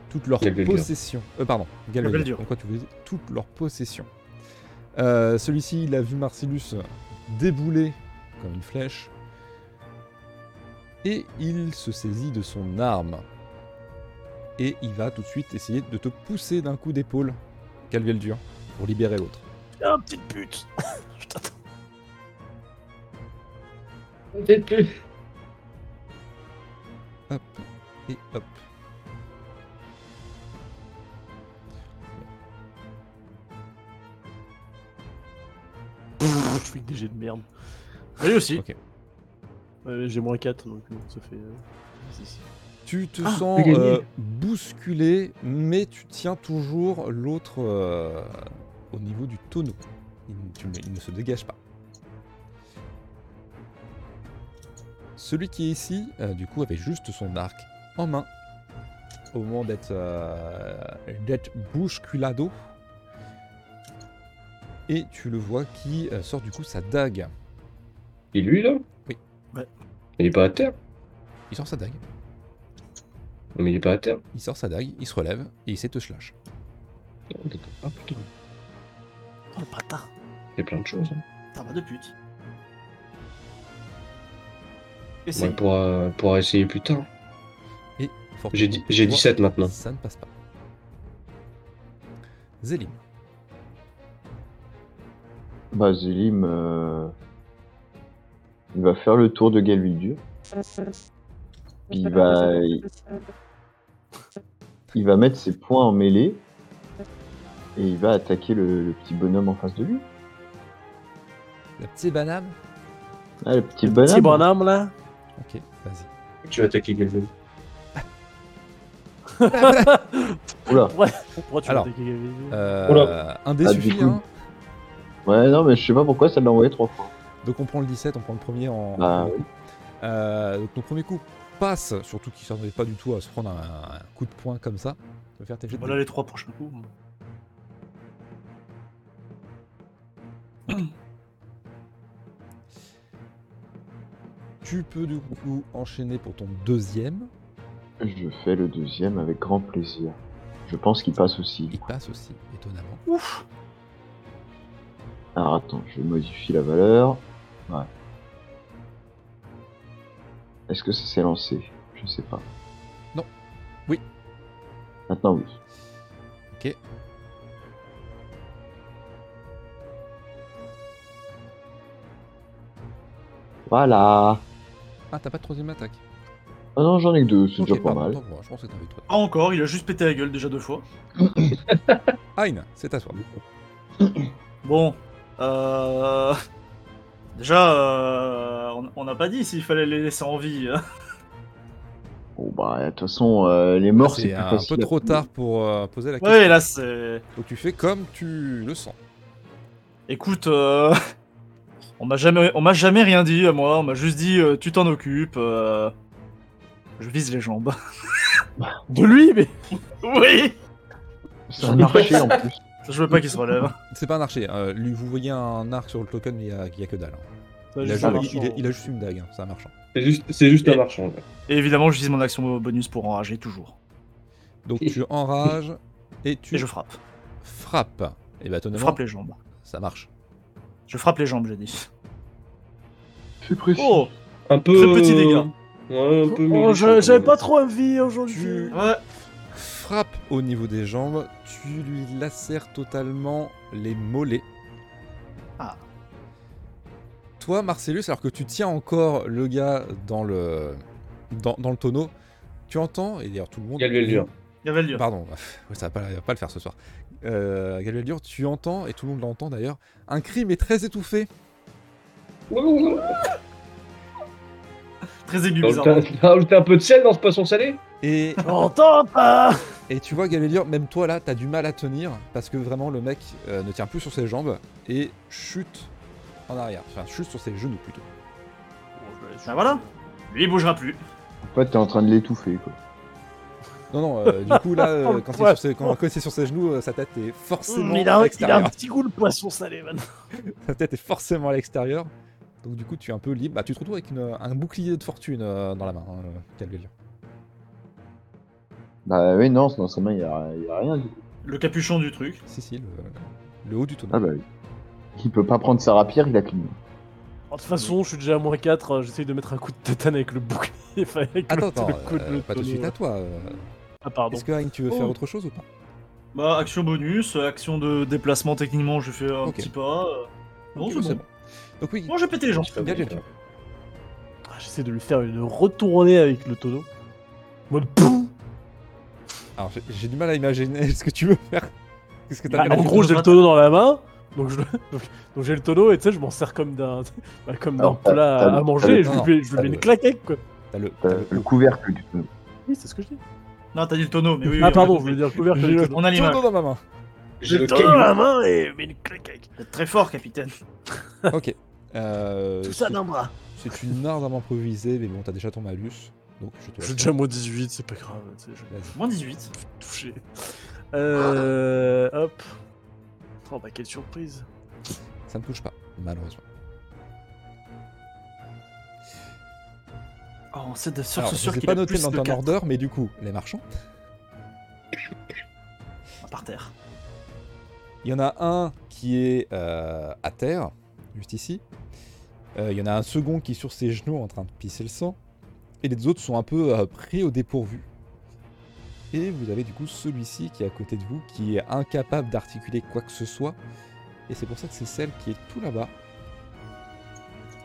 S2: toute leur
S3: Galveldur.
S2: possession. Euh, pardon, Galveldur.
S1: Galveldur.
S2: Comme quoi tu voulais toute leur possession. Euh, Celui-ci, il a vu Marcellus débouler comme une flèche. Et il se saisit de son arme. Et il va tout de suite essayer de te pousser d'un coup d'épaule, Calveldur, pour libérer l'autre.
S4: Ah, petite pute Je t'attends.
S3: Peut-être plus.
S2: Hop, et hop.
S4: Pfff, Je suis que des jets de merde. Bah,
S1: Ah, Lui aussi.
S2: Ok.
S4: Euh, J'ai moins 4, donc non, ça fait. euh, six.
S2: Tu te
S4: Ah,
S2: sens
S3: j'ai gagné.
S2: euh, bousculé, mais tu tiens toujours l'autre euh, au niveau du tonneau. Il, ne- tu ne- il ne se dégage pas. Celui qui est ici, euh, du coup, avait juste son arc en main au moment d'être euh, d'être bousculado. Et tu le vois qui euh, sort du coup sa dague.
S3: Et lui, là
S2: Oui.
S1: Ouais.
S3: Il est pas à terre.
S2: Il sort sa dague,
S3: Non, mais il est pas à terre.
S2: il sort sa dague, il se relève et il sait te slash.
S3: Ah, d'accord. Ah, putain.
S4: Oh le bâtard
S3: Il y a plein de choses. hein.
S1: T'as pas de pute.
S3: On
S1: Essaye.
S3: pourra, pourra euh, essayer plus tard.
S2: Et fort
S3: J'ai
S2: heureusement
S3: dit- j'ai
S2: pour toi,
S3: 17 maintenant.
S2: Ça ne passe pas. Zélim.
S5: Bah, Zélim, euh, il va faire le tour de Galvildur. Il va, il va mettre ses points en mêlée et il va attaquer le, le petit bonhomme en face de lui.
S2: Le petit banane.
S5: Ah, le petit
S4: Le petit
S5: bonhomme.
S4: bonhomme là
S2: Ok, vas-y.
S3: Tu vas attaquer Galvin.
S5: Oula.
S4: Pourquoi tu
S2: Alors,
S4: m'as dégueulé les yeux
S2: Euh,
S3: Oula.
S2: un dé
S5: Ah, du
S2: suffit.
S5: coup.
S2: hein.
S5: Ouais, non, mais je sais pas pourquoi ça l'a envoyé trois fois.
S2: Donc on prend le 17, on prend le premier en. en
S5: Bah,
S2: premier coup. Euh, donc ton premier coup passe, surtout qu'il ne s'attendait pas du tout à se prendre un, un coup de poing comme ça. Tu vas faire tes jets de
S1: Voilà les trois prochains coups.
S2: Tu peux du coup enchaîner pour ton deuxième.
S5: Je fais le deuxième avec grand plaisir. Je pense qu'il passe aussi.
S2: Il passe aussi, étonnamment.
S1: Ouf.
S5: Alors attends, je modifie la valeur. Ouais. Est-ce que ça s'est lancé Je sais pas.
S2: Non. Oui.
S5: Maintenant oui.
S2: Ok.
S5: Voilà.
S2: Ah, t'as pas de troisième attaque.
S5: Ah non, j'en ai que deux, c'est
S2: Ok,
S5: déjà pas
S2: pardon,
S5: mal.
S2: tant pour moi, je pense que t'en avais trois.
S1: Pas Ah, encore, il a juste pété la gueule déjà deux fois.
S2: Aïn, c'est à toi.
S1: Bon. Euh... Déjà, euh, on- on n'a pas dit s'il fallait les laisser en vie. hein.
S5: Bon bah de toute façon, euh, les morts c'est
S2: c'est
S5: plus
S2: un
S5: facile.
S2: peu trop tard pour euh, poser la question.
S1: Ouais, là, c'est.
S2: Donc tu fais comme tu le sens.
S1: Écoute, euh, on m'a jamais, on m'a jamais rien dit à moi. On m'a juste dit, euh, tu t'en occupes. euh, Je vise les jambes.
S4: De lui, mais
S1: oui.
S5: C'est un marché en plus.
S1: Je veux pas qu'il se relève.
S2: C'est pas un archer. euh, lui, vous voyez un arc sur le token, mais il y a, il y a que dalle. hein.
S4: Ça,
S1: Euh,
S2: Il, a
S4: juste
S2: juste,
S4: un
S2: il-
S4: marchand.
S2: il a- il a juste une dague, hein, c'est un marchand.
S3: C'est juste, c'est juste
S1: Eh.
S3: un marchand. là.
S1: Et évidemment, je vise mon action bonus pour enrager toujours.
S2: Donc tu enrages et tu
S1: Et je frappe.
S2: frappes. Et bah
S1: Je
S2: étonnamment,
S1: frappe les jambes.
S2: ça marche.
S1: Je frappe les jambes, j'ai dit.
S5: C'est précis.
S1: Oh.
S3: Un peu.
S1: Très petit dégât.
S3: Ouais, un peu.
S4: Oh,
S3: militant,
S4: j'a-
S3: quand
S4: J'avais
S3: même.
S4: pas trop envie aujourd'hui.
S1: Ouais.
S2: frappes au niveau des jambes, tu lui lacères totalement les mollets.
S1: Ah.
S2: Toi, Marcellus, alors que tu tiens encore le gars dans le, dans, dans le tonneau, tu entends, et d'ailleurs tout le monde.
S3: Gabriel Dur.
S1: Il y avait le dur.
S2: Pardon, bah, ouais, ça va pas, va pas le faire ce soir. Euh, Gabriel Dur, tu entends, et tout le monde l'entend d'ailleurs, un cri mais très étouffé.
S1: Très aigu,
S3: T'as
S1: bizarrement.
S3: rajouté- t'as rajouté un peu de sel dans ce poisson salé
S2: Et
S4: Entends pas
S2: Et tu vois Galélior, même toi là, t'as du mal à tenir parce que vraiment le mec euh, ne tient plus sur ses jambes et chute en arrière, enfin chute sur ses genoux plutôt.
S1: Ah voilà Lui, il bougera plus.
S5: En fait, t'es en train de l'étouffer, quoi.
S2: Non non, euh, du coup là, euh, quand il
S4: Ouais.
S2: est sur ses, quand- quand il est sur ses genoux, euh, sa tête est forcément
S4: Mmh, il,
S2: à
S4: a, il a
S2: l'extérieur.
S4: un petit goût le poisson salé, man.
S2: Sa tête est forcément à l'extérieur. Donc du coup, tu es un peu libre. Bah, tu te retrouves avec une- un bouclier de fortune euh, dans la main, hein, Galélior.
S5: Bah oui, non, dans sa main, il y a, y a rien. du coup.
S1: Le capuchon du truc.
S2: Si si, le, euh, le haut du tonneau.
S5: Ah bah oui. Il peut pas prendre sa rapière, il a cligné.
S4: Oh, De toute façon, je suis déjà à moins 4, euh, j'essaye de mettre un coup de tétane avec le bouclier. enfin, avec
S2: Attends,
S4: le-
S2: attends,
S4: le coup de-
S2: euh,
S4: le
S2: pas tout de
S4: tonneau,
S2: suite
S4: ouais.
S2: à toi. euh.
S4: Ah, pardon.
S2: Est-ce que Hein, tu veux
S1: Oh.
S2: faire autre chose ou pas
S1: Bah, action bonus, action de déplacement techniquement, je fais un
S2: Ok.
S1: petit pas. euh. Non,
S2: Ok,
S1: c'est
S2: bah,
S1: bon.
S2: Donc oui,
S1: Bon, j'ai pété les gens.
S3: C'est pas
S2: Gabriel
S3: bon,
S2: Dur.
S4: Ah, J'essaie de lui faire une retournée avec le tonneau. Moi, poum
S2: Alors j'ai- j'ai du mal à imaginer ce que tu veux faire. Qu'est-ce que t'as
S1: Bah,
S2: fait
S1: non,
S4: En
S1: tu
S4: gros,
S1: peux
S4: j'ai
S1: pas
S4: le tonneau dans la main, donc je- donc- donc j'ai le tonneau et tu sais, je m'en sers comme d'un bah, comme d'un
S5: Alors, t'as-
S4: plat
S5: t'as le-
S4: à
S5: t'as
S4: manger
S5: le-
S4: et je lui
S2: non,
S4: mets- je lui mets
S2: t'as le-
S4: une claquette, quoi.
S2: T'as le, t'as
S5: T'as
S2: le-
S5: le couvercle du tonneau.
S4: Oui, c'est ce que je dis.
S1: Non, t'as dit le tonneau, mais oui.
S4: ah,
S1: oui,
S4: pardon,
S1: on a
S4: je voulais
S1: compris.
S4: dire couvert que
S2: J'ai
S4: le
S2: le
S4: tonneau.
S1: On a l'image.
S2: tonneau dans ma main.
S3: J'ai le
S4: Tonneau dans
S3: caillou.
S4: la main et mets une claquette.
S1: Vous êtes Très fort, capitaine.
S2: Ok. Euh,
S4: Tout ça
S2: c'est-
S4: d'un bras.
S2: C'est une arme improvisée, mais bon, t'as déjà ton malus. Donc je te
S4: J'ai déjà moins 18, c'est pas grave, tu sais, je vais
S1: Moins 18.
S4: toucher. Euh. Hop. Oh bah, quelle surprise.
S2: Ça ne touche pas, malheureusement.
S1: Oh, on sait de sûr,
S2: Alors,
S1: c'est
S2: je
S1: sûr
S2: ne
S1: qu'il
S2: pas
S1: a
S2: noté
S1: plus
S2: dans
S1: de
S2: ton
S1: 4
S2: order, mais du coup, les marchands.
S1: par terre.
S2: Il y en a un qui est euh, à terre, juste ici. Euh, il y en a un second qui est sur ses genoux en train de pisser le sang. Et les deux autres sont un peu euh, pris au dépourvu. Et vous avez du coup celui-ci qui est à côté de vous, qui est incapable d'articuler quoi que ce soit. Et c'est pour ça que c'est celle qui est tout là-bas,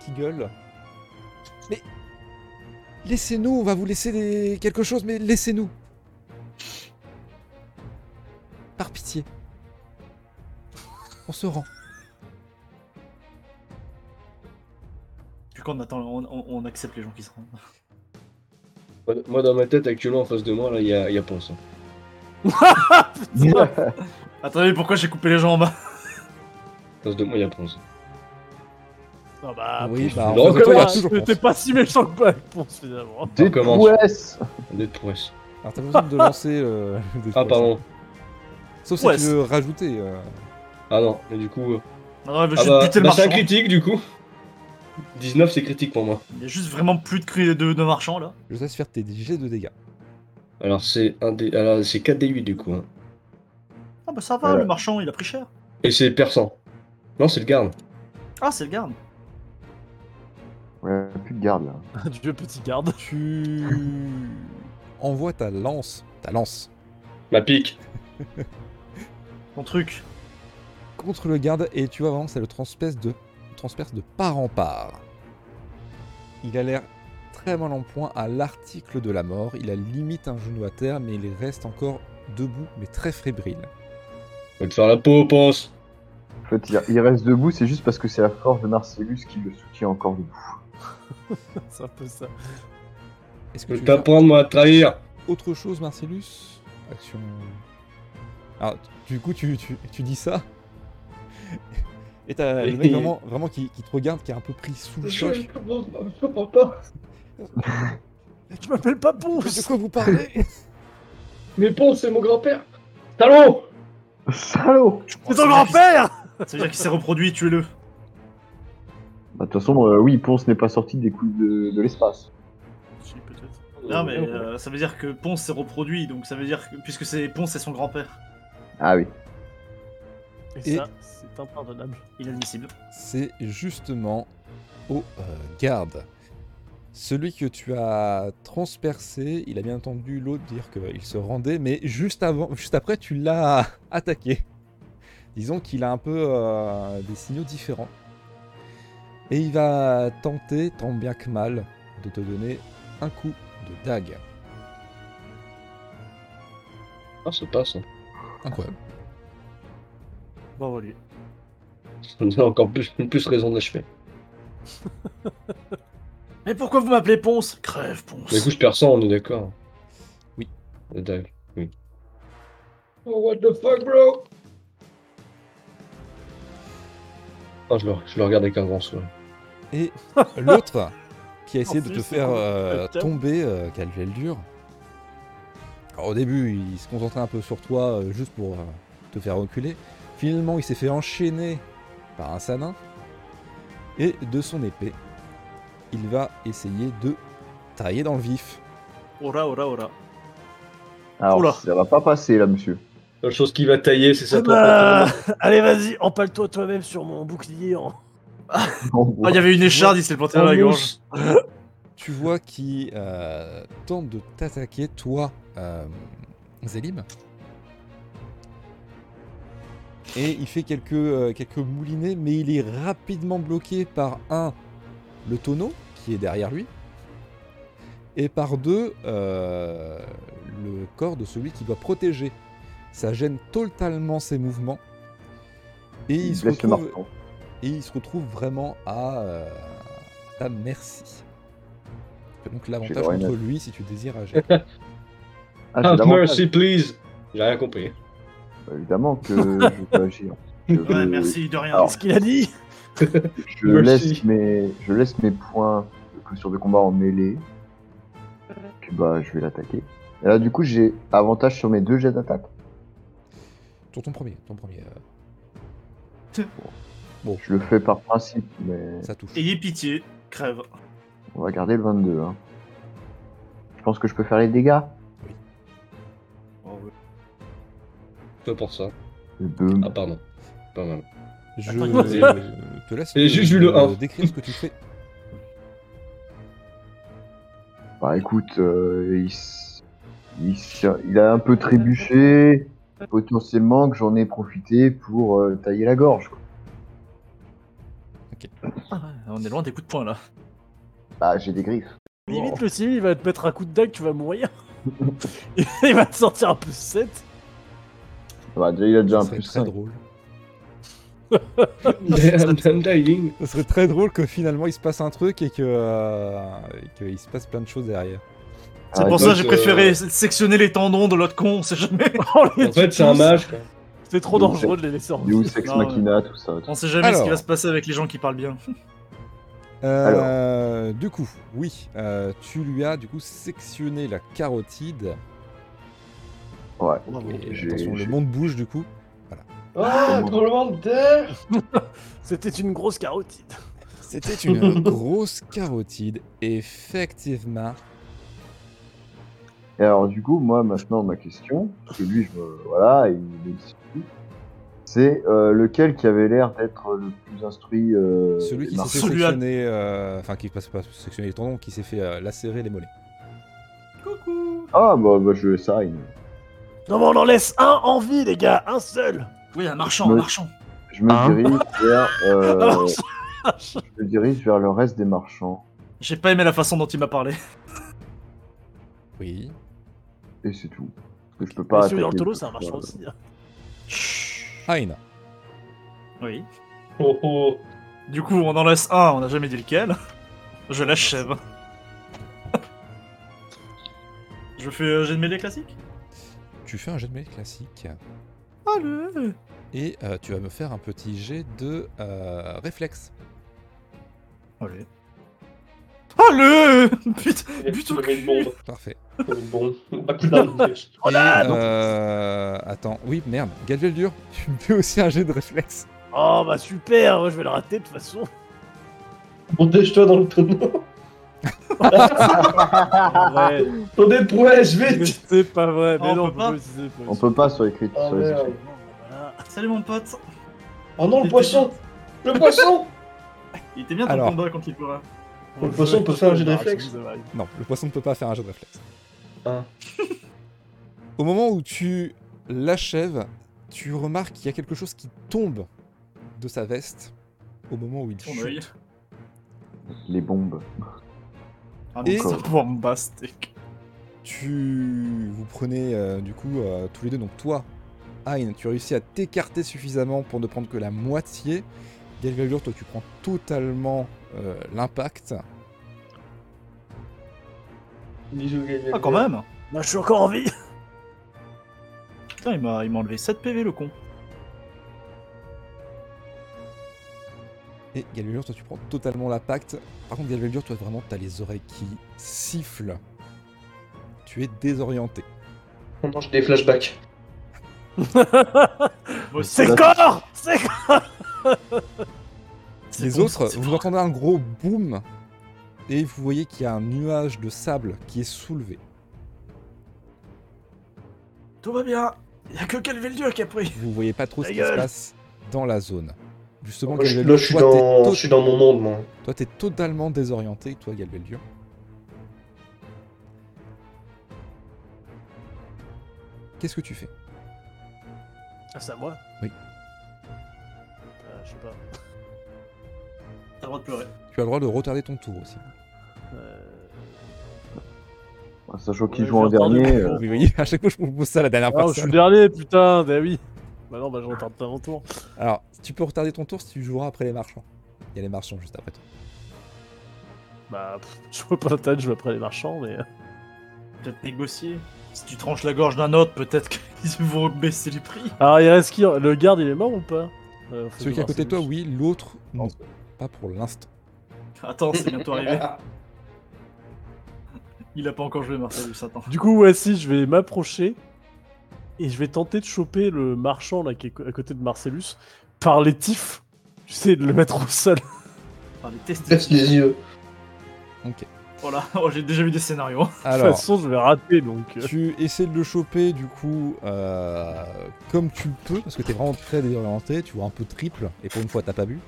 S2: qui gueule. Mais laissez-nous, on va vous laisser des- quelque chose, mais laissez-nous. Par pitié. On se rend.
S1: Plus qu'on attend, on, on- on accepte les gens qui se rendent.
S3: Moi, dans ma tête, actuellement, en face de moi, là, il y a, hein. il y a pas ça.
S1: Attendez, pourquoi j'ai coupé les gens en bas
S3: En face de moi, il y a pas ça.
S4: Ah bah,
S2: oui,
S4: Ponce,
S2: bah, en
S3: donc,
S2: fait, toi, il y a
S4: voilà,
S2: toujours
S4: T'es
S2: Ponce.
S4: pas si méchant que pas Ponce, finalement.
S5: Des
S3: commence.
S5: prouesses
S3: Ah, On est de prouesse.
S2: Alors t'as besoin de lancer euh, des
S3: Ah,
S2: fois,
S3: pardon.
S2: ça. Sauf
S1: Ouais,
S2: si tu veux rajouter. euh,
S3: Ah non, mais du coup. euh,
S1: Non, il veut
S3: Ah
S1: juste
S3: bah,
S1: buter le
S3: bah, c'est un
S1: marchand.
S3: critique, du coup. 19, c'est critique pour moi.
S1: Il y a juste vraiment plus de, cri- de, de marchands là.
S2: Je te laisse faire tes jets de dégâts.
S3: Alors, c'est un des... Alors, c'est 4 des 8, du coup. hein.
S1: Ah bah ça va,
S5: Voilà.
S1: le marchand, il a pris cher.
S3: Et c'est persan. Non, c'est le garde.
S1: Ah, c'est le garde.
S5: Ouais, plus de garde, là.
S4: Dieu, petit garde.
S2: Tu envoies ta lance, ta lance
S3: Ma pique.
S1: Ton truc.
S2: contre le garde et tu vas vraiment ça le transperce de transperce de part en part. Il a l'air très mal en point à l'article de la mort. Il a limite un genou à terre, mais il reste encore debout, mais très fébrile.
S3: Va te faire la peau, pense.
S5: En fait, il, il reste debout, c'est juste parce que c'est la force de Marcellus qui le soutient encore debout.
S4: C'est un peu ça.
S2: Est-ce
S3: Je
S2: que
S3: vais
S2: tu veux
S3: t'apprendre, moi, à te trahir.
S2: autre chose, Marcellus Action. Alors, du coup, tu, tu, tu dis ça. Et t'as le mec vraiment, vraiment qui, qui te regarde, qui est un peu pris sous le choc.
S3: Je comprends pas.
S4: Je m'appelle pas
S2: De
S4: Ponce
S2: quoi vous parlez
S3: Mais Ponce, c'est mon grand-père. Talon
S5: Salaud
S4: C'est ton grand-père
S1: Ça veut dire qu'il s'est reproduit, tuez-le.
S5: Bah, De toute façon, euh, oui, Ponce n'est pas sorti des coups de, de l'espace.
S1: Si, peut-être. Non, mais euh, ça veut dire que Ponce s'est reproduit, donc ça veut dire que. Puisque c'est Ponce, c'est son grand-père.
S5: Ah oui.
S4: Et
S2: Et-
S4: ça, c'est impardonnable.
S1: Inadmissible.
S2: C'est justement au euh, garde. Celui que tu as transpercé, il a bien entendu l'autre dire qu'il se rendait, mais juste, avant, juste après, tu l'as attaqué. Disons qu'il a un peu euh, des signaux différents. Et il va tenter, tant bien que mal, de te donner un coup de dague.
S3: Ah, ça passe. hein.
S2: Incroyable.
S4: Bon, voilà.
S3: On a encore plus, plus raison d'achever.
S1: Mais pourquoi vous m'appelez Ponce Crève, Ponce.
S3: Du coup, je perds ça, on est d'accord.
S2: Oui.
S3: Le dague, oui. Oh, what the fuck, bro? Ah, je le, je le regarde avec avance, ouais.
S2: Et l'autre, qui a essayé
S4: En
S2: de
S4: plus,
S2: te
S4: c'est
S2: faire
S4: con.
S2: euh,
S4: Putain.
S2: tomber, euh, qu'elle qu'elle dure. Alors, au début, il se concentrait un peu sur toi, euh, juste pour euh, te faire reculer. Finalement, il s'est fait enchaîner par un sanin. Et de son épée, il va essayer de tailler dans le vif.
S1: Ora, ora, ora.
S5: Alors,
S1: Oula.
S5: ça va pas passer là, monsieur.
S3: La chose qui va tailler, c'est ça.
S4: Ah bah, Allez, vas-y, empale-toi toi-même sur mon bouclier. en-
S1: Ah, il y avait une écharde, il s'est planté dans la gorge.
S2: Tu vois qu'il euh, tente de t'attaquer, toi, euh, Zélim. Et il fait quelques, euh, quelques moulinets, mais il est rapidement bloqué par un, le tonneau qui est derrière lui, et par deux, euh, le corps de celui qui doit protéger. Ça gêne totalement ses mouvements. Et il, se
S5: blesse le
S2: retrouve,
S5: marteau.
S2: et il se retrouve vraiment à euh, ta merci. Tu as donc l'avantage
S5: rien à
S2: contre lui si tu désires agir.
S5: Ah, j'ai
S3: Have
S5: l'avantage,
S3: mercy, please! J'ai rien compris.
S5: Évidemment que je peux agir. Je,
S1: Ouais, merci, de rien.
S5: Alors,
S4: Qu'est-ce qu'il a dit
S5: je
S3: Merci.
S5: laisse mes, je laisse mes points de- sur le combat en mêlée. Puis bah, je vais l'attaquer. Et là, du coup, j'ai avantage sur mes deux jets d'attaque.
S2: Ton, ton premier, ton premier, euh,
S5: Je le fais par principe, mais
S2: ça touche.
S1: Ayez pitié, crève.
S5: on va garder le 22. hein. Je pense que je peux faire les dégâts.
S3: Pas pour ça.
S5: Et boum.
S3: Ah, pardon. Pas mal.
S2: Je
S1: Attends,
S3: il-
S2: euh, te laisse
S3: Et
S2: euh,
S3: juste, je lui le offre.
S2: décrire ce que tu fais.
S5: Bah écoute, euh, il, s- il s- il a un peu trébuché, potentiellement que j'en ai profité pour euh, tailler la gorge. quoi.
S1: on est loin des coups de poing là.
S5: Bah j'ai des griffes.
S4: Limite, le civil, il va te mettre un coup de dague, tu vas mourir. il va te sortir un plus 7.
S5: Bah déjà il a déjà
S2: Ça
S5: un
S2: serait
S5: plus
S2: très
S5: 5.
S2: drôle.
S3: I'm dying.
S2: Ce serait très drôle que finalement il se passe un truc et que euh, et qu'il se passe plein de choses derrière.
S1: C'est
S5: Ah,
S1: pour
S5: écoute,
S1: ça que j'ai
S3: euh,
S1: préféré sectionner les tendons de l'autre con, on sait jamais.
S4: On Oh, les
S3: En fait,
S4: tue
S3: c'est un
S4: tous.
S3: mage, quoi.
S4: C'est trop
S5: Nous,
S4: dangereux de les laisser en vie.
S5: Deus Ex
S1: Non, ouais.
S5: Machina, tout ça.
S1: On sait jamais ce qui
S2: Alors.
S1: va se passer avec les gens qui parlent bien.
S2: Euh, Du coup, oui, euh, tu lui as du coup sectionné la carotide.
S5: Ouais.
S4: Bravo.
S2: Et
S5: J'ai-
S2: attention, le
S5: j'ai-
S2: monde bouge du coup.
S3: Ah, tremblement de terre!
S4: C'était une grosse carotide.
S2: C'était une grosse carotide, effectivement.
S5: Et alors du coup, moi maintenant ma question, parce que lui je me... Voilà, il me dit plus, c'est euh, lequel qui avait l'air d'être le plus instruit euh,
S2: Celui
S5: des
S2: qui s'est
S5: marques
S2: fait
S1: Celui à-
S2: sectionner, euh, enfin qui passe pas sectionner les tendons, qui s'est fait euh, lacérer les mollets.
S1: Coucou
S5: Ah bah, bah je sign.
S4: Non, mais on en laisse un en vie, les gars, un seul.
S1: Oui, un marchand,
S5: Me-
S1: un marchand.
S5: Je me
S2: Hein
S5: dirige vers... euh,
S4: Alors,
S5: je me dirige vers le reste des marchands.
S1: J'ai pas aimé la façon dont il m'a parlé.
S2: Oui.
S5: Et c'est tout. Parce que je peux pas.
S4: Monsieur dans le
S5: attaquer
S4: tonneau,
S5: deux
S4: Ah, c'est un marchand
S5: fois.
S4: aussi. hein.
S2: Aïna.
S1: Oui.
S3: Oh oh!
S1: Du coup, on en laisse un, on n'a jamais dit lequel. Je l'achève. Je fais euh, j'ai de mêlée classique
S2: Tu fais un jet de mêlée classique
S1: Allez
S2: et euh, tu vas me faire un petit jet de euh, réflexe.
S1: Allez Allez Putain Buto
S3: Buto
S1: cul.
S3: une bombe.
S2: Parfait.
S3: Une bombe. Ah, putain.
S4: Oh
S2: Et,
S4: Ah,
S2: euh, attends, oui, merde, Galvel dur, tu me fais aussi un jet de réflexe.
S4: Oh, bah super, je vais le rater de toute façon.
S3: Protège-toi dans le tonneau.
S4: Ouais,
S3: Ton prouesse, vite!
S4: c'est pas vrai, mais
S1: On
S4: non,
S1: peut pas.
S4: c'est pas
S5: On peut pas sur les critiques.
S3: Ah,
S5: sur les
S3: merde.
S5: échecs.
S4: Voilà.
S1: Ah, Salut mon pote
S3: Oh non, le
S1: C'était
S3: poisson! Le poisson!
S1: Il était bien ton
S2: Alors.
S1: combat quand il pourra.
S3: Le poisson peut faire un jet de réflexe
S2: Non, le poisson ne peut pas faire un jet de réflexe.
S3: Ah.
S2: Au moment où tu l'achèves, tu remarques qu'il y a quelque chose qui tombe de sa veste au moment où il
S1: Ton
S2: chute.
S1: œil.
S5: Les bombes.
S1: Ah
S2: Et-
S1: non, ça va pouvoir me bastek.
S2: Tu vous prenez euh, du coup euh, tous les deux. Donc toi, Hein, tu réussis à t'écarter suffisamment pour ne prendre que la moitié. Galgalur, toi, tu prends totalement euh, l'impact.
S3: Bisous, Gaël.
S1: Ah, quand
S2: euh,
S1: même
S4: Moi, je suis encore en vie.
S1: Putain, il m'a il m'a enlevé 7 PV le con.
S2: Et Galvalur, toi, tu prends totalement l'impact. Par contre, Galvalur, toi, vraiment, t'as les oreilles qui sifflent. Tu es désorienté.
S3: Maintenant, j'ai des flashbacks.
S1: Moi aussi,
S4: C'est
S5: Là,
S4: corps C'est corps C'est
S2: Les
S4: bon,
S2: autres,
S1: c'est
S2: vous
S1: bon.
S2: entendez un gros boom et vous voyez qu'il y a un nuage de sable qui est soulevé.
S1: tout va bien. Il y a que Calveldieu qui a pris.
S2: Vous voyez pas trop ce
S1: Ta
S2: qui se
S1: gueule.
S2: passe dans la zone. Justement,
S3: Moi, je-
S2: Galvalur,
S3: Là, je suis,
S2: toi, t'es
S3: dans...
S2: to-
S3: je suis dans mon monde, moi.
S2: Toi, t'es totalement désorienté, toi, Galveldur. Qu'est-ce que tu fais
S4: Ah, c'est à moi
S2: Oui.
S4: Euh, je sais pas.
S1: T'as le droit de pleurer.
S2: Tu as le droit de retarder ton tour aussi.
S4: Euh,
S5: Enfin, Sachant qu'ils
S4: Ouais,
S5: jouent en
S4: j'ai entendu
S5: dernier,
S4: le
S5: euh,
S4: mot.
S2: Oui, oui, à chaque fois, je propose ça la dernière
S4: Ah,
S2: fois.
S4: je suis le dernier, putain, bah oui. Bah non, bah je retarde pas mon tour.
S2: Alors, tu peux retarder ton tour si tu joueras après les marchands. Il y a les marchands juste après toi.
S4: Bah, pff, je vois pas l'intérêt de jouer après les marchands, mais. euh,
S1: Peut-être négocier. Si tu tranches la gorge d'un autre, peut-être qu'ils vont baisser les prix.
S4: Alors, il reste qui Le garde, il est mort ou pas Euh, faut
S2: Celui qui est
S4: voir,
S2: à côté de
S4: c'est
S2: toi,
S4: lui.
S2: oui, l'autre, non. Pas pour l'instant.
S1: Attends, c'est bientôt arrivé. Il a pas encore joué Marcel du Satan.
S4: Du coup, ouais, si, je vais m'approcher et je vais tenter de choper le marchand là qui est à côté de Marcellus par les tifs. J'essaie de le mettre au sol.
S1: Par les testicules.
S3: Baisse les yeux.
S1: Oh là, oh, j'ai déjà vu des scénarios.
S4: De
S2: Alors,
S4: toute façon, je vais rater donc. euh,
S2: tu essaies de le choper, du coup, euh, comme tu le peux, parce que t'es vraiment très désorienté, tu vois un peu triple, et pour une fois, t'as pas bu.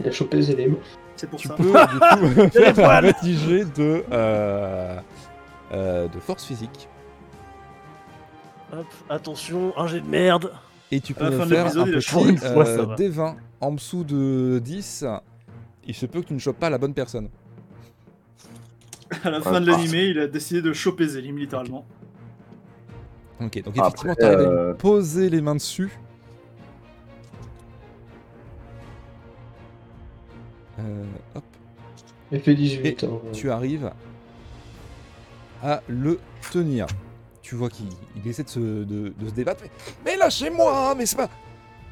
S3: Il a chopé les éléments.
S1: C'est pour
S2: tu peux du coup
S4: J'ai les
S2: faire un
S4: poils.
S2: petit jet de, euh, euh, de force physique.
S4: Hop, attention, un jet de merde.
S2: Et tu peux
S1: À la
S2: me
S1: fin de
S2: faire un
S1: l'épisode, il a
S2: petit
S1: changé une
S4: fois, ça
S2: euh,
S4: va.
S2: des 20 en dessous de 10. Il se peut que tu ne chopes pas la bonne personne.
S1: À la fin de l'animé, il a décidé de choper Zélim littéralement.
S2: Ok, donc
S5: Après,
S2: effectivement, tu arrives à
S5: euh,
S2: lui poser les mains dessus. Euh, hop,
S3: Effet 18. hein.
S2: tu arrives à le tenir. Tu vois qu'il il essaie de se, de- de se débattre. Mais, mais lâchez-moi, hein, mais c'est pas.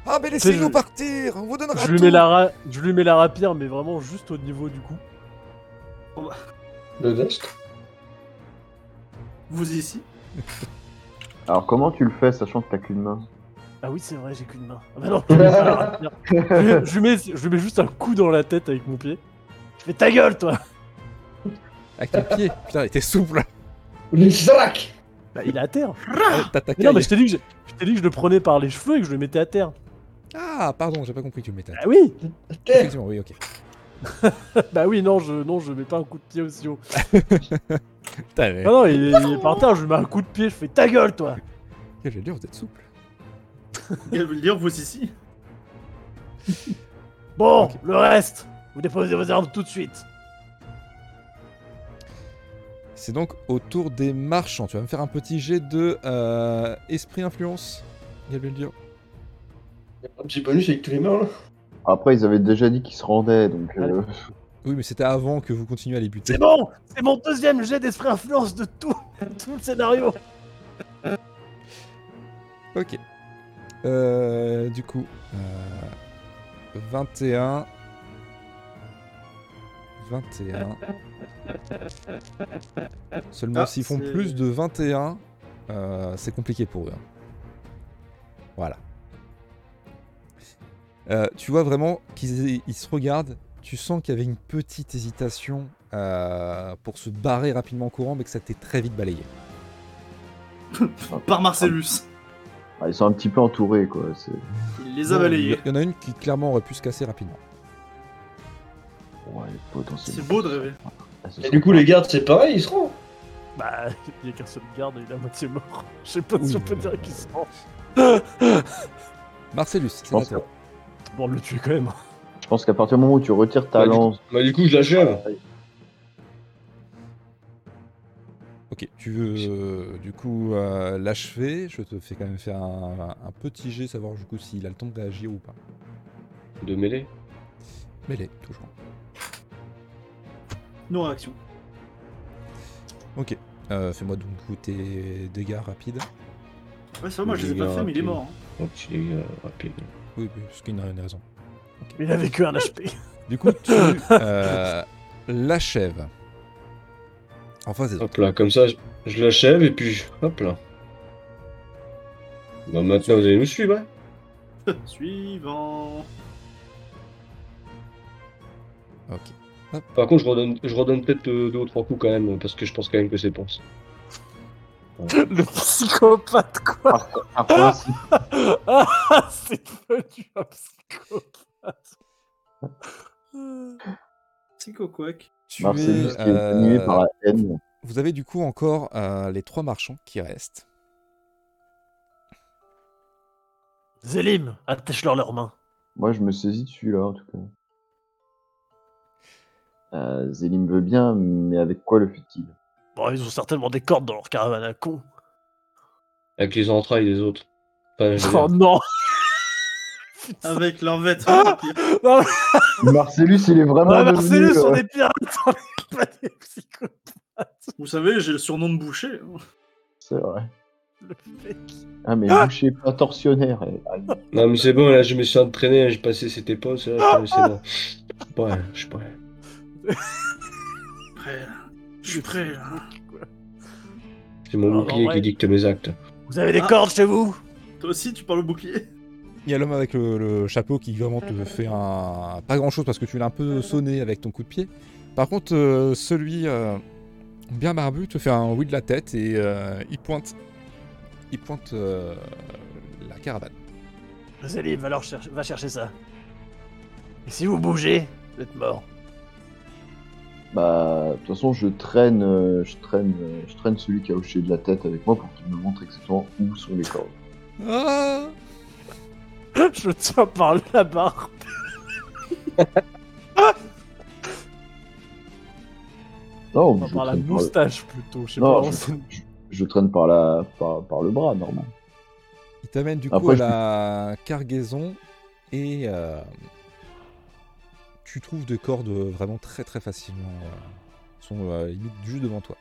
S2: Ah, mais laissez-nous
S4: je-
S2: partir, on vous donnera
S4: Je lui,
S2: tout.
S4: mets la ra- je lui mets la rapière, mais vraiment juste au niveau du cou.
S3: Le dust.
S1: Vous ici
S5: Alors comment tu le fais sachant que t'as qu'une main
S4: Ah oui, c'est vrai, j'ai qu'une main. Ah bah non, je lui mets pas la rapière. je, je lui mets, je lui mets juste un coup dans la tête avec mon pied. Je fais ta gueule, toi
S2: Avec tes pieds, putain, il était souple.
S3: Le zrak
S4: Bah, il est à terre.
S2: T'attaquais.
S4: Mais non, mais je t'ai dit, que je, je t'ai dit que je le prenais par les cheveux et que je le mettais à terre.
S2: Ah, pardon, j'ai pas compris que tu le mettais. à
S4: Ah oui
S3: Terre
S2: Effectivement, oui, ok.
S4: Bah oui, non, je, non, je mets pas un coup de pied aussi haut.
S2: Putain, mais-
S4: Non, non, il est, il est par terre, je lui mets un coup de pied, je fais ta gueule, toi
S2: J'ai l'air d'être souple.
S1: Il veut le dire, vous ici
S4: Bon,
S2: Ok.
S4: le reste, vous déposez vos armes tout de suite.
S2: C'est donc au tour des marchands. Tu vas me faire un petit jet de euh, esprit influence. Gabriel Dio.
S3: Un petit bonus avec tous les mains là.
S5: Après ils avaient déjà dit qu'ils se rendaient donc... euh,
S2: Oui, mais c'était avant que vous continuiez à les buter.
S4: C'est bon C'est mon deuxième jet d'esprit influence de tout, tout le scénario
S2: Ok. Euh, du coup, euh, 21. 21. Seulement
S1: Ah,
S2: s'ils font
S1: c'est-
S2: plus de 21, euh, c'est compliqué pour eux. hein. Voilà. Euh, tu vois vraiment qu'ils ils se regardent. Tu sens qu'il y avait une petite hésitation euh, pour se barrer rapidement en courant, mais que ça t'est très vite balayé.
S1: Par Marcellus.
S5: ah, ils sont un petit peu entourés quoi. c'est-
S1: Il les a
S2: Non, Il
S1: balayés.
S2: y- il y en a une qui clairement aurait pu se casser rapidement.
S5: pourrait euh, potentiellement.
S6: C'est beau de rêver.
S5: Ah, ce
S3: Et
S5: serait
S3: du coup,
S5: pas-
S3: les gardes, c'est pareil, ils seront.
S4: Bah, il y a qu'un seul garde et il est à moitié mort. Je sais pas si on peut dire qu'il se rend.
S2: Marcellus, c'est à
S5: pense
S2: toi.
S4: Bon, de le tuer quand même. hein.
S5: Je pense qu'à partir du moment où tu retires ta
S3: Ouais, du-
S5: lance.
S3: Bah, du coup, je l'achève.
S2: Ok, tu veux euh, du coup euh, l'achever. Je te fais quand même faire un, un petit jet, savoir du coup s'il a le temps de réagir ou pas.
S3: De mêlée.
S2: Mêlée, toujours.
S6: Non réaction.
S2: Euh, Fais-moi donc du coup, tes dégâts rapides.
S6: Ouais, ça va, moi je les ai pas fait, mais il est mort. hein.
S3: Oh, petit dégât rapide.
S2: Oui, oui, parce qu'il n'a rien raison.
S4: Il avait que un HP.
S2: Du coup, tu euh, l'achèves. En face des autres.
S3: Hop là, comme ça, je- je l'achève et puis je- hop là. Bah maintenant vous allez nous suivre, hein
S6: Suivant.
S2: Ok.
S3: Par contre, je redonne, je redonne peut-être euh, deux ou trois coups quand même, parce que je pense quand même que c'est pense.
S4: Le psychopathe, quoi.
S5: Après,
S4: Ah, c'est devenu un psychopathe.
S6: C'est coquac.
S2: Tu
S5: Marcellus
S2: es,
S5: qui est animé
S2: euh,
S5: par la haine.
S2: Vous avez du coup encore euh, les trois marchands qui restent.
S4: Zélim, attache-leur leurs mains.
S5: Moi, je me saisis de celui-là, en tout cas. Euh, Zélim veut bien, mais avec quoi le fait-il
S4: Bon, ils ont certainement des cordes dans leur caravane à con.
S3: Avec les entrailles des autres. Enfin, je veux
S4: Oh
S3: dire,
S4: non
S6: Avec leur vêtement.
S1: Ah
S6: au pire.
S4: Non,
S5: Marcellus, il est vraiment.
S4: non,
S5: devenu,
S4: Ah, Marcellus, on
S5: euh,
S4: est pirates, on est pas des psychopathes.
S6: Vous savez, j'ai le surnom de boucher. hein.
S5: C'est vrai.
S4: Le mec.
S5: Ah, mais
S4: Ah
S5: boucher pas torsionnaire. eh. Ah, il-
S3: Non mais c'est bon, là je me suis entraîné, hein, j'ai passé cette épaule, c'est là, c'est bon. Ouais, je suis prêt.
S6: Prêt, là. Je suis prêt, hein. là.
S3: C'est mon
S4: Ah, bah,
S3: bouclier
S4: ouais.
S3: qui dicte mes actes.
S4: Vous avez des
S6: Ah.
S4: cordes chez vous
S6: Toi aussi, tu parles au bouclier
S2: Il y a l'homme avec le, le chapeau qui vraiment te fait un. pas grand chose parce que tu l'as un peu sonné avec ton coup de pied. Par contre, euh, celui euh, bien barbu te fait un oui de la tête et euh, il pointe. Il pointe euh, la caravane.
S4: Zélim, va, leur chercher- va chercher ça. Et si vous bougez, vous êtes mort.
S5: Bah, de toute façon, je traîne, euh, je traîne, euh, je traîne celui qui a hoché de la tête avec moi pour qu'il me montre exactement où sont les cordes.
S2: Ah
S4: Je le tiens par la barre.
S5: Non,
S4: Enfin,
S5: je
S4: par la
S5: traîne par le-
S4: moustache plutôt, je sais
S5: Non,
S4: pas.
S5: je-
S4: c'est-
S5: je, je traîne par la, par, par le bras, normal.
S2: Il t'amène du coup
S5: Après,
S2: à
S5: je-
S2: la cargaison et euh, tu trouves des cordes euh, vraiment très très facilement. euh, Elles sont euh, limite juste devant toi.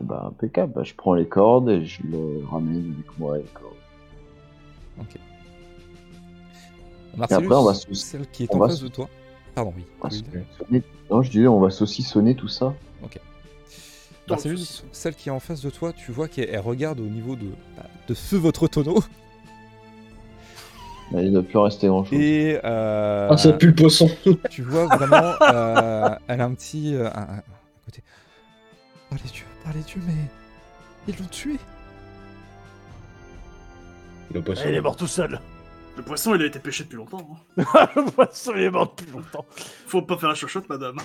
S5: Bah, impeccable. Bah, je prends les cordes et je le ramène avec moi les cordes.
S2: Marcellus,
S5: après, on va se-
S2: celle qui est
S5: on
S2: en
S5: va
S2: face
S5: se-
S2: de toi. Pardon, oui.
S5: On va
S2: oui.
S5: saucissonner- Non, je disais, on va saucissonner tout ça.
S6: Dans le
S2: Marcellus,
S6: saucisson.
S2: celle qui est en face de toi, tu vois qu'elle elle regarde au niveau de, bah, de feu votre tonneau
S6: Oh.
S5: Mais il ne doit plus rester grand chose.
S2: et euh,
S3: Ah ça pue le poisson
S2: tu vois vraiment, euh, elle a un petit, euh, un- un- un côté. Oh les dieux, oh les dieux, mais ils l'ont tué.
S3: Le poisson.
S4: Ah, il est mort tout seul.
S6: Le poisson, il a été pêché depuis longtemps. hein.
S4: le poisson, il est mort depuis longtemps.
S6: Faut pas faire la chochotte, madame.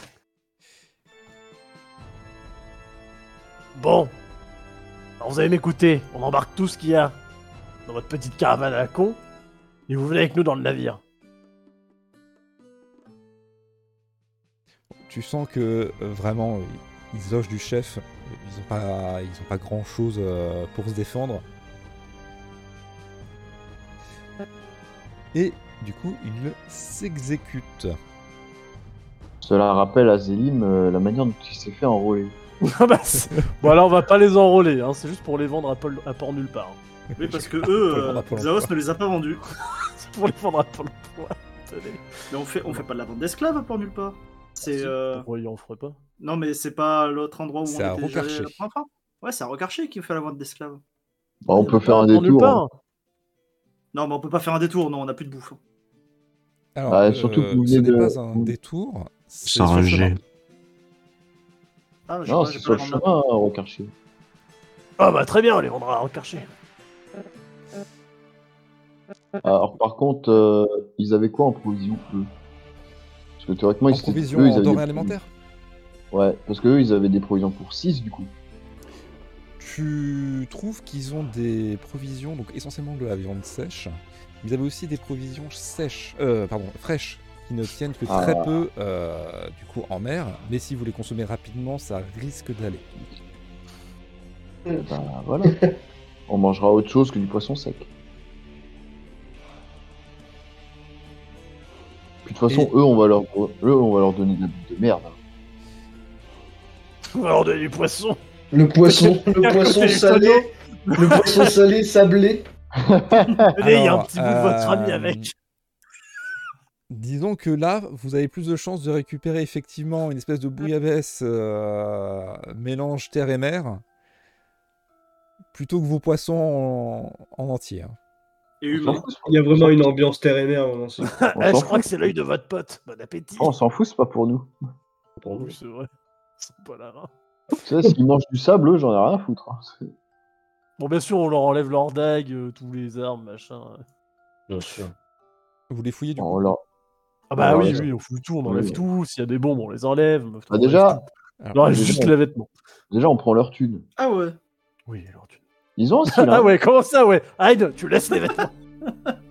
S4: Bon. Alors, vous allez m'écouter. On embarque tout ce qu'il y a dans votre petite caravane à la con. Et vous venez avec nous dans le navire.
S2: Tu sens que euh, vraiment euh, ils ogent du chef, ils ont pas, ils ont pas grand chose pour se défendre. Et du coup, ils s'exécutent.
S5: Cela rappelle à Zélim euh, la manière dont il s'est fait enrôler.
S4: Ah bah, c'est- bon, alors on va pas les enrôler. hein, C'est juste pour les vendre à, Paul- à port nulle part. hein.
S6: Oui, parce que eux,
S2: Faut le vendre à
S6: euh,
S2: Pôle
S6: Xaos
S2: emploi.
S6: ne les a pas vendus.
S4: C'est pour les vendre à Pôle emploi. Tenez.
S6: Mais on fait, on fait pas de la vente d'esclaves à Port nulle part. C'est. euh,
S4: Pourquoi il en ferait pas
S6: Non, mais c'est pas l'autre endroit où
S2: C'est
S6: on
S2: à
S6: était déjà allé
S2: Rocarcher.
S6: la première fois Ouais, c'est à Rocarcher qui fait la vente d'esclaves.
S5: Bah, on
S4: Il y
S5: peut
S4: en a
S5: faire
S4: pas
S5: un
S4: à Port Nulle
S5: détour. hein.
S4: Part.
S6: Non, mais on peut pas faire un détour, non, on a plus de bouffe. hein.
S2: Alors, euh,
S5: Bah, surtout que vous
S2: ce
S5: venez
S2: n'est
S5: de-
S2: pas un
S5: vous-
S2: détour, c'est
S7: Sans
S2: sur le
S7: un jet.
S2: chemin.
S6: Ah, j'ai
S5: Non,
S6: pas-
S5: c'est
S6: j'ai pas
S5: sur le
S6: la
S5: chemin,
S6: grande
S5: hein, Rocarcher.
S4: Ah bah très bien, on les vendra à Encarcher.
S5: Alors, par contre, euh, ils avaient quoi en provision eux Parce Parce que théoriquement,
S2: En
S5: ils
S2: provision,
S5: eux, ils
S2: en
S5: avaient
S2: denrées
S5: des-
S2: alimentaires
S5: Ouais, parce qu'eux, ils avaient des provisions pour 6 du coup.
S2: Tu trouves qu'ils ont des provisions, donc essentiellement de la viande sèche, mais ils avaient aussi des provisions sèches, euh, pardon, fraîches, qui ne tiennent que très
S5: Ah.
S2: peu euh, du coup en mer, mais si vous les consommez rapidement, ça risque d'aller.
S5: Bah voilà. On mangera autre chose que du poisson sec. Puis de toute façon,
S2: Et-
S5: eux, on va leur, eux, on va leur donner de la bouffe de merde.
S4: Alors, des du poisson.
S3: Le poisson, le
S4: À côté
S3: poisson
S4: du
S3: salé, le poisson salé sablé.
S4: Venez, il y a un
S2: Alors,
S4: petit bout de votre ami
S2: euh,
S4: avec.
S2: Disons que là, vous avez plus de chances de récupérer effectivement une espèce de bouillabaisse euh, mélange terre et mer, plutôt que vos poissons en, en entier. hein.
S6: Et
S5: On s'en
S6: humain.
S5: fout,
S3: Il y a vraiment une ambiance terre et mer. vraiment, c'est-
S5: on
S4: Ah, je
S5: s'en fout.
S4: crois que c'est l'œil de votre pote. Bon appétit.
S5: On s'en fout, c'est pas pour nous.
S3: Pour nous.
S4: Oui, c'est vrai. C'est pas la main.
S5: Tu sais, s'ils mangent du sable, eux, j'en ai rien à foutre. hein. C'est-
S4: Bon, bien sûr, on leur enlève leurs dagues, euh, tous les armes, machin.
S2: Vous les fouillez du coup.
S5: On leur...
S4: Ah bah
S5: Ah
S4: oui,
S5: ouais.
S4: oui, on fout tout, on
S5: Oui,
S4: enlève
S5: oui.
S4: tout. S'il y a des bombes, on les enlève. on
S5: Bah,
S4: enlève
S5: déjà, bah
S4: tout.
S2: Alors,
S4: On enlève
S5: déjà,
S4: juste
S5: on-
S4: les vêtements.
S5: déjà, on prend leur thune.
S6: Ah ouais.
S4: Oui, alors tu...
S5: Ils ont un style,
S4: Ah
S5: hein.
S4: ouais, comment ça, ouais Hyde, tu laisses les vêtements.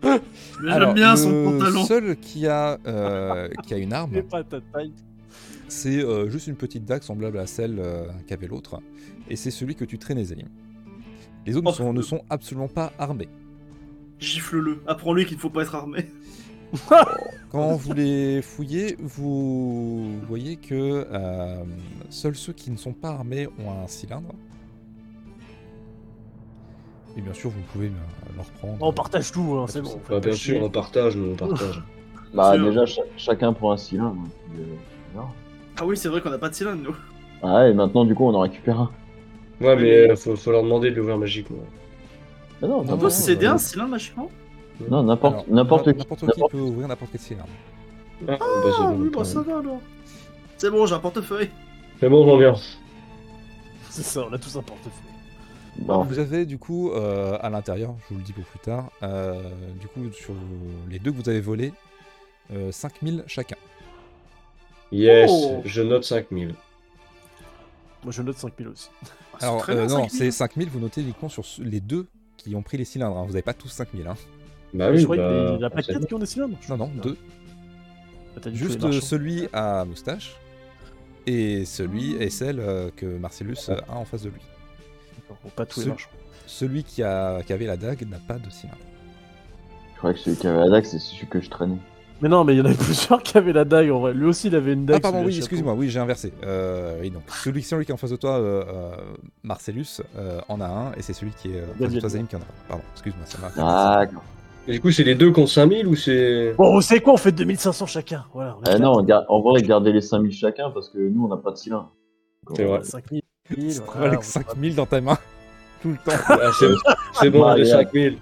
S6: Mais
S2: Alors,
S6: j'aime bien son
S2: le
S6: pantalon.
S2: seul qui a, euh, qui a une
S4: Mais
S2: arme,
S4: pas ta taille.
S2: c'est euh, juste une petite dague semblable à celle euh, qu'avait l'autre, et c'est celui que tu traînais, Zélim. Les autres ne
S6: Oh,
S2: sont, ne sont absolument pas armés.
S6: Gifle-le. Apprends-lui qu'il ne faut pas être armé.
S2: Quand vous les fouillez, vous voyez que euh, seuls ceux qui ne sont pas armés ont un cylindre. Et bien sûr, vous pouvez euh, leur prendre.
S4: On partage tout, hein,
S2: Bah,
S4: c'est bon. on fait
S3: Ouais,
S4: pas
S3: bien
S4: chier.
S3: sûr, on partage, nous, on partage.
S5: Bah
S6: Sûr.
S5: déjà, cha- chacun prend un cylindre. puis, euh, voilà.
S6: Ah oui, c'est vrai qu'on n'a pas de cylindre, nous.
S5: Ah ouais, et maintenant, du coup, on en récupère un.
S3: Ouais, mais euh, faut, faut leur demander de l'ouvrir magiquement.
S5: Mais Bah non,
S2: Ah Non,
S6: On
S5: n'importe-
S6: peut céder
S2: ouais.
S6: un cylindre magiquement
S5: non,
S2: Alors,
S5: n'importe n'importe qui.
S2: N'importe qui
S5: n'importe-
S2: peut ouvrir n'importe quel cylindre.
S3: Ah, bah, c'est
S6: Ah
S3: bon,
S6: oui, bah ça va alors. C'est bon, j'ai un portefeuille.
S3: C'est bon, j'en viens.
S4: C'est ça, on a tous un portefeuille.
S5: Bon.
S2: Vous avez du coup euh, à l'intérieur, je vous le dis pour plus tard, euh, du coup sur les deux que vous avez volés, euh, 5000 chacun.
S3: Yes,
S6: Oh.
S3: je note 5000.
S4: Moi, je note 5000 aussi.
S6: Ah, c'est
S2: Alors
S6: très
S2: euh,
S6: bien,
S2: non,
S6: 5 000.
S2: c'est 5000, vous notez uniquement sur ce- les deux qui ont pris les cylindres, hein. vous n'avez pas tous 5000. Hein.
S3: Bah
S4: je
S3: oui,
S4: croyais
S3: bah,
S4: qu'il n'y a pas
S3: c'est-
S4: 4 qui ont des cylindres.
S2: Non, non, deux.
S4: Ah, t'as dit tous les
S2: Juste euh,
S4: marchands.
S2: celui à moustache et celui et celle euh, que Marcellus euh, a en face de lui.
S4: Bon, pas tous les
S2: Ce-
S4: marchands.
S2: Celui qui, a, qui avait la dague n'a pas de cylindre.
S5: Je croyais que celui qui avait la dague, c'est celui que je traînais.
S4: Mais non, mais il y en avait plusieurs qui avaient la dague en vrai. Lui aussi, il avait une dague.
S2: Ah pardon,
S4: celui-là,
S2: oui,
S4: chapeau.
S2: excuse-moi, oui, j'ai inversé. Euh, oui, donc celui, celui qui est en face de toi, euh, euh, Marcellus, euh, en a un, et c'est celui qui est euh, en face de
S4: Gabriel.
S2: toi, Zalim, qui en a pas. Pardon, excuse-moi, ça m'a...
S4: Ah,
S5: D'accord.
S3: Et Du coup, c'est les deux qui ont 5000 ou c'est.
S4: Bon, vous savez quoi, on fait 2500 chacun. Voilà. on a
S5: Eh
S4: quatre.
S5: non, gar- en vrai, gardez les 5000 chacun parce que nous, on n'a pas de cylindre.
S3: C'est vrai.
S4: On a 5000.
S2: Tu travailles
S4: voilà, on
S2: avec
S4: a-
S2: 5000 dans ta main, tout le temps.
S3: Ah, c'est c'est bon,
S5: Bah,
S3: les
S5: yeah.
S3: 5000.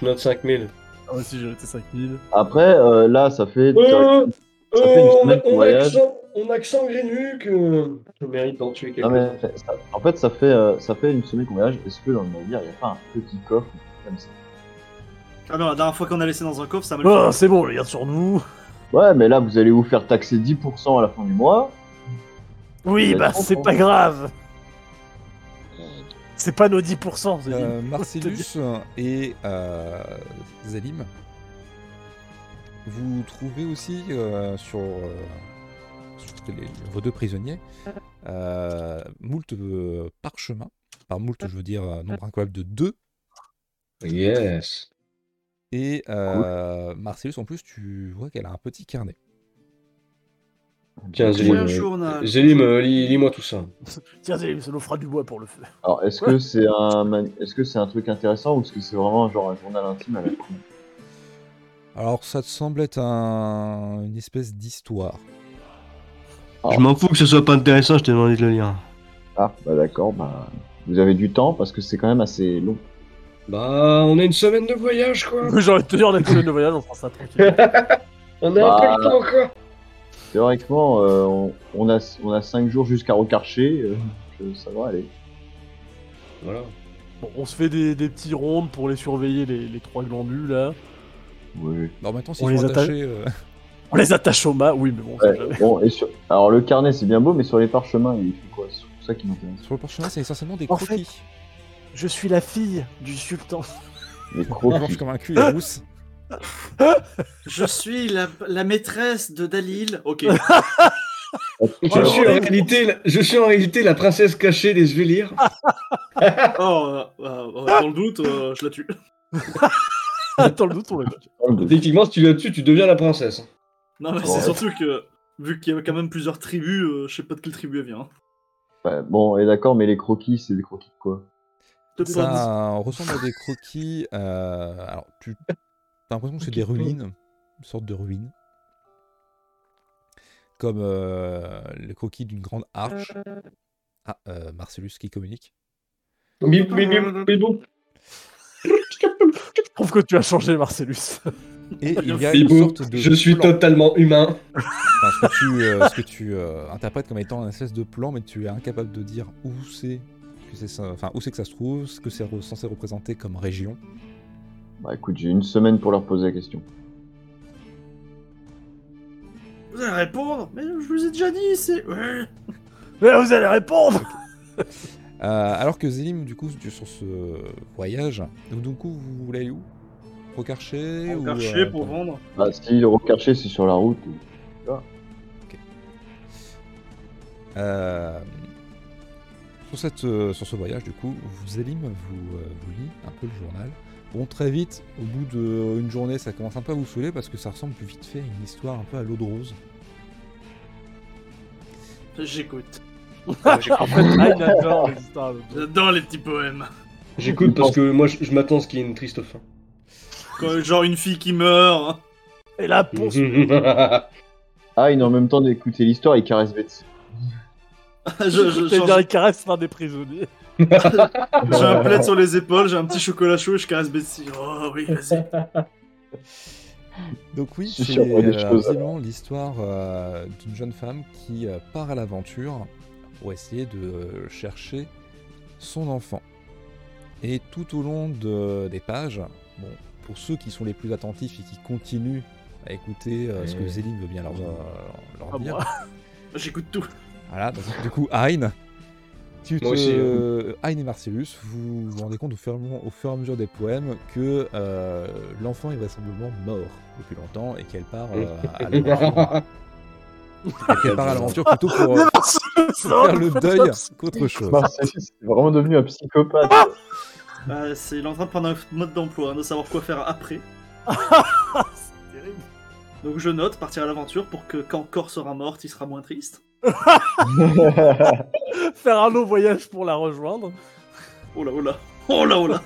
S3: Je note 5000.
S4: Ah, aussi, j'ai noté 5000.
S5: Après, euh, là, ça fait.
S3: Euh,
S5: Ça fait une
S3: euh, on,
S5: semaine qu'on
S3: on
S5: voyage.
S3: accent, on accent Grenuc, euh, je mérite d'en tuer
S5: Non, mais
S3: quelqu'un.
S5: ça- en fait, ça fait, euh, ça fait une semaine qu'on voyage. Est-ce que dans le navire, il n'y a pas un petit coffre comme ça
S6: Ah non, la dernière fois qu'on a laissé dans un coffre, ça m'a
S4: Oh, c'est bon, regarde sur nous.
S5: Ouais, mais là, vous allez vous faire taxer 10% à la fin du mois.
S4: Oui,
S5: Ouais,
S4: bah,
S5: trente,
S4: c'est
S5: hein.
S4: pas grave. C'est pas nos 10%. c'est dit.
S2: Euh, Marcellus et euh, Zélim, vous trouvez aussi euh, sur, euh, sur les- vos deux prisonniers euh, moult euh, parchemins, par moult je veux dire euh, nombre incroyable de deux,
S3: Yes.
S2: et euh, Marcellus en plus tu vois qu'elle a un petit carnet.
S3: Tiens,
S6: J'ai
S3: Zélim,
S6: un
S3: euh,
S5: Ah.
S6: journal.
S3: Zélim, euh, lis- lis-moi tout ça.
S4: Tiens, Zélim, ça nous fera du bois pour le feu.
S5: Alors, est-ce que c'est un, mani- est-ce que c'est un truc intéressant ou est-ce que c'est vraiment genre un journal intime à la con
S2: Alors ça te semble être un- une espèce d'histoire.
S5: Oh.
S7: Je m'en fous que ce soit pas intéressant, je t'ai demandé de le lire.
S5: Ah, bah d'accord. Bah, vous avez du temps parce que c'est quand même assez long.
S3: Bah, on a une semaine de voyage, quoi.
S4: J'ai envie de te dire, on a fait le voyage, on fera ça tranquille.
S3: On a un peu le temps, quoi.
S5: Théoriquement, euh, on, on a, on a 5 jours jusqu'à Rocarcher. euh, donc, euh, ça va aller.
S3: Voilà.
S4: Bon, on se fait des, des petits rondes pour les surveiller, les, les trois glandus là.
S5: Oui.
S2: Alors maintenant s'ils
S4: On
S2: sont
S4: les attaque-
S2: attachés, euh,
S4: On les attache au mât, oui, mais bon, on sait
S5: Ouais,
S4: jamais.
S5: bon, et sur- Alors, le carnet, c'est bien beau, mais sur les parchemins, il fait quoi C'est ça qui m'intéresse.
S2: Sur le parchemin, c'est essentiellement des
S4: En fait-
S2: croquis.
S4: Je suis la fille du sultan.
S5: Les
S2: Blanche
S5: croquis.
S2: comme un cul et rousse.
S1: Je suis la, la maîtresse de Dalil. Ok.
S5: Ah,
S3: Je suis, en réalité, Ah. la- je suis en réalité la princesse cachée des Svelir.
S1: Oh, euh, euh, dans le doute, euh, je la tue.
S4: Attends le doute, on le tue.
S3: Effectivement, si tu l'as dessus, tu deviens la princesse.
S1: Non, mais
S5: Bon.
S1: c'est surtout que, vu qu'il y a quand même plusieurs tribus, euh, je sais pas de quelle tribu elle vient. hein.
S5: Bah, bon, et d'accord, mais les croquis, c'est des croquis de quoi
S1: De Ponce.
S2: Ça ressemble à des croquis. euh, alors, tu as l'impression que c'est des ruines, une sorte de ruine. Comme euh, les croquis d'une grande arche. Ah, euh, Marcellus qui communique.
S3: Bim, bim, bim, bim, bim.
S4: Je trouve que tu as changé, Marcellus.
S2: Et il y a une
S3: Bibou,
S2: sorte de.
S3: je suis
S2: plan.
S3: totalement humain.
S2: Enfin, ce que tu, euh, ce que tu euh, interprètes comme étant un espèce de plan, mais tu es incapable de dire où c'est que c'est, ça- enfin où c'est que ça se trouve, ce que c'est re- censé représenter comme région.
S5: Bah, écoute, j'ai une semaine pour leur poser la question.
S1: Vous allez répondre Mais je vous ai déjà dit, c'est. Ouais.
S4: Mais vous allez répondre
S2: Euh, alors que Zélim, du coup, du- sur ce voyage, donc du coup, vous voulez aller où Recarcher ou,
S1: Chercher
S2: euh,
S1: pour
S2: attends.
S1: vendre.
S5: Bah, si le recarché, c'est sur la route.
S2: Euh, sur, cette, euh, sur ce voyage, du coup, vous Zélim vous, euh, vous lit un peu le journal. Bon, très vite, au bout d'une journée, ça commence un peu à vous saouler parce que ça ressemble vite fait à une histoire un peu à l'eau de rose.
S1: J'écoute.
S4: En fait, ah, j'adore les histoires.
S1: J'adore les petits poèmes.
S3: J'écoute parce que moi, je, je m'attends à ce qu'il y ait une triste fin.
S1: Quand, genre une fille qui meurt. hein.
S4: Et la ponce.
S5: Ah, et en même temps d'écouter l'histoire, il caresse Betsy.
S1: je, je-
S4: T'es
S1: genre-
S4: bien les caresses par des prisonniers.
S1: j'ai un plaid sur les épaules, j'ai un petit chocolat chaud et je caresse Betsy. Oh oui, vas-y.
S2: Donc oui,
S5: Je suis
S2: c'est
S5: sûr qu'on a des
S2: euh,
S5: choses.
S2: visiblement l'histoire euh, d'une jeune femme qui euh, part à l'aventure pour essayer de euh, chercher son enfant. Et tout au long de- des pages, bon, pour ceux qui sont les plus attentifs et qui continuent à écouter euh, ce que
S5: Ouais.
S2: Zéline veut bien leur, euh, leur
S4: Ah,
S2: dire,
S4: moi.
S1: J'écoute tout.
S2: voilà, donc, du coup, Hein, tu te-
S3: Moi aussi,
S2: Hein et Marcellus, vous vous rendez compte au fur, au fur et à mesure des poèmes que euh, l'enfant est vraisemblablement mort depuis longtemps et qu'elle part euh, à, à l'aventure qu'elle part à l'aventure plutôt pour euh, faire le deuil qu'autre chose.
S5: Marcellus, Bah, c'est Ah vraiment devenu un psychopathe.
S1: Euh, c'est, il est en train de prendre un mode d'emploi, hein, de savoir quoi faire après.
S4: C'est terrible.
S1: Donc je note partir à l'aventure pour que quand Cor sera morte, il sera moins triste.
S4: Faire un long voyage pour la rejoindre.
S1: Oh là oh là. Oh là oh là.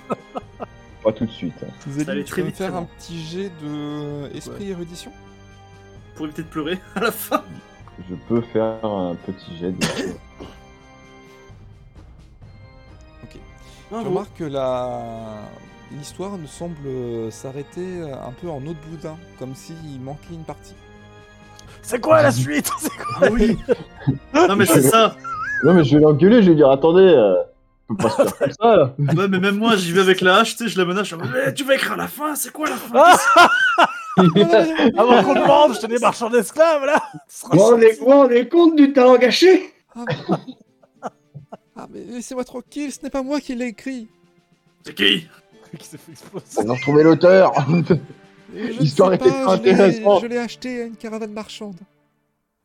S5: Pas tout de suite. hein.
S1: Ça allait
S2: Zélie, tu
S1: très
S2: veux me
S1: vite. c'est
S2: faire un
S1: bon.
S2: petit jet de euh, esprit érudition
S1: Pour éviter de pleurer à la fin.
S5: Je peux faire un petit jet. de-
S2: Tu remarques que la l'histoire ne semble euh, s'arrêter euh, un peu en eau de boudin, comme s'il manquait une partie.
S4: C'est quoi la suite C'est quoi
S1: Ah oui. non mais c'est ça.
S5: Non, mais je vais l'engueuler, je vais lui dire attendez, euh, on peut pas se faire comme ça. là.
S1: Ouais, mais même moi, j'y vais avec la hache, tu sais, je la menace. je suis en mode, Mais tu vas écrire la fin, c'est quoi la fin
S4: Avant qu'on le vende, je te démarche en esclave là Ce sera
S3: Vous vous rendez-
S4: sorti.
S3: vous vous rendez compte du talent gâché
S2: Ah, Ah, mais laissez-moi tranquille, ce n'est pas moi qui l'ai écrit.
S1: C'est qui
S4: Qui s'est fait exploser.
S5: On a retrouvé l'auteur.
S2: Je ne
S5: L'histoire
S2: sais
S5: était
S2: pas,
S5: pas
S2: je l'ai-
S5: intéressante.
S2: Je l'ai acheté à une caravane marchande.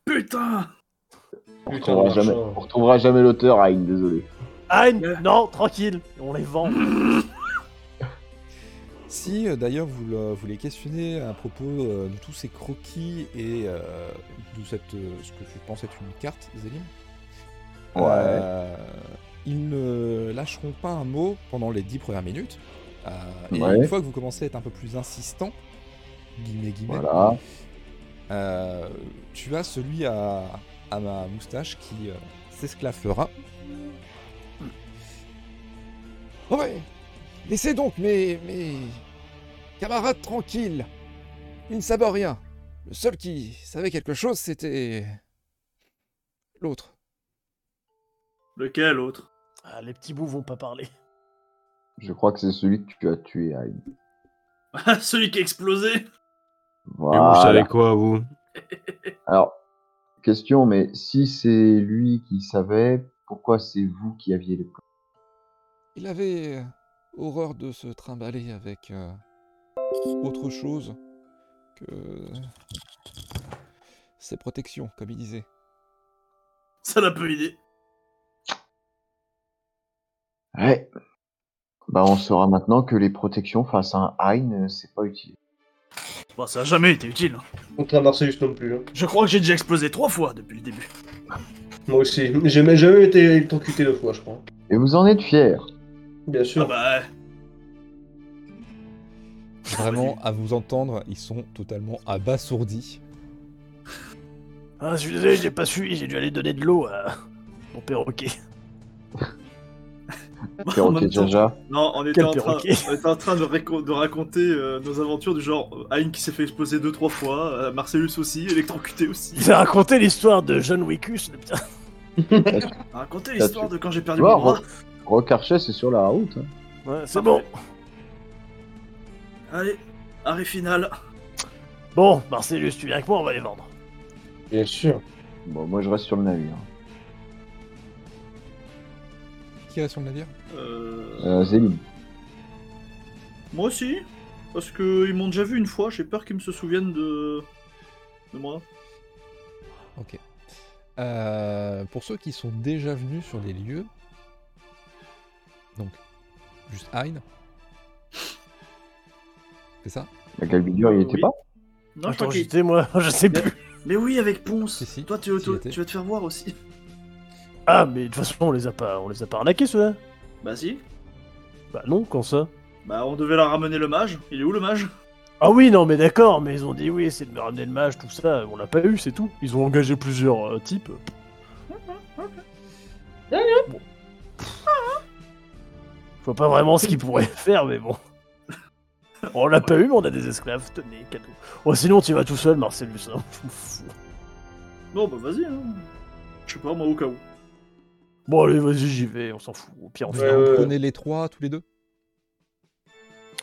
S1: Putain
S5: on
S3: Putain,
S5: retrouvera jamais, on retrouvera jamais l'auteur, Aïn, désolé.
S4: Ah, une- non, tranquille, on les vend.
S2: Si euh, d'ailleurs vous, le- vous les questionnez à propos euh, de tous ces croquis et euh, de cette, euh, ce que tu penses être une carte, Zélim,
S5: Ouais.
S2: euh, ils ne lâcheront pas un mot pendant les dix premières minutes. Euh, et
S5: Ouais.
S2: une fois que vous commencez à être un peu plus insistant, guillemets, guillemets,
S5: Voilà.
S2: euh, tu as celui à, à ma moustache qui euh, s'esclaffera. Oh ouais Laissez donc mes, mes camarades tranquilles Ils ne savent rien Le seul qui savait quelque chose, c'était. l'autre.
S1: Lequel autre
S4: Ah, les petits bouts vont pas parler.
S5: Je crois que c'est celui que tu as tué, Aïn.
S1: Celui qui a explosé
S8: Et vous
S5: Voilà.
S8: savez quoi, vous
S5: Alors, question, mais si c'est lui qui savait, pourquoi c'est vous qui aviez les plans
S2: Il avait euh, horreur de se trimballer avec euh, autre chose que ses protections, comme il disait.
S1: Ça l'a peu aidé.
S5: Ouais. Bah, on saura maintenant que les protections face à un Hein, c'est pas utile.
S6: Bah, ça a jamais été utile. hein.
S3: Contre un Marseillais non plus. hein.
S6: Je crois que j'ai déjà explosé trois fois depuis le début.
S3: Moi aussi. J'ai même jamais été électrocuté deux fois, je crois.
S5: Et vous en êtes fiers.
S3: Bien
S6: Ah
S3: sûr.
S6: bah,
S2: Vraiment, à vous entendre, ils sont totalement abasourdis.
S4: Ah, je suis désolé, j'ai pas suivi, j'ai dû aller donner de l'eau à mon perroquet.
S1: en
S5: Perroquet
S1: même temps,
S5: Jaja.
S1: Non, on était, en train,
S4: perroquet.
S1: on était en train de, raco- de raconter euh, nos aventures du genre Ayn qui s'est fait exploser deux trois fois, euh, Marcellus aussi, électrocuté aussi.
S4: Il a raconté l'histoire de John Wickus, le putain.
S1: Raconter l'histoire de quand j'ai perdu
S5: Voir, hein.
S1: mon bras.
S5: Rocarchet, c'est sur la route. hein.
S4: Ouais, c'est bon.
S1: Allez, arrêt final.
S4: Bon, Marcellus, tu viens avec moi, on va les vendre.
S3: Bien sûr.
S5: Bon, moi, je reste sur le navire.
S2: Qui reste sur le navire
S1: Euh,
S5: Euh, Zélie.
S1: Moi aussi, parce que ils m'ont déjà vu une fois, j'ai peur qu'ils me se souviennent de... de moi.
S2: Ok. Euh, pour ceux qui sont déjà venus sur les lieux, donc juste Hein, c'est ça
S5: La Galbidure, il
S1: Euh,
S5: était
S1: oui.
S5: pas
S1: Non, je
S4: Attends,
S1: crois qu'il-
S4: j'étais moi, je sais
S1: Mais-
S4: plus.
S1: Mais oui, avec Ponce.
S2: Si, si,
S1: Toi, tu,
S2: si,
S1: toi,
S2: était.
S1: tu vas te faire voir aussi.
S4: Ah, mais de toute façon, on les a pas, on les a pas arnaqués, ceux-là.
S1: Bah si.
S4: Bah non, quand ça
S1: Bah on devait leur ramener le mage. Il est où le mage
S4: Ah oui, non, mais d'accord, mais ils ont dit oui, c'est de me ramener le mage, tout ça, on l'a pas eu, c'est tout. Ils ont engagé plusieurs euh, types. Bon. Je vois pas vraiment ce qu'ils pourraient faire, mais bon. On l'a pas eu, mais on a des esclaves, tenez, cadeau. Oh, sinon, tu vas tout seul, Marcellus. hein. Je m'en fous.
S1: Non, bah vas-y. hein. Je sais pas, moi, au cas où.
S4: Bon, allez, vas-y, j'y vais, on s'en fout. Au pire, on
S2: Vous
S4: fait.
S3: Ouais,
S2: en
S3: ouais.
S2: prenez les trois tous les deux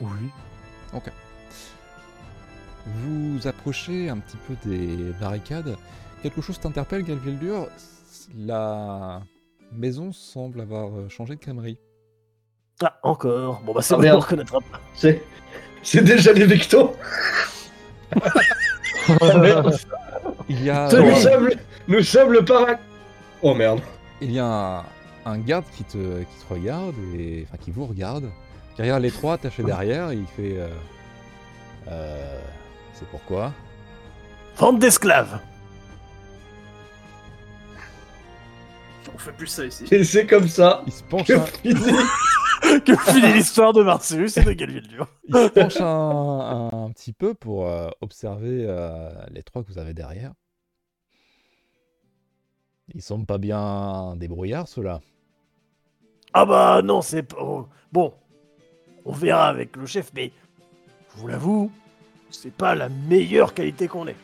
S4: Oui.
S2: Vous approchez un petit peu des barricades. Quelque chose t'interpelle, Galvildur. La maison semble avoir euh, changé de crèmerie.
S4: Ah, encore. Bon, bah, c'est
S3: Ah,
S4: bon,
S3: merde.
S4: on reconnaîtra pas.
S3: C'est. C'est déjà les victos. Merde.
S2: Il y a, euh,
S3: Nous sommes, nous sommes le para. Oh merde.
S2: il y a un, un garde qui te, qui te regarde, et, enfin qui vous regarde, qui regarde les trois attachés derrière. Il fait. euh, euh, C'est pourquoi
S4: Vente d'esclaves
S1: On fait plus ça ici.
S3: Et c'est comme ça.
S2: Il se penche,
S3: que
S2: un,
S3: finit
S4: Que finit l'histoire de Marcellus et de Galvildur
S2: il se penche un, un- un petit peu pour euh, observer euh, les trois que vous avez derrière. Ils semblent pas bien débrouillards, ceux-là.
S4: Ah bah non, c'est pas... oh, Bon, on verra avec le chef, mais je vous l'avoue, c'est pas la meilleure qualité qu'on ait.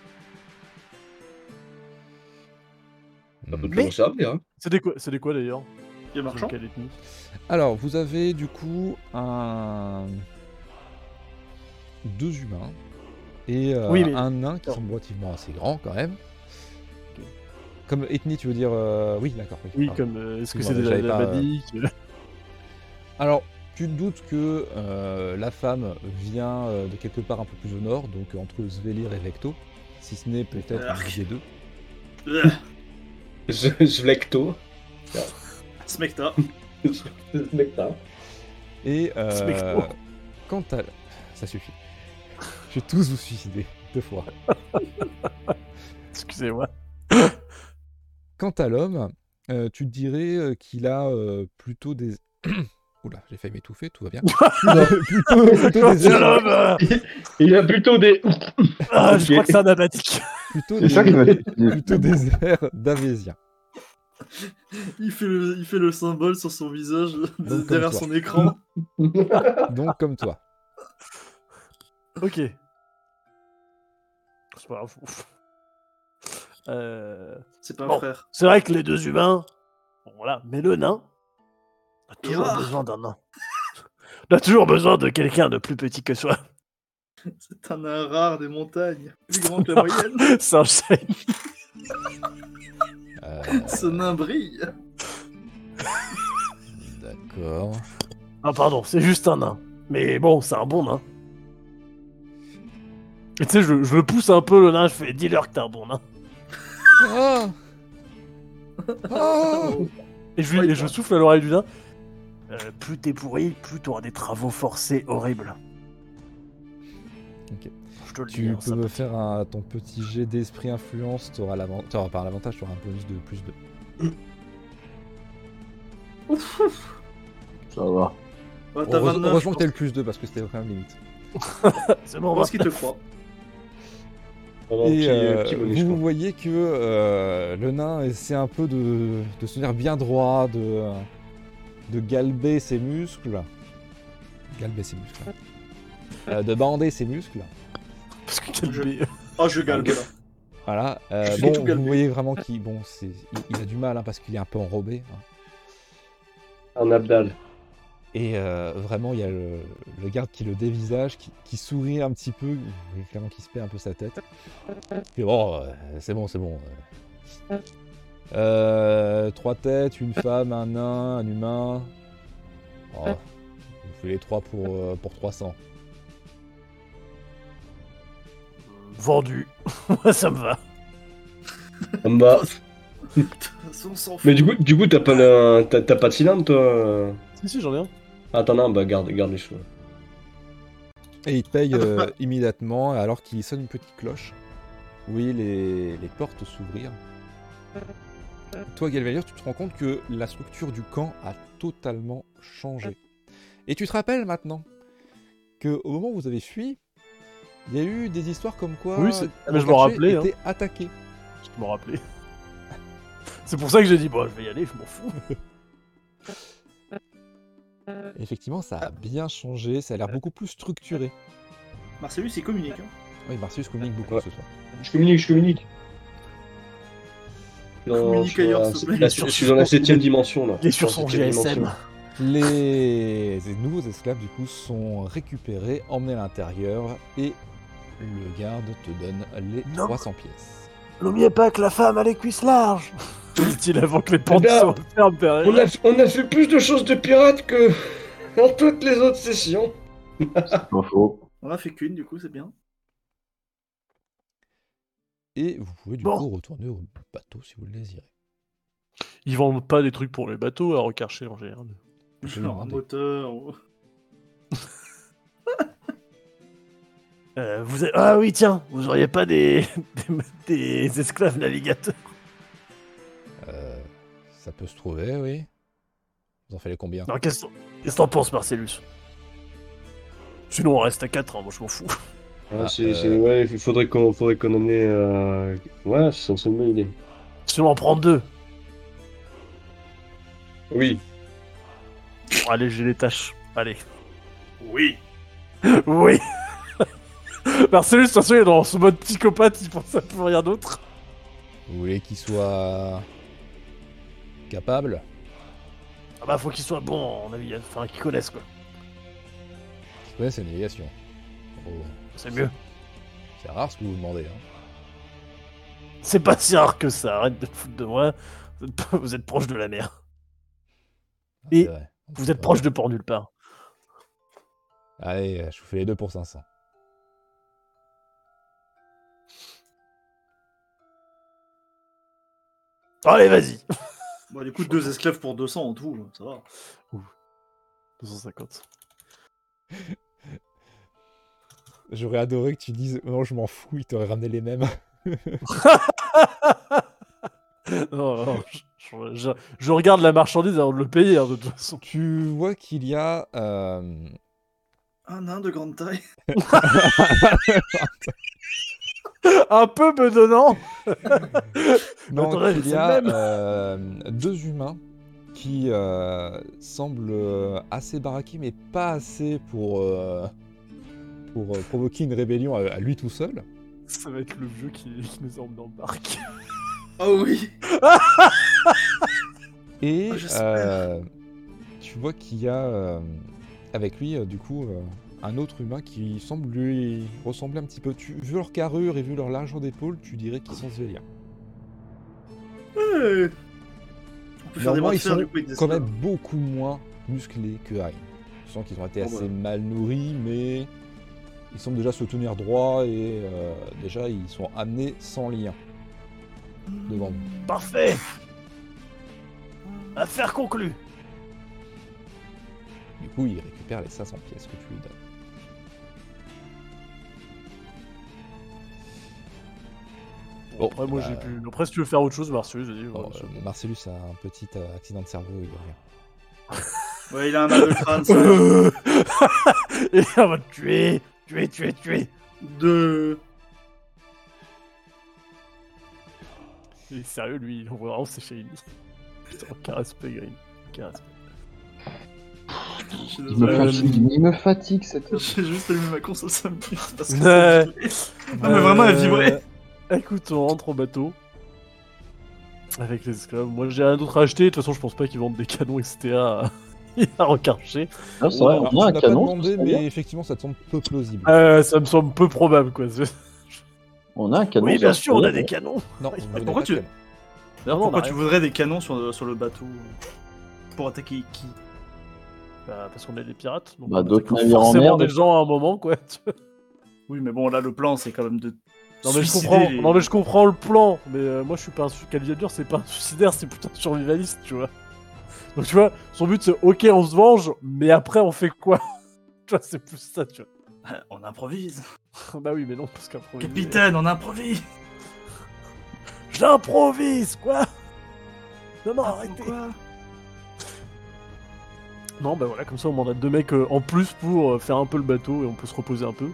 S2: Hmm.
S4: Mais-
S3: Ça, mais, hein.
S4: C'est des quoi, c'est des quoi d'ailleurs
S1: Il est marchand.
S2: Alors, vous avez du coup un... deux humains et euh,
S4: Oui, mais-
S2: un nain qui semble relativement assez grand quand même. Comme ethnie, tu veux dire euh, Oui, d'accord. oui,
S4: Oui,
S2: pardon.
S4: comme euh, est-ce que c'est de
S2: Excuse-moi,
S4: la,
S2: j'avais
S4: la
S2: pas, euh,
S4: Badique
S2: Alors, tu te doutes que euh, la femme vient euh, de quelque part un peu plus au nord, donc euh, entre Svelir et Vecto, si ce n'est peut-être
S1: Arc.
S2: un des deux.
S1: Euh,
S3: Z- Zvlecto.
S1: Smecta.
S3: Zvlecta.
S2: Et euh,
S4: C'est Vecto.
S2: quant à... Ça suffit. Je vais tous vous suicider, deux fois.
S4: Excusez-moi.
S2: Quant à l'homme, euh, tu te dirais euh, qu'il a euh, plutôt des. Oula, j'ai failli m'étouffer, tout va bien. plutôt, plutôt des,
S4: C'est l'homme, euh,
S3: Il a plutôt des.
S4: ah, Je
S3: Ok.
S4: crois que c'est un abatique.
S2: plutôt
S5: C'est ça qui m'a
S2: des,
S5: fait.
S2: plutôt des airs d'Avésien.
S1: Il fait, le, il fait le symbole sur son visage
S2: comme
S1: derrière
S2: toi.
S1: son écran.
S2: Donc, comme toi.
S4: Ok. C'est pas grave. ouf. Euh,
S1: C'est pas un
S4: Bon.
S1: frère.
S4: C'est vrai que les deux humains, bon, voilà, mais le nain on a toujours
S1: rare.
S4: besoin d'un nain. On a toujours besoin de quelqu'un de plus petit que soi.
S6: C'est un nain rare des montagnes, plus grand que la moyenne.
S4: C'est un chèque.
S2: Euh,
S6: Ce nain brille.
S2: D'accord.
S4: Ah, pardon, c'est juste un nain. Mais bon, c'est un bon nain. Et tu sais, je, je le pousse un peu le nain, je fais dis-leur que t'es un bon nain.
S2: Ah Ah
S4: Et je, lui- et je souffle à l'oreille du nain. Euh, plus t'es pourri, plus t'auras des travaux forcés horribles.
S2: Ok.
S4: Je te le dis,
S2: Tu
S4: hein,
S2: peux
S4: ça-
S2: me faire un- ton petit jet d'esprit influence, t'auras l'avantage, t'auras par l'avantage, t'auras un bonus de plus de.
S5: Ça va.
S6: Ouais, t'as 29,
S2: Heureusement, heureusement
S6: je
S2: que t'as le plus 2 parce que c'était quand même limite.
S4: c'est hein. bon, on va-
S6: pense qu'il te croit.
S3: Pendant
S2: Et
S3: petit,
S2: euh,
S3: petit bonus,
S2: vous
S3: quoi.
S2: voyez que euh, le nain essaie un peu de, de se tenir bien droit, de, de galber ses muscles. Galber ses muscles. hein. Euh, de bander ses muscles.
S4: Parce que quel
S6: Je-
S4: baiser.
S6: Oh, je galbe là.
S2: Voilà. euh,
S6: Je suis
S2: bon,
S6: tout galbé.
S2: vous voyez vraiment qu'il bon, c'est- il, il a du mal hein, parce qu'il est un peu enrobé. hein.
S3: Un Abdal.
S2: Et euh, vraiment, il y a le, le garde qui le dévisage, qui, qui sourit un petit peu, vous voyez clairement qui se perd un peu sa tête. Et bon, euh, c'est bon, c'est bon. euh. Euh, trois têtes, une femme, un nain, un humain. Oh, vous faites les trois pour, euh, pour 300.
S4: Vendu. Moi, ça me va.
S3: Bah,
S6: On s'en fout.
S3: mais du coup, du coup, t'as pas de, t'as, t'as pas de cylindre, toi. euh
S4: Si, si, j'en ai un.
S3: Ah, t'en as un, bah garde, garde les choses.
S2: Et il te
S4: Ah,
S2: paye euh, immédiatement alors qu'il sonne une petite cloche. Vous voyez les, les portes s'ouvrir. Toi, Galvalier, tu te rends compte que la structure du camp a totalement changé. Et tu te rappelles maintenant que au moment où vous avez fui, il y a eu des histoires comme quoi
S4: Oui, c'est-
S2: le
S4: mais je m'en
S2: quartier
S4: rappelais, hein.
S2: était attaqué.
S4: Je me rappelais. C'est pour ça que j'ai dit, bon, je vais y aller, je m'en fous.
S2: Effectivement, ça a bien changé, ça a l'air beaucoup plus structuré.
S6: Marcellus, il communique. Hein.
S2: Oui, Marcius communique beaucoup
S3: Ouais.
S2: ce soir.
S3: Je communique, je communique. Je suis dans-
S6: Communique
S3: je suis dans
S6: ailleurs,
S3: la-
S6: s'il te plaît.
S3: la- Je suis dans la septième dimension, là.
S4: Il est sur
S3: Je suis
S4: son
S3: dans la
S4: GSM.
S3: septième dimension.
S2: Les nouveaux esclaves du coup sont récupérés, emmenés à l'intérieur et le garde te donne les
S4: Non.
S2: 300 pièces.
S4: N'oubliez pas que la femme a les cuisses larges. Dit-il avant que les portes
S3: Eh ben,
S4: soient fermes derrière.
S3: On a, on a fait plus de choses de pirates que dans toutes les autres sessions.
S5: C'est pas faux.
S6: On a fait qu'une, du coup, c'est bien.
S2: Et vous pouvez du
S4: Bon.
S2: coup retourner au bateau si vous le désirez.
S4: Ils vendent pas des trucs pour les bateaux à recarcher en général.
S2: Je vais
S6: Genre un
S2: demander.
S6: moteur. ou-
S4: Euh, vous avez- Ah oui, tiens, vous auriez pas des, des... des esclaves navigateurs
S2: Euh, ça peut se trouver, oui. Vous en fallait combien
S4: Non, qu'est-ce qu'est-ce que t'en penses, Marcellus Sinon, on reste à 4, moi je m'en fous.
S2: Ah,
S3: c'est,
S2: euh.
S3: c'est- ouais, il faudrait qu'on, faudrait qu'on emmène. euh, Ouais, c'est c'est une bonne idée.
S4: Sinon, on prend 2
S3: Oui.
S4: pour alléger les tâches. Allez.
S6: Oui.
S4: Oui Marcellus, de toute façon, il est dans son mode psychopathe, il pense à plus rien d'autre.
S2: Vous voulez qu'il soit capable
S4: Ah bah, faut qu'il soit bon en navigateur, hein. enfin, qu'il connaisse quoi.
S2: Je connais sa navigation. Oh,
S4: C'est mieux.
S2: c'est rare ce que vous demandez. hein.
S4: C'est pas si rare que ça, arrête de te foutre de moi. Vous êtes- Vous êtes proche de la mer.
S2: Ah,
S4: Et
S2: c'est vrai.
S4: Vous êtes proche de port nulle part.
S2: Allez, je vous fais les deux pour 500.
S4: Allez, vas-y
S6: Bon, du coup, deux esclaves pour 200 en tout, ça va.
S4: 250.
S2: J'aurais adoré que tu dises non, je m'en fous, il t'aurait ramené les mêmes.
S4: non, non, je, Oh, je- je- je regarde la marchandise avant de le payer, hein, de toute façon.
S2: Tu vois qu'il y a. euh,
S6: Un nain de grande taille.
S4: Un peu bedonnant
S2: non,
S4: Attends, là,
S2: qu'il
S4: c'est
S2: y
S4: le
S2: a
S4: même.
S2: euh, deux humains qui euh, semblent euh, assez baraqués, mais pas assez pour, euh, pour euh, provoquer une rébellion à, à lui tout seul.
S4: Ça va être le vieux qui, qui nous emmène en barque.
S6: Ah oui.
S2: Et
S6: Ah, j'espère.
S2: euh, tu vois qu'il y a euh, avec lui, euh, du coup, euh, un autre humain qui semble lui ressembler un petit peu. Tu, vu leur carrure et vu leur largeur d'épaule, tu dirais qu'ils sont Svelia.
S6: Ouais. On peut faire
S2: Néanmoins,
S6: des bras de
S2: ils
S6: fer
S2: sont
S6: du coup avec des
S2: quand même
S6: sables.
S2: beaucoup moins musclés que Hain. Tu sens qu'ils ont été
S6: Oh,
S2: assez
S6: bah.
S2: mal nourris, mais ils semblent déjà se tenir droit et euh, déjà ils sont amenés sans lien devant vous.
S4: Parfait Affaire conclue
S2: Du coup, il récupère les 500 pièces que tu lui donnes. Bon,
S4: Après, moi,
S2: bah,
S4: j'ai plus. Après, si tu veux faire autre chose, Marcus, vas-y.
S2: bon,
S4: Oh, ouais, c'est
S2: euh,
S4: bon.
S2: Marcellus a un petit euh, accident de cerveau, il
S5: Ah,
S2: revient.
S6: Ouais, il a un mal de crâne, ça.
S4: Et on va te tuer Tuer, tuer, tuer
S6: De.
S4: Il est sérieux, lui, il envoie vraiment sécher une. Putain, aucun respect, Green. Aucun respect.
S6: Je suis
S5: Il me,
S1: Euh,
S6: désolé.
S5: fatigue, il me fatigue cette.
S6: J'ai juste allumé ma console 5 minutes parce que.
S4: Ouais.
S2: Ah,
S6: Non, mais vraiment, elle
S4: Euh,
S6: vibrait.
S4: Écoute, on rentre au bateau. Avec les esclaves. Moi, j'ai rien d'autre à acheter. De toute façon, je pense pas qu'ils vendent des canons, etc. à- à recarcher.
S5: Ah, c'est vrai,
S2: Alors,
S5: on a
S2: tu
S5: un
S2: n'as
S5: canon.
S2: pas demandé,
S5: ça Ah, serait bien.
S2: mais effectivement, ça te semble peu plausible.
S4: Euh, ça me semble peu probable, quoi. ce-
S5: On a un canon.
S4: oui,
S5: ça
S4: bien
S5: serait
S4: sûr, on a
S5: bien.
S4: des canons.
S2: Non, vous n'avez
S6: pourquoi
S2: pas
S6: tu-
S2: de canon.
S4: Non, bah, non, on a
S6: Pourquoi tu
S4: rien.
S6: voudrais des canons sur le, sur le bateau Pour attaquer qui
S4: Bah, parce qu'on est des pirates. Donc
S5: Bah,
S4: on
S5: d'autres
S4: attaque
S5: navires en
S4: forcément
S5: mer,
S4: des
S5: donc-
S4: gens à un moment, quoi. tu vois.
S6: Oui, mais bon, là, le plan, c'est quand même de.
S4: Non, mais je
S6: suicider
S4: comprends.
S6: les-
S4: Non, mais je comprends le plan. Mais euh, moi, je suis pas un su- Calvier dur, c'est pas un suicidaire, c'est plutôt un survivaliste, tu vois. Donc, tu vois, son but, c'est OK, on se venge, mais après, on fait quoi Tu vois, c'est plus ça, tu
S6: Ah, On improvise.
S4: vois. bah oui, mais non, parce qu'après.
S6: Capitaine, on improvise.
S4: J'improvise, euh, quoi Non, non,
S6: Ah,
S4: arrêtez
S6: pourquoi
S4: Non, bah voilà, comme ça, on mandate deux mecs euh, en plus pour euh, faire un peu le bateau et on peut se reposer un peu.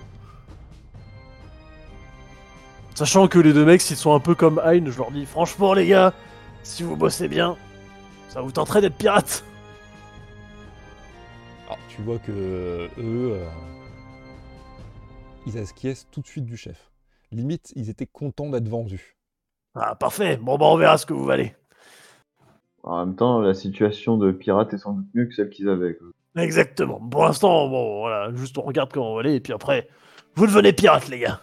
S4: Sachant que les deux mecs, s'ils sont un peu comme Hein, je leur dis franchement, les gars, si vous bossez bien, ça vous tenterait d'être pirate
S2: Alors, Ah, tu vois que euh, eux, euh, ils asquiescent tout de suite du chef. Limite, ils étaient contents d'être vendus.
S4: Ah, parfait, bon, bah on verra ce que vous valez.
S5: En même temps, la situation de pirate est sans doute mieux que celle qu'ils avaient. quoi.
S4: Exactement, pour l'instant, bon, voilà, juste on regarde comment on va aller et puis après, vous devenez pirate, les gars.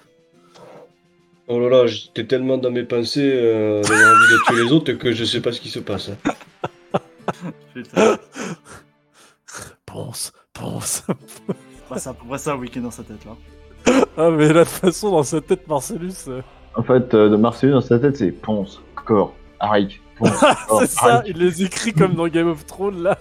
S3: Oh là là, j'étais tellement dans mes pensées, euh, d'avoir envie de tuer les autres que je sais pas ce qui se passe. hein.
S4: Ah.
S6: Putain.
S4: Ponce, ponce.
S6: Ouais, c'est à peu près ça, Weekend dans sa tête, là.
S4: ah, mais là, de toute façon, dans sa tête, Marcellus. euh,
S5: En fait, euh, de Marcellus dans sa tête, c'est ponce, corps, Arik, ponce, corps,
S4: C'est ça,
S5: Arik.
S4: il les écrit comme dans Game of Thrones, là.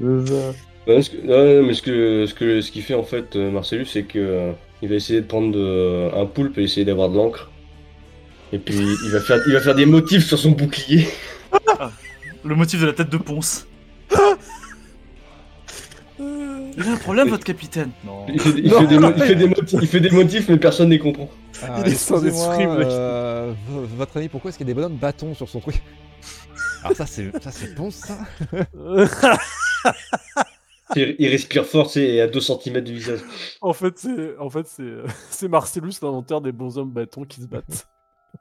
S5: C'est ça.
S3: Non, ce Ben, que- non, non, mais ce que ce que ce qu'il fait en fait, euh, Marcellus, c'est que euh, il va essayer de prendre euh, un poulpe et essayer d'avoir de l'encre. Et puis il va faire il va faire des motifs sur son bouclier.
S6: Le motif de la tête de Ponce. Il a un problème, votre capitaine Non.
S3: Il fait, il fait des, mo- il fait des motifs, il fait des motifs, mais personne ne comprend.
S2: Ah,
S4: Il est sans
S2: excusez-moi,
S4: esprit, mec.
S2: euh, v- votre ami, pourquoi est-ce qu'il y a des bonhommes bâtons sur son truc Alors Ah, ça, c'est ça, c'est bon, ça
S3: Il, il respire fort, c'est et à 2 cm du visage.
S4: En fait, c'est en fait, c'est c'est Marcellus, l'inventeur des bonshommes bâtons qui se battent.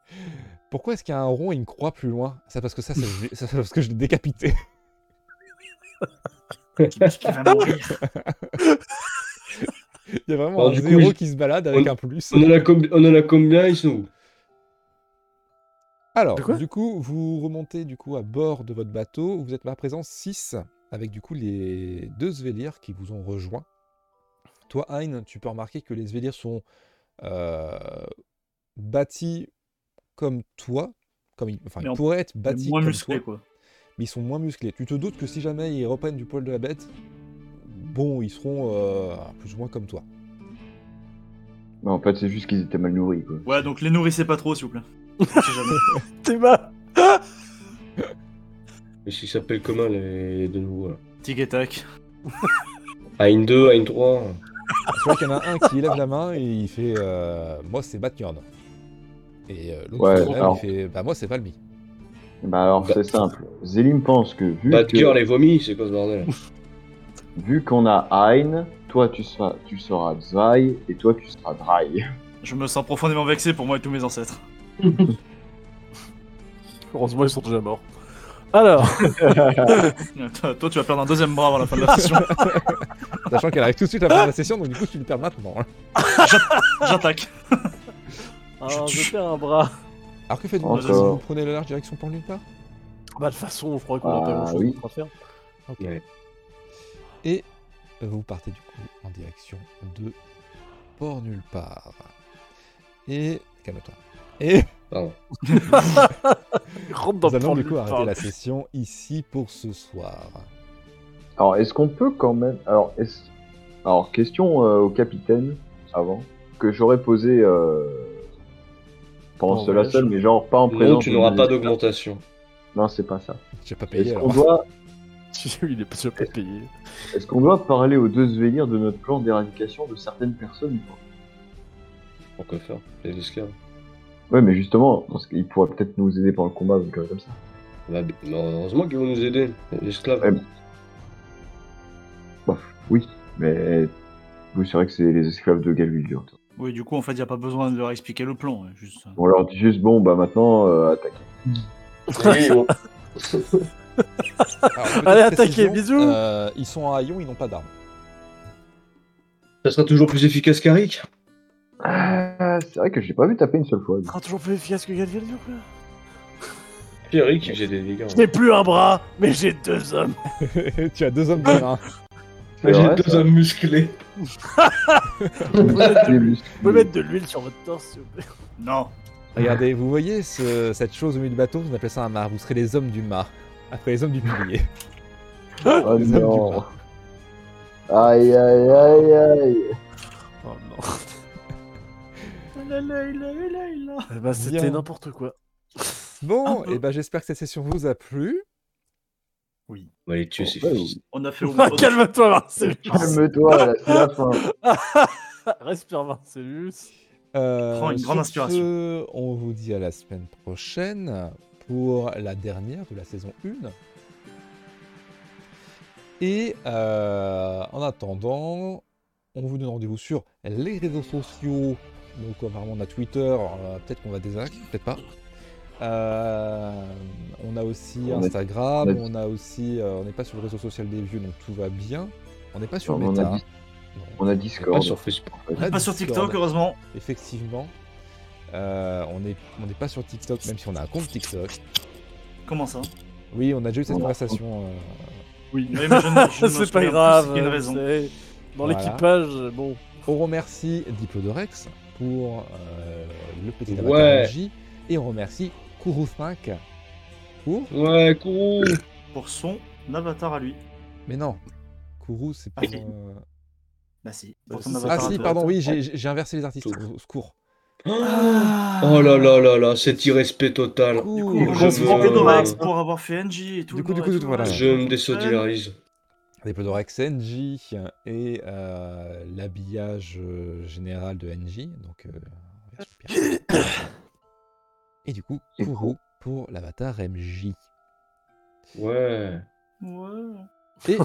S2: Pourquoi est-ce qu'il y a un rond et une croix plus loin Ça parce que ça, c'est ça, c'est parce que je l'ai décapité.
S6: Il va mourir.
S2: Il y a vraiment
S3: Alors,
S2: un
S3: Bah, du coup,
S2: zéro
S3: il-
S2: qui se balade avec
S3: on-
S2: un plus.
S3: On en a, com- on en a combien Ils sont où
S2: Alors,
S4: De quoi
S2: du coup, vous remontez du coup à bord de votre bateau. Vous êtes à présent 6 avec du coup les deux Svelir qui vous ont rejoints. Toi, Hein, tu peux remarquer que les Svelir sont euh, bâtis comme toi, comme ils, enfin,
S6: Mais
S2: ils
S6: en-
S2: pourraient être
S6: Il est
S2: bâtis
S6: moins
S2: comme
S6: musclé,
S2: toi,
S6: quoi.
S2: mais ils sont moins musclés. Tu te doutes que si jamais ils reprennent du poil de la bête, bon, ils seront euh, plus ou moins comme toi.
S5: Non, en fait, c'est juste qu'ils étaient mal nourris. Quoi.
S6: Ouais, donc les nourrissez pas trop, s'il vous plaît. On sait jamais.
S4: Théma
S3: Est-ce qu'ils s'appellent comment les, les deux nouveaux là
S6: Tic et tac.
S3: Ain 2, Ain 3.
S2: Tu vois qu'il y en a un qui lève la main et il fait euh, Moi, c'est Batnyorn. Et euh, l'autre,
S5: Ouais,
S2: il se relève,
S5: alors-
S2: il fait Bah, moi, c'est Valmy.
S5: Bah alors,
S3: Bah-
S5: c'est simple. Zélim pense que vu
S3: Batgirl
S5: que-
S3: et vomi, c'est quoi ce bordel
S5: vu qu'on a Hein, toi tu seras, tu seras Zai et toi tu seras Dry.
S6: Je me sens profondément vexé pour moi et tous mes ancêtres.
S4: Heureusement, ils sont déjà morts. Alors,
S1: Toi, toi, tu vas perdre un deuxième bras avant la fin de la session.
S2: Sachant qu'elle arrive tout de suite à la fin de la session, donc du coup, tu le perds maintenant. hein.
S1: J'attaque.
S4: alors, je perds un bras.
S2: Alors que faites-vous si
S5: Encore.
S2: vous prenez la large direction pour nulle part
S4: Bah, de toute façon, je crois qu'on a
S5: Ah,
S4: pas grand chose
S5: oui.
S4: à faire.
S2: Ok.
S5: Ouais.
S2: Et euh, vous partez du coup en direction de Port Nulle Part. Et. Calme-toi. Et
S3: Pardon.
S4: Rentre dans
S2: nous allons
S4: prendre
S2: du coup
S4: le-
S2: arrêter la session ici pour ce soir.
S5: Alors, est-ce qu'on peut quand même. Alors, est-ce- Alors question euh, au capitaine, avant, que j'aurais posé euh... pendant
S4: Bon,
S5: cela
S4: ouais,
S5: seul, mais genre pas en présence.
S3: Non, tu n'auras
S5: de-
S3: pas d'augmentation.
S5: Non, c'est pas ça.
S2: J'ai pas payé
S5: Est-ce
S2: alors.
S5: qu'on doit...
S4: Il est pas sûr
S2: Eh.
S4: pas payé.
S5: est qu'on doit parler aux deux vélirs de notre plan d'éradication de certaines personnes ou pas
S3: Pourquoi faire Les esclaves.
S5: Ouais, mais justement, parce qu'il pourrait peut-être nous aider pendant le combat ou quelque chose comme ça.
S3: Bah, b- bah, heureusement qu'ils vont nous aider, les esclaves.
S5: Ouais. Bah, oui, mais vous savez que c'est les esclaves de Galville.
S1: Oui, du coup, en fait, il n'y a pas besoin de leur expliquer le plan. ouais, Juste...
S5: On leur dit juste, hein. bon, bah maintenant, euh, attaquez.
S3: Oui, bon.
S2: Alors, petite
S4: Allez, attaquez,
S2: précision,
S4: bisous
S2: euh, ils sont en haillons, ils n'ont pas d'armes.
S3: Ça sera toujours plus efficace qu'Aric.
S5: Ah, c'est vrai que j'ai pas vu taper une seule fois.
S4: sera toujours plus efficace que Galviel, du coup
S3: Puis Aric, j'ai des dégâts. hein.
S4: J'ai plus un bras, mais j'ai deux hommes.
S2: tu as deux hommes de main.
S5: C'est vrai, ça.
S3: hommes musclés.
S5: Des
S4: Vous
S2: Mm.
S4: pouvez
S5: muscles.
S4: mettre de l'huile sur votre torse, s'il vous plaît.
S1: Non.
S2: Regardez, vous voyez ce- cette chose au milieu du bateau, on appelle ça un mât. Vous serez les hommes du mât. Après les hommes du pilier.
S5: Oh
S2: Les hommes du
S5: non.
S2: mât.
S5: Aïe aïe aïe aïe.
S4: Oh non.
S1: Bah,
S4: Eh ben, c'était
S2: Bien.
S4: n'importe quoi.
S2: Bon,
S1: Un peu.
S2: et ben j'espère que cette session vous a plu.
S3: On va les tuer, c'est
S5: Ouais,
S3: fini.
S1: On a fait au
S4: Ah,
S1: moins.
S4: Calme-toi, Marcellus.
S5: Calme-toi, là, c'est la fin.
S4: Respire, Marcellus.
S2: Euh,
S1: Prends une grande
S2: sur
S1: inspiration.
S2: ce, on vous dit à la semaine prochaine pour la dernière de la saison 1. Et euh, en attendant, on vous donne rendez-vous sur les réseaux sociaux. Donc apparemment on a Twitter, euh, peut-être qu'on va désac, peut-être pas. Euh, on a aussi
S5: On a-
S2: Instagram,
S5: on a-
S2: on a aussi, euh, on n'est pas sur le réseau social des vieux, donc tout va bien. On n'est pas sur
S5: On a
S2: Meta.
S5: Dis-
S2: Non.
S5: On a
S3: Pas
S5: Discord.
S3: sur Facebook.
S5: en fait.
S2: Ah,
S1: Pas sur
S2: Discord.
S1: TikTok, heureusement.
S2: Effectivement, euh, on n'est on n'est pas sur TikTok, même si on a un compte TikTok.
S1: Comment ça
S2: Oui, on a déjà eu cette
S5: On a un
S2: conversation. euh,
S1: Oui, mais moi, je ne- je ne me
S4: C'est
S1: souviens
S4: pas
S1: plus
S4: grave.
S1: s'il y a une raison.
S4: c'est- Dans
S2: Voilà.
S4: l'équipage, bon.
S2: On remercie Diplodorex pour euh, le petit
S3: Ouais.
S2: avatar magie. Et on remercie Kuru5 pour.
S3: Ouais, courou
S1: Pour son avatar à lui.
S2: Mais non, Kuru, c'est pas. euh,
S1: Ah, si. Bah si. Pour son
S2: Ah
S1: avatar à
S2: si,
S1: toi.
S2: pardon, oui, j'ai j'ai inversé les artistes. Au secours.
S3: Oh là là là là, cet irrespect
S1: Du
S3: total.
S2: Ouh,
S1: coup,
S3: Et
S1: on
S3: je
S1: se prend
S3: veux-
S1: Pédomax pour avoir fait NJ et tout.
S2: Du
S1: le
S2: coup, du
S1: nord
S2: coup,
S1: et
S2: du
S1: tout,
S2: coup, voilà.
S1: ouais.
S3: Je me désolidarise.
S2: Diplodorex NJ et euh, l'habillage euh, général de NJ. Donc, euh, version pirate. et du coup,
S5: Et
S2: Kuru pour l'avatar MJ.
S3: Ouais.
S1: Ouais.
S2: Et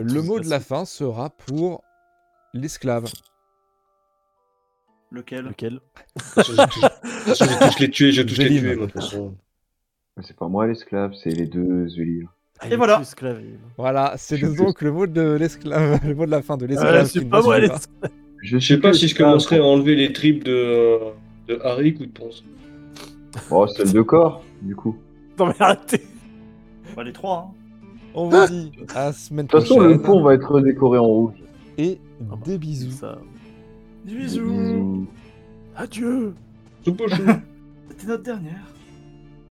S2: le mot de la fin sera pour l'esclave.
S1: Lequel
S4: Lequel
S3: De toute façon, Je touche- de toute façon, je touche les tuer, je touche les
S2: Vélim.
S3: tuer, moi, de toute façon.
S5: C'est pas moi l'esclave, c'est les deux Zulir.
S4: Ah, il
S1: Et
S4: est
S1: voilà.
S4: plus esclave, il est-
S2: Voilà, c'est
S5: Je-
S2: donc le mot de l'esclave, le mot de la fin de l'esclave.
S4: Ah,
S2: qui
S4: C'est
S2: ne
S4: pas
S2: suit
S4: moi, les...
S5: Je
S3: Je sais pas si je commencerai à enlever les tripes de, euh, de Harry ou de Ponce.
S5: Oh, celle de corps, du coup.
S4: Non, mais arrêtez.
S1: Bah les trois. hein.
S2: On vous dit à la semaine
S5: De toute façon, le
S2: prochaine
S5: pont va être décoré en rouge.
S2: et
S4: Ah bah,
S2: des bisous.
S4: Ça.
S1: Des
S5: Des
S1: bisous.
S5: bisous.
S4: Adieu.
S3: Tout pochou.
S1: C'était notre dernière.